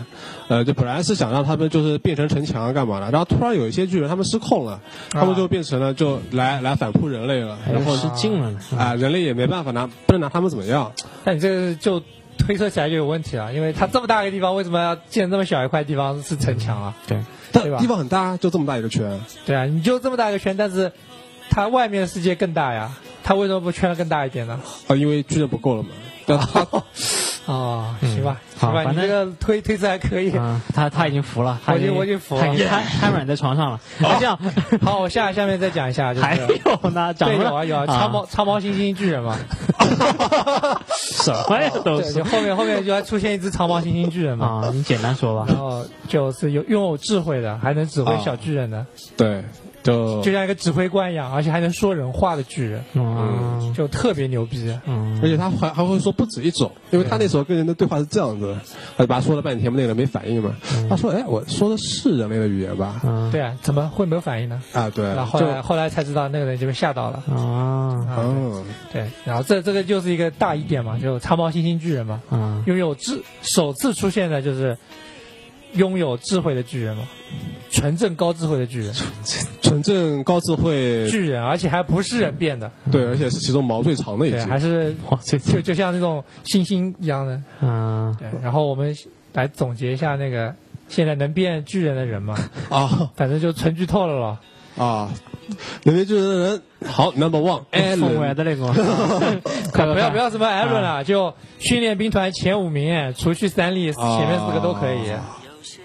S3: 呃，就本来是想让他们就是变成城墙啊干嘛的，然后突然有一些巨人他们失控了，他
S2: 啊
S3: 们就变成了就来来反扑人类了，
S2: 然
S3: 然后
S2: 后哎失禁了呢。嗯
S3: 啊、
S4: 嗯
S3: 人类也没办法拿不能拿他们怎么样，
S4: 但你这个就推测起来就有问题了，因为它这么大一个地方，为什么要建这么小一块地方是城墙啊？
S2: 对，
S3: 但
S4: 对吧
S3: 地方很大，就这么大一个圈，
S4: 对啊，你就这么大一个圈，但是它外面的世界更大呀，它为什么不圈的更大一点呢？
S3: 啊、因为巨人不够了嘛，但他
S4: 哦，行吧，
S2: 嗯
S4: 行
S2: 好
S4: 吧，
S2: 反
S4: 你这
S2: 正
S4: 个推推测还可以。
S2: 嗯，他他已经服了，他
S4: 我已
S2: 经
S4: 经我已经服了哦
S2: 他已经瘫瘫软在 床上了。他这样
S4: 好，我下下面再讲一下，就
S2: 还
S4: 是
S2: 有呢，长
S4: 对
S2: 了
S4: 有啊有啊，长毛长毛猩猩巨人嘛，
S2: 什么呀都
S4: 哦对，
S2: 是
S4: 就后面后面就还出现一只长毛猩猩巨人嘛，
S2: 啊，你简单说吧
S4: 然。后就是有拥有智慧的，还能指挥小巨人的，
S3: 对，就
S4: 就像一个指挥官一样，而且还能说人话的巨人，
S2: 嗯
S4: 就特别牛逼。
S2: 嗯，
S3: 而且他还还会说不止一种，因为他那时候跟人的对话是这样子的，他就把他说了半天，那个人没反应嘛。
S4: 嗯
S3: 他说：“哎，我说的是人类的语言吧
S2: 嗯
S4: 对啊，怎么会没有反应呢？？”
S3: 啊，对
S4: 然，后后
S3: 就
S4: 来后来才知道那个人就被吓到了。
S2: 啊
S4: 啊
S3: 嗯，
S4: 对，对然后这这个就是一个大疑点嘛，就长毛猩猩巨人嘛，
S2: 啊
S4: 拥有智首次出现的就是拥有智慧的巨人嘛，纯正高智慧的巨人，
S3: 纯正高智慧，
S4: 巨人，而且还不是人变的，
S3: 对，而且是其中毛最长的一
S4: 对，
S3: 只。
S4: 还是
S2: 哇，这
S4: 就就像那种猩猩一样的。
S2: 嗯
S4: 对，然后我们来总结一下那个现在能变巨人的人嘛，
S3: 啊
S4: 反正就纯剧透了咯。
S3: 啊，能力巨人的人好，Number One，艾
S2: 送来
S3: 伦，
S2: 的那种，快快
S4: 哎不要
S2: 快
S4: 不要什么
S3: 啊
S4: 艾伦了，就训练兵团前五名，除去三例，前面四个都可以。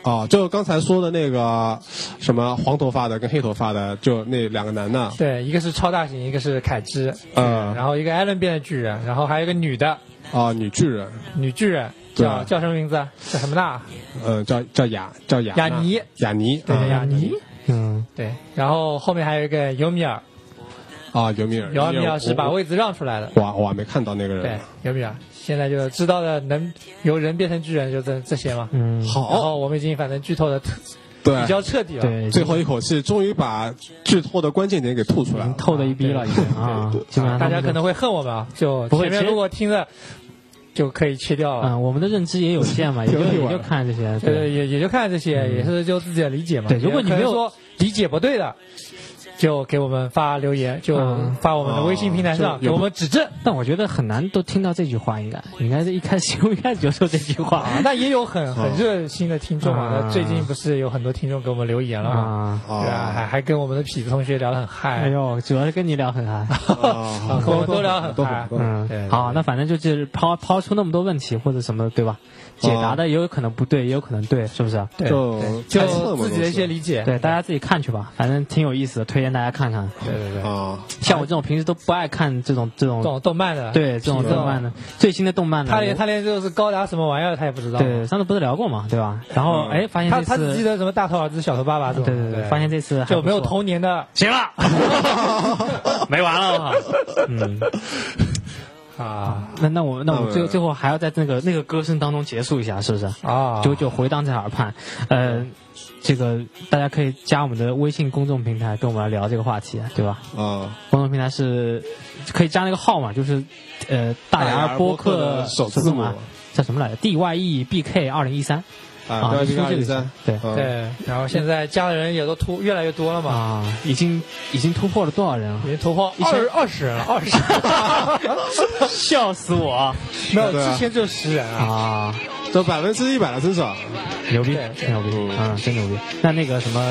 S3: 啊，就刚才说的那个什么黄头发的跟黑头发的，就那两个男的，
S4: 对，一个是超大型，一个是凯之，
S3: 嗯
S4: 然后一个艾伦变的巨人，然后还有一个女的
S3: 啊，女巨人，
S4: 女巨人，
S3: 对
S4: 叫叫什么名字？啊叫什么娜？
S3: 嗯，叫叫雅，叫雅
S4: 雅尼，
S3: 雅尼，
S4: 对对，
S3: 啊
S4: 雅尼。
S2: 嗯
S4: 对，然后后面还有一个尤米尔，
S3: 啊，尤米尔，
S4: 尤米尔是把
S3: 我
S4: 位置让出来的。
S3: 我我还没看到那个
S4: 对
S3: 人，，
S4: 尤米尔现在就知道的能由人变成巨人就这这些嘛。
S2: 嗯，
S4: 然
S3: 好，
S4: 后我们已经反正剧透的
S3: 对嗯
S4: 比，较彻底了。
S2: 对，
S3: 最后一口气终于把剧透的关键点给吐出
S4: 嗯
S3: 来了。
S2: 透的一逼了已经啊，基本上
S4: 大家可
S2: 能。
S4: 能会恨我们啊，就
S2: 不会
S4: 前面
S2: 其实
S4: 如果听了就可以切掉了。
S2: 嗯，我们的认知也有限嘛，也就
S3: 有一
S2: 也
S3: 碗
S2: 就看这些。
S4: 对
S2: 对嗯
S4: 对，也也就看这些，也是就自己的理解嘛。
S2: 对如果你没有
S4: 也可能说理解不对的，就给我们发留言，就
S2: 嗯
S4: 发我们的微信平台上
S3: 哦就
S4: 给
S3: 有
S4: 我们指正。
S2: 但我觉得很难都听到这句话，应该应该是一开始一开始就说这句话
S4: 啊，那也有很很热心的听众啊，
S2: 啊
S4: 那最近不是有很多听众给我们留言了嘛？
S2: 啊。
S4: 对啊，还
S3: 啊，
S4: 还跟我们的痞子同学聊得很
S2: 哎
S4: 嗨，
S2: 呦，主要是跟你聊很嗨。
S3: 啊
S4: 我们都聊得很嗨。
S2: 嗯
S4: 对对，
S2: 好，那反正就是抛抛出那么多问题或者什么，对吧？解答的也有可能不对，也有可能对，是不是？
S4: 嗯对
S3: 就猜测
S4: 就
S3: 嘛
S4: 自己的一些
S3: 都是
S4: 理解。
S2: 对，大家自己看去吧，反正挺有意思的，推荐大家看看。
S4: 对对对，
S3: 啊，
S2: 像我这种平时都不爱看这种这种
S4: 动动漫的，
S2: 对这种
S4: 痞子
S2: 动漫的最新的动漫的，
S4: 他连他连就是高达什么玩意儿他也不知道。
S2: 对上次不是聊过嘛，对吧？然后
S3: 嗯
S2: 哎，发现
S4: 他
S2: 这
S4: 他只记
S2: 次
S4: 得什么大头儿子、小头爸爸这
S2: 对
S4: 种。
S2: 对对，发现这次还
S4: 就没有
S2: 不错
S4: 童年的
S2: 行 了，没完了哈。嗯，
S4: 啊
S2: 那那我那我们最
S3: 那我
S2: 最后还要在那个那个歌声当中结束一下，是不是？
S4: 啊！
S2: 久久回荡在耳畔，呃，这个大家可以加我们的微信公众平台，跟我们来聊这个话题，对吧？
S3: 啊，
S2: 公众平台是可以加那个号码，就是呃大
S3: 大
S2: 牙
S3: 牙
S2: 播
S3: 播
S2: 客
S3: 客
S2: 的
S3: 的首字母
S2: 啊叫什么来着？D Y E B K 二零一三
S3: 啊，
S2: 啊，
S3: 不要
S2: 就
S3: 去
S2: 输
S3: 看
S2: 这
S3: 比
S2: 个
S3: 赛
S2: 行，对
S3: 嗯，
S4: 对，然后现在加的人也都突越来越多了嘛，
S2: 啊，已经已经突破了多少人了
S4: 已？经突破
S2: 前
S4: 二二十人了，二十
S2: 笑死我
S4: 没有，
S3: 对啊
S4: 之前就十人啊。
S2: 啊！
S3: 都百分之一百了，增长。
S2: 牛逼
S4: 对，
S2: 真牛逼，
S3: 嗯
S2: 嗯，真牛逼。那那个什么，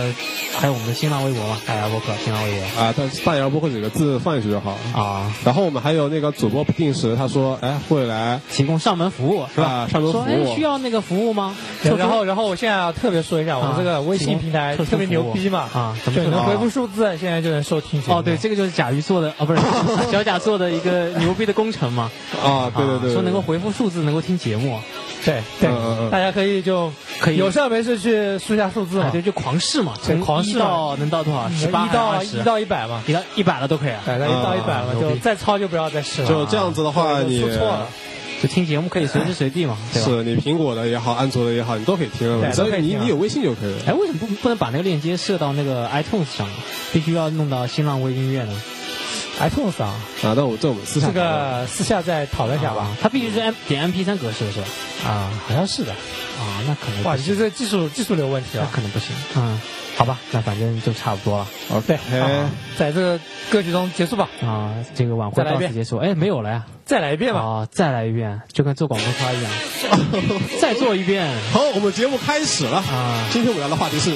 S2: 还有我们的新浪微博嘛，大家播客新浪微博
S3: 啊，但是大牙播客几个字放进去就好。
S2: 啊，
S3: 然后我们还有那个主播不定时，他说，哎，会来
S2: 提供上门服务是吧？
S3: 啊上门服务
S2: 说哎，需要那个服务吗？
S4: 对然后，然后我现在要特别说一下，我们这个微信平台
S2: 啊特殊
S4: 特别牛逼嘛
S2: 服务啊怎么
S4: 就
S2: 特别
S4: 能
S2: 好
S4: 回复数字，现在就能收听节目。
S2: 哦，对，这个就是甲鱼做 的啊，不是小甲做的一个牛逼的工程 嘛，
S3: 啊，对对
S2: 啊
S3: 对对，
S2: 说能够回复数字，能够听节目，
S4: 对对
S3: 嗯嗯，嗯
S4: 大家可以就
S2: 可以
S4: 有事儿没事去输一下数字
S2: 啊，
S4: 嘛，
S2: 对，就狂试嘛，从
S4: 狂
S2: 一
S4: 试嘛
S2: 到能到多少？十八
S4: 一到
S2: 十哎
S4: 一到一百嘛，
S2: 一到一百了都可以，啊
S4: 对，那一到一百嘛，
S2: 牛
S4: 就
S2: 逼
S4: 再超就不要再试了。啊
S3: 就这样子的话，
S4: 就
S3: 你
S4: 出错了，
S2: 就听节目可以随时随地嘛，对吧？
S3: 是你苹果的也好，安卓的也好，你都可以听了嘛。
S4: 对
S3: 只
S4: 都可
S3: 要
S4: 以
S3: 你
S4: 听啊
S3: 你有微信就可以了。
S2: 哎，为什么不不能把那个链接设到那个 iTunes 上呢？必须要弄到新浪微音乐呢？
S4: iTunes 啊，
S3: 啊，那我这我们私下
S4: 这个私下再讨论一下吧。
S2: 啊它必须是 M 点 MP3 格式是吧？
S4: 啊，好像是的。
S2: 啊，那可能
S4: 哇，
S2: 不
S4: 你
S2: 行，
S4: 这这技术技术流问题
S2: 那
S4: 啊。
S2: 可能不行。嗯，好吧，那反正就差不多了
S4: 哦对啊
S3: OK，
S4: 好在这个歌曲中结束吧，
S2: 啊。这个晚会
S4: 再来一
S2: 到此
S4: 遍
S2: 结束。哎，没有了呀。
S4: 再来一遍吧。
S2: 啊，再来一遍，就跟做广播花一样，再做一遍
S3: 好，我们节目开始了。
S2: 啊。
S3: 今天我们聊的话题是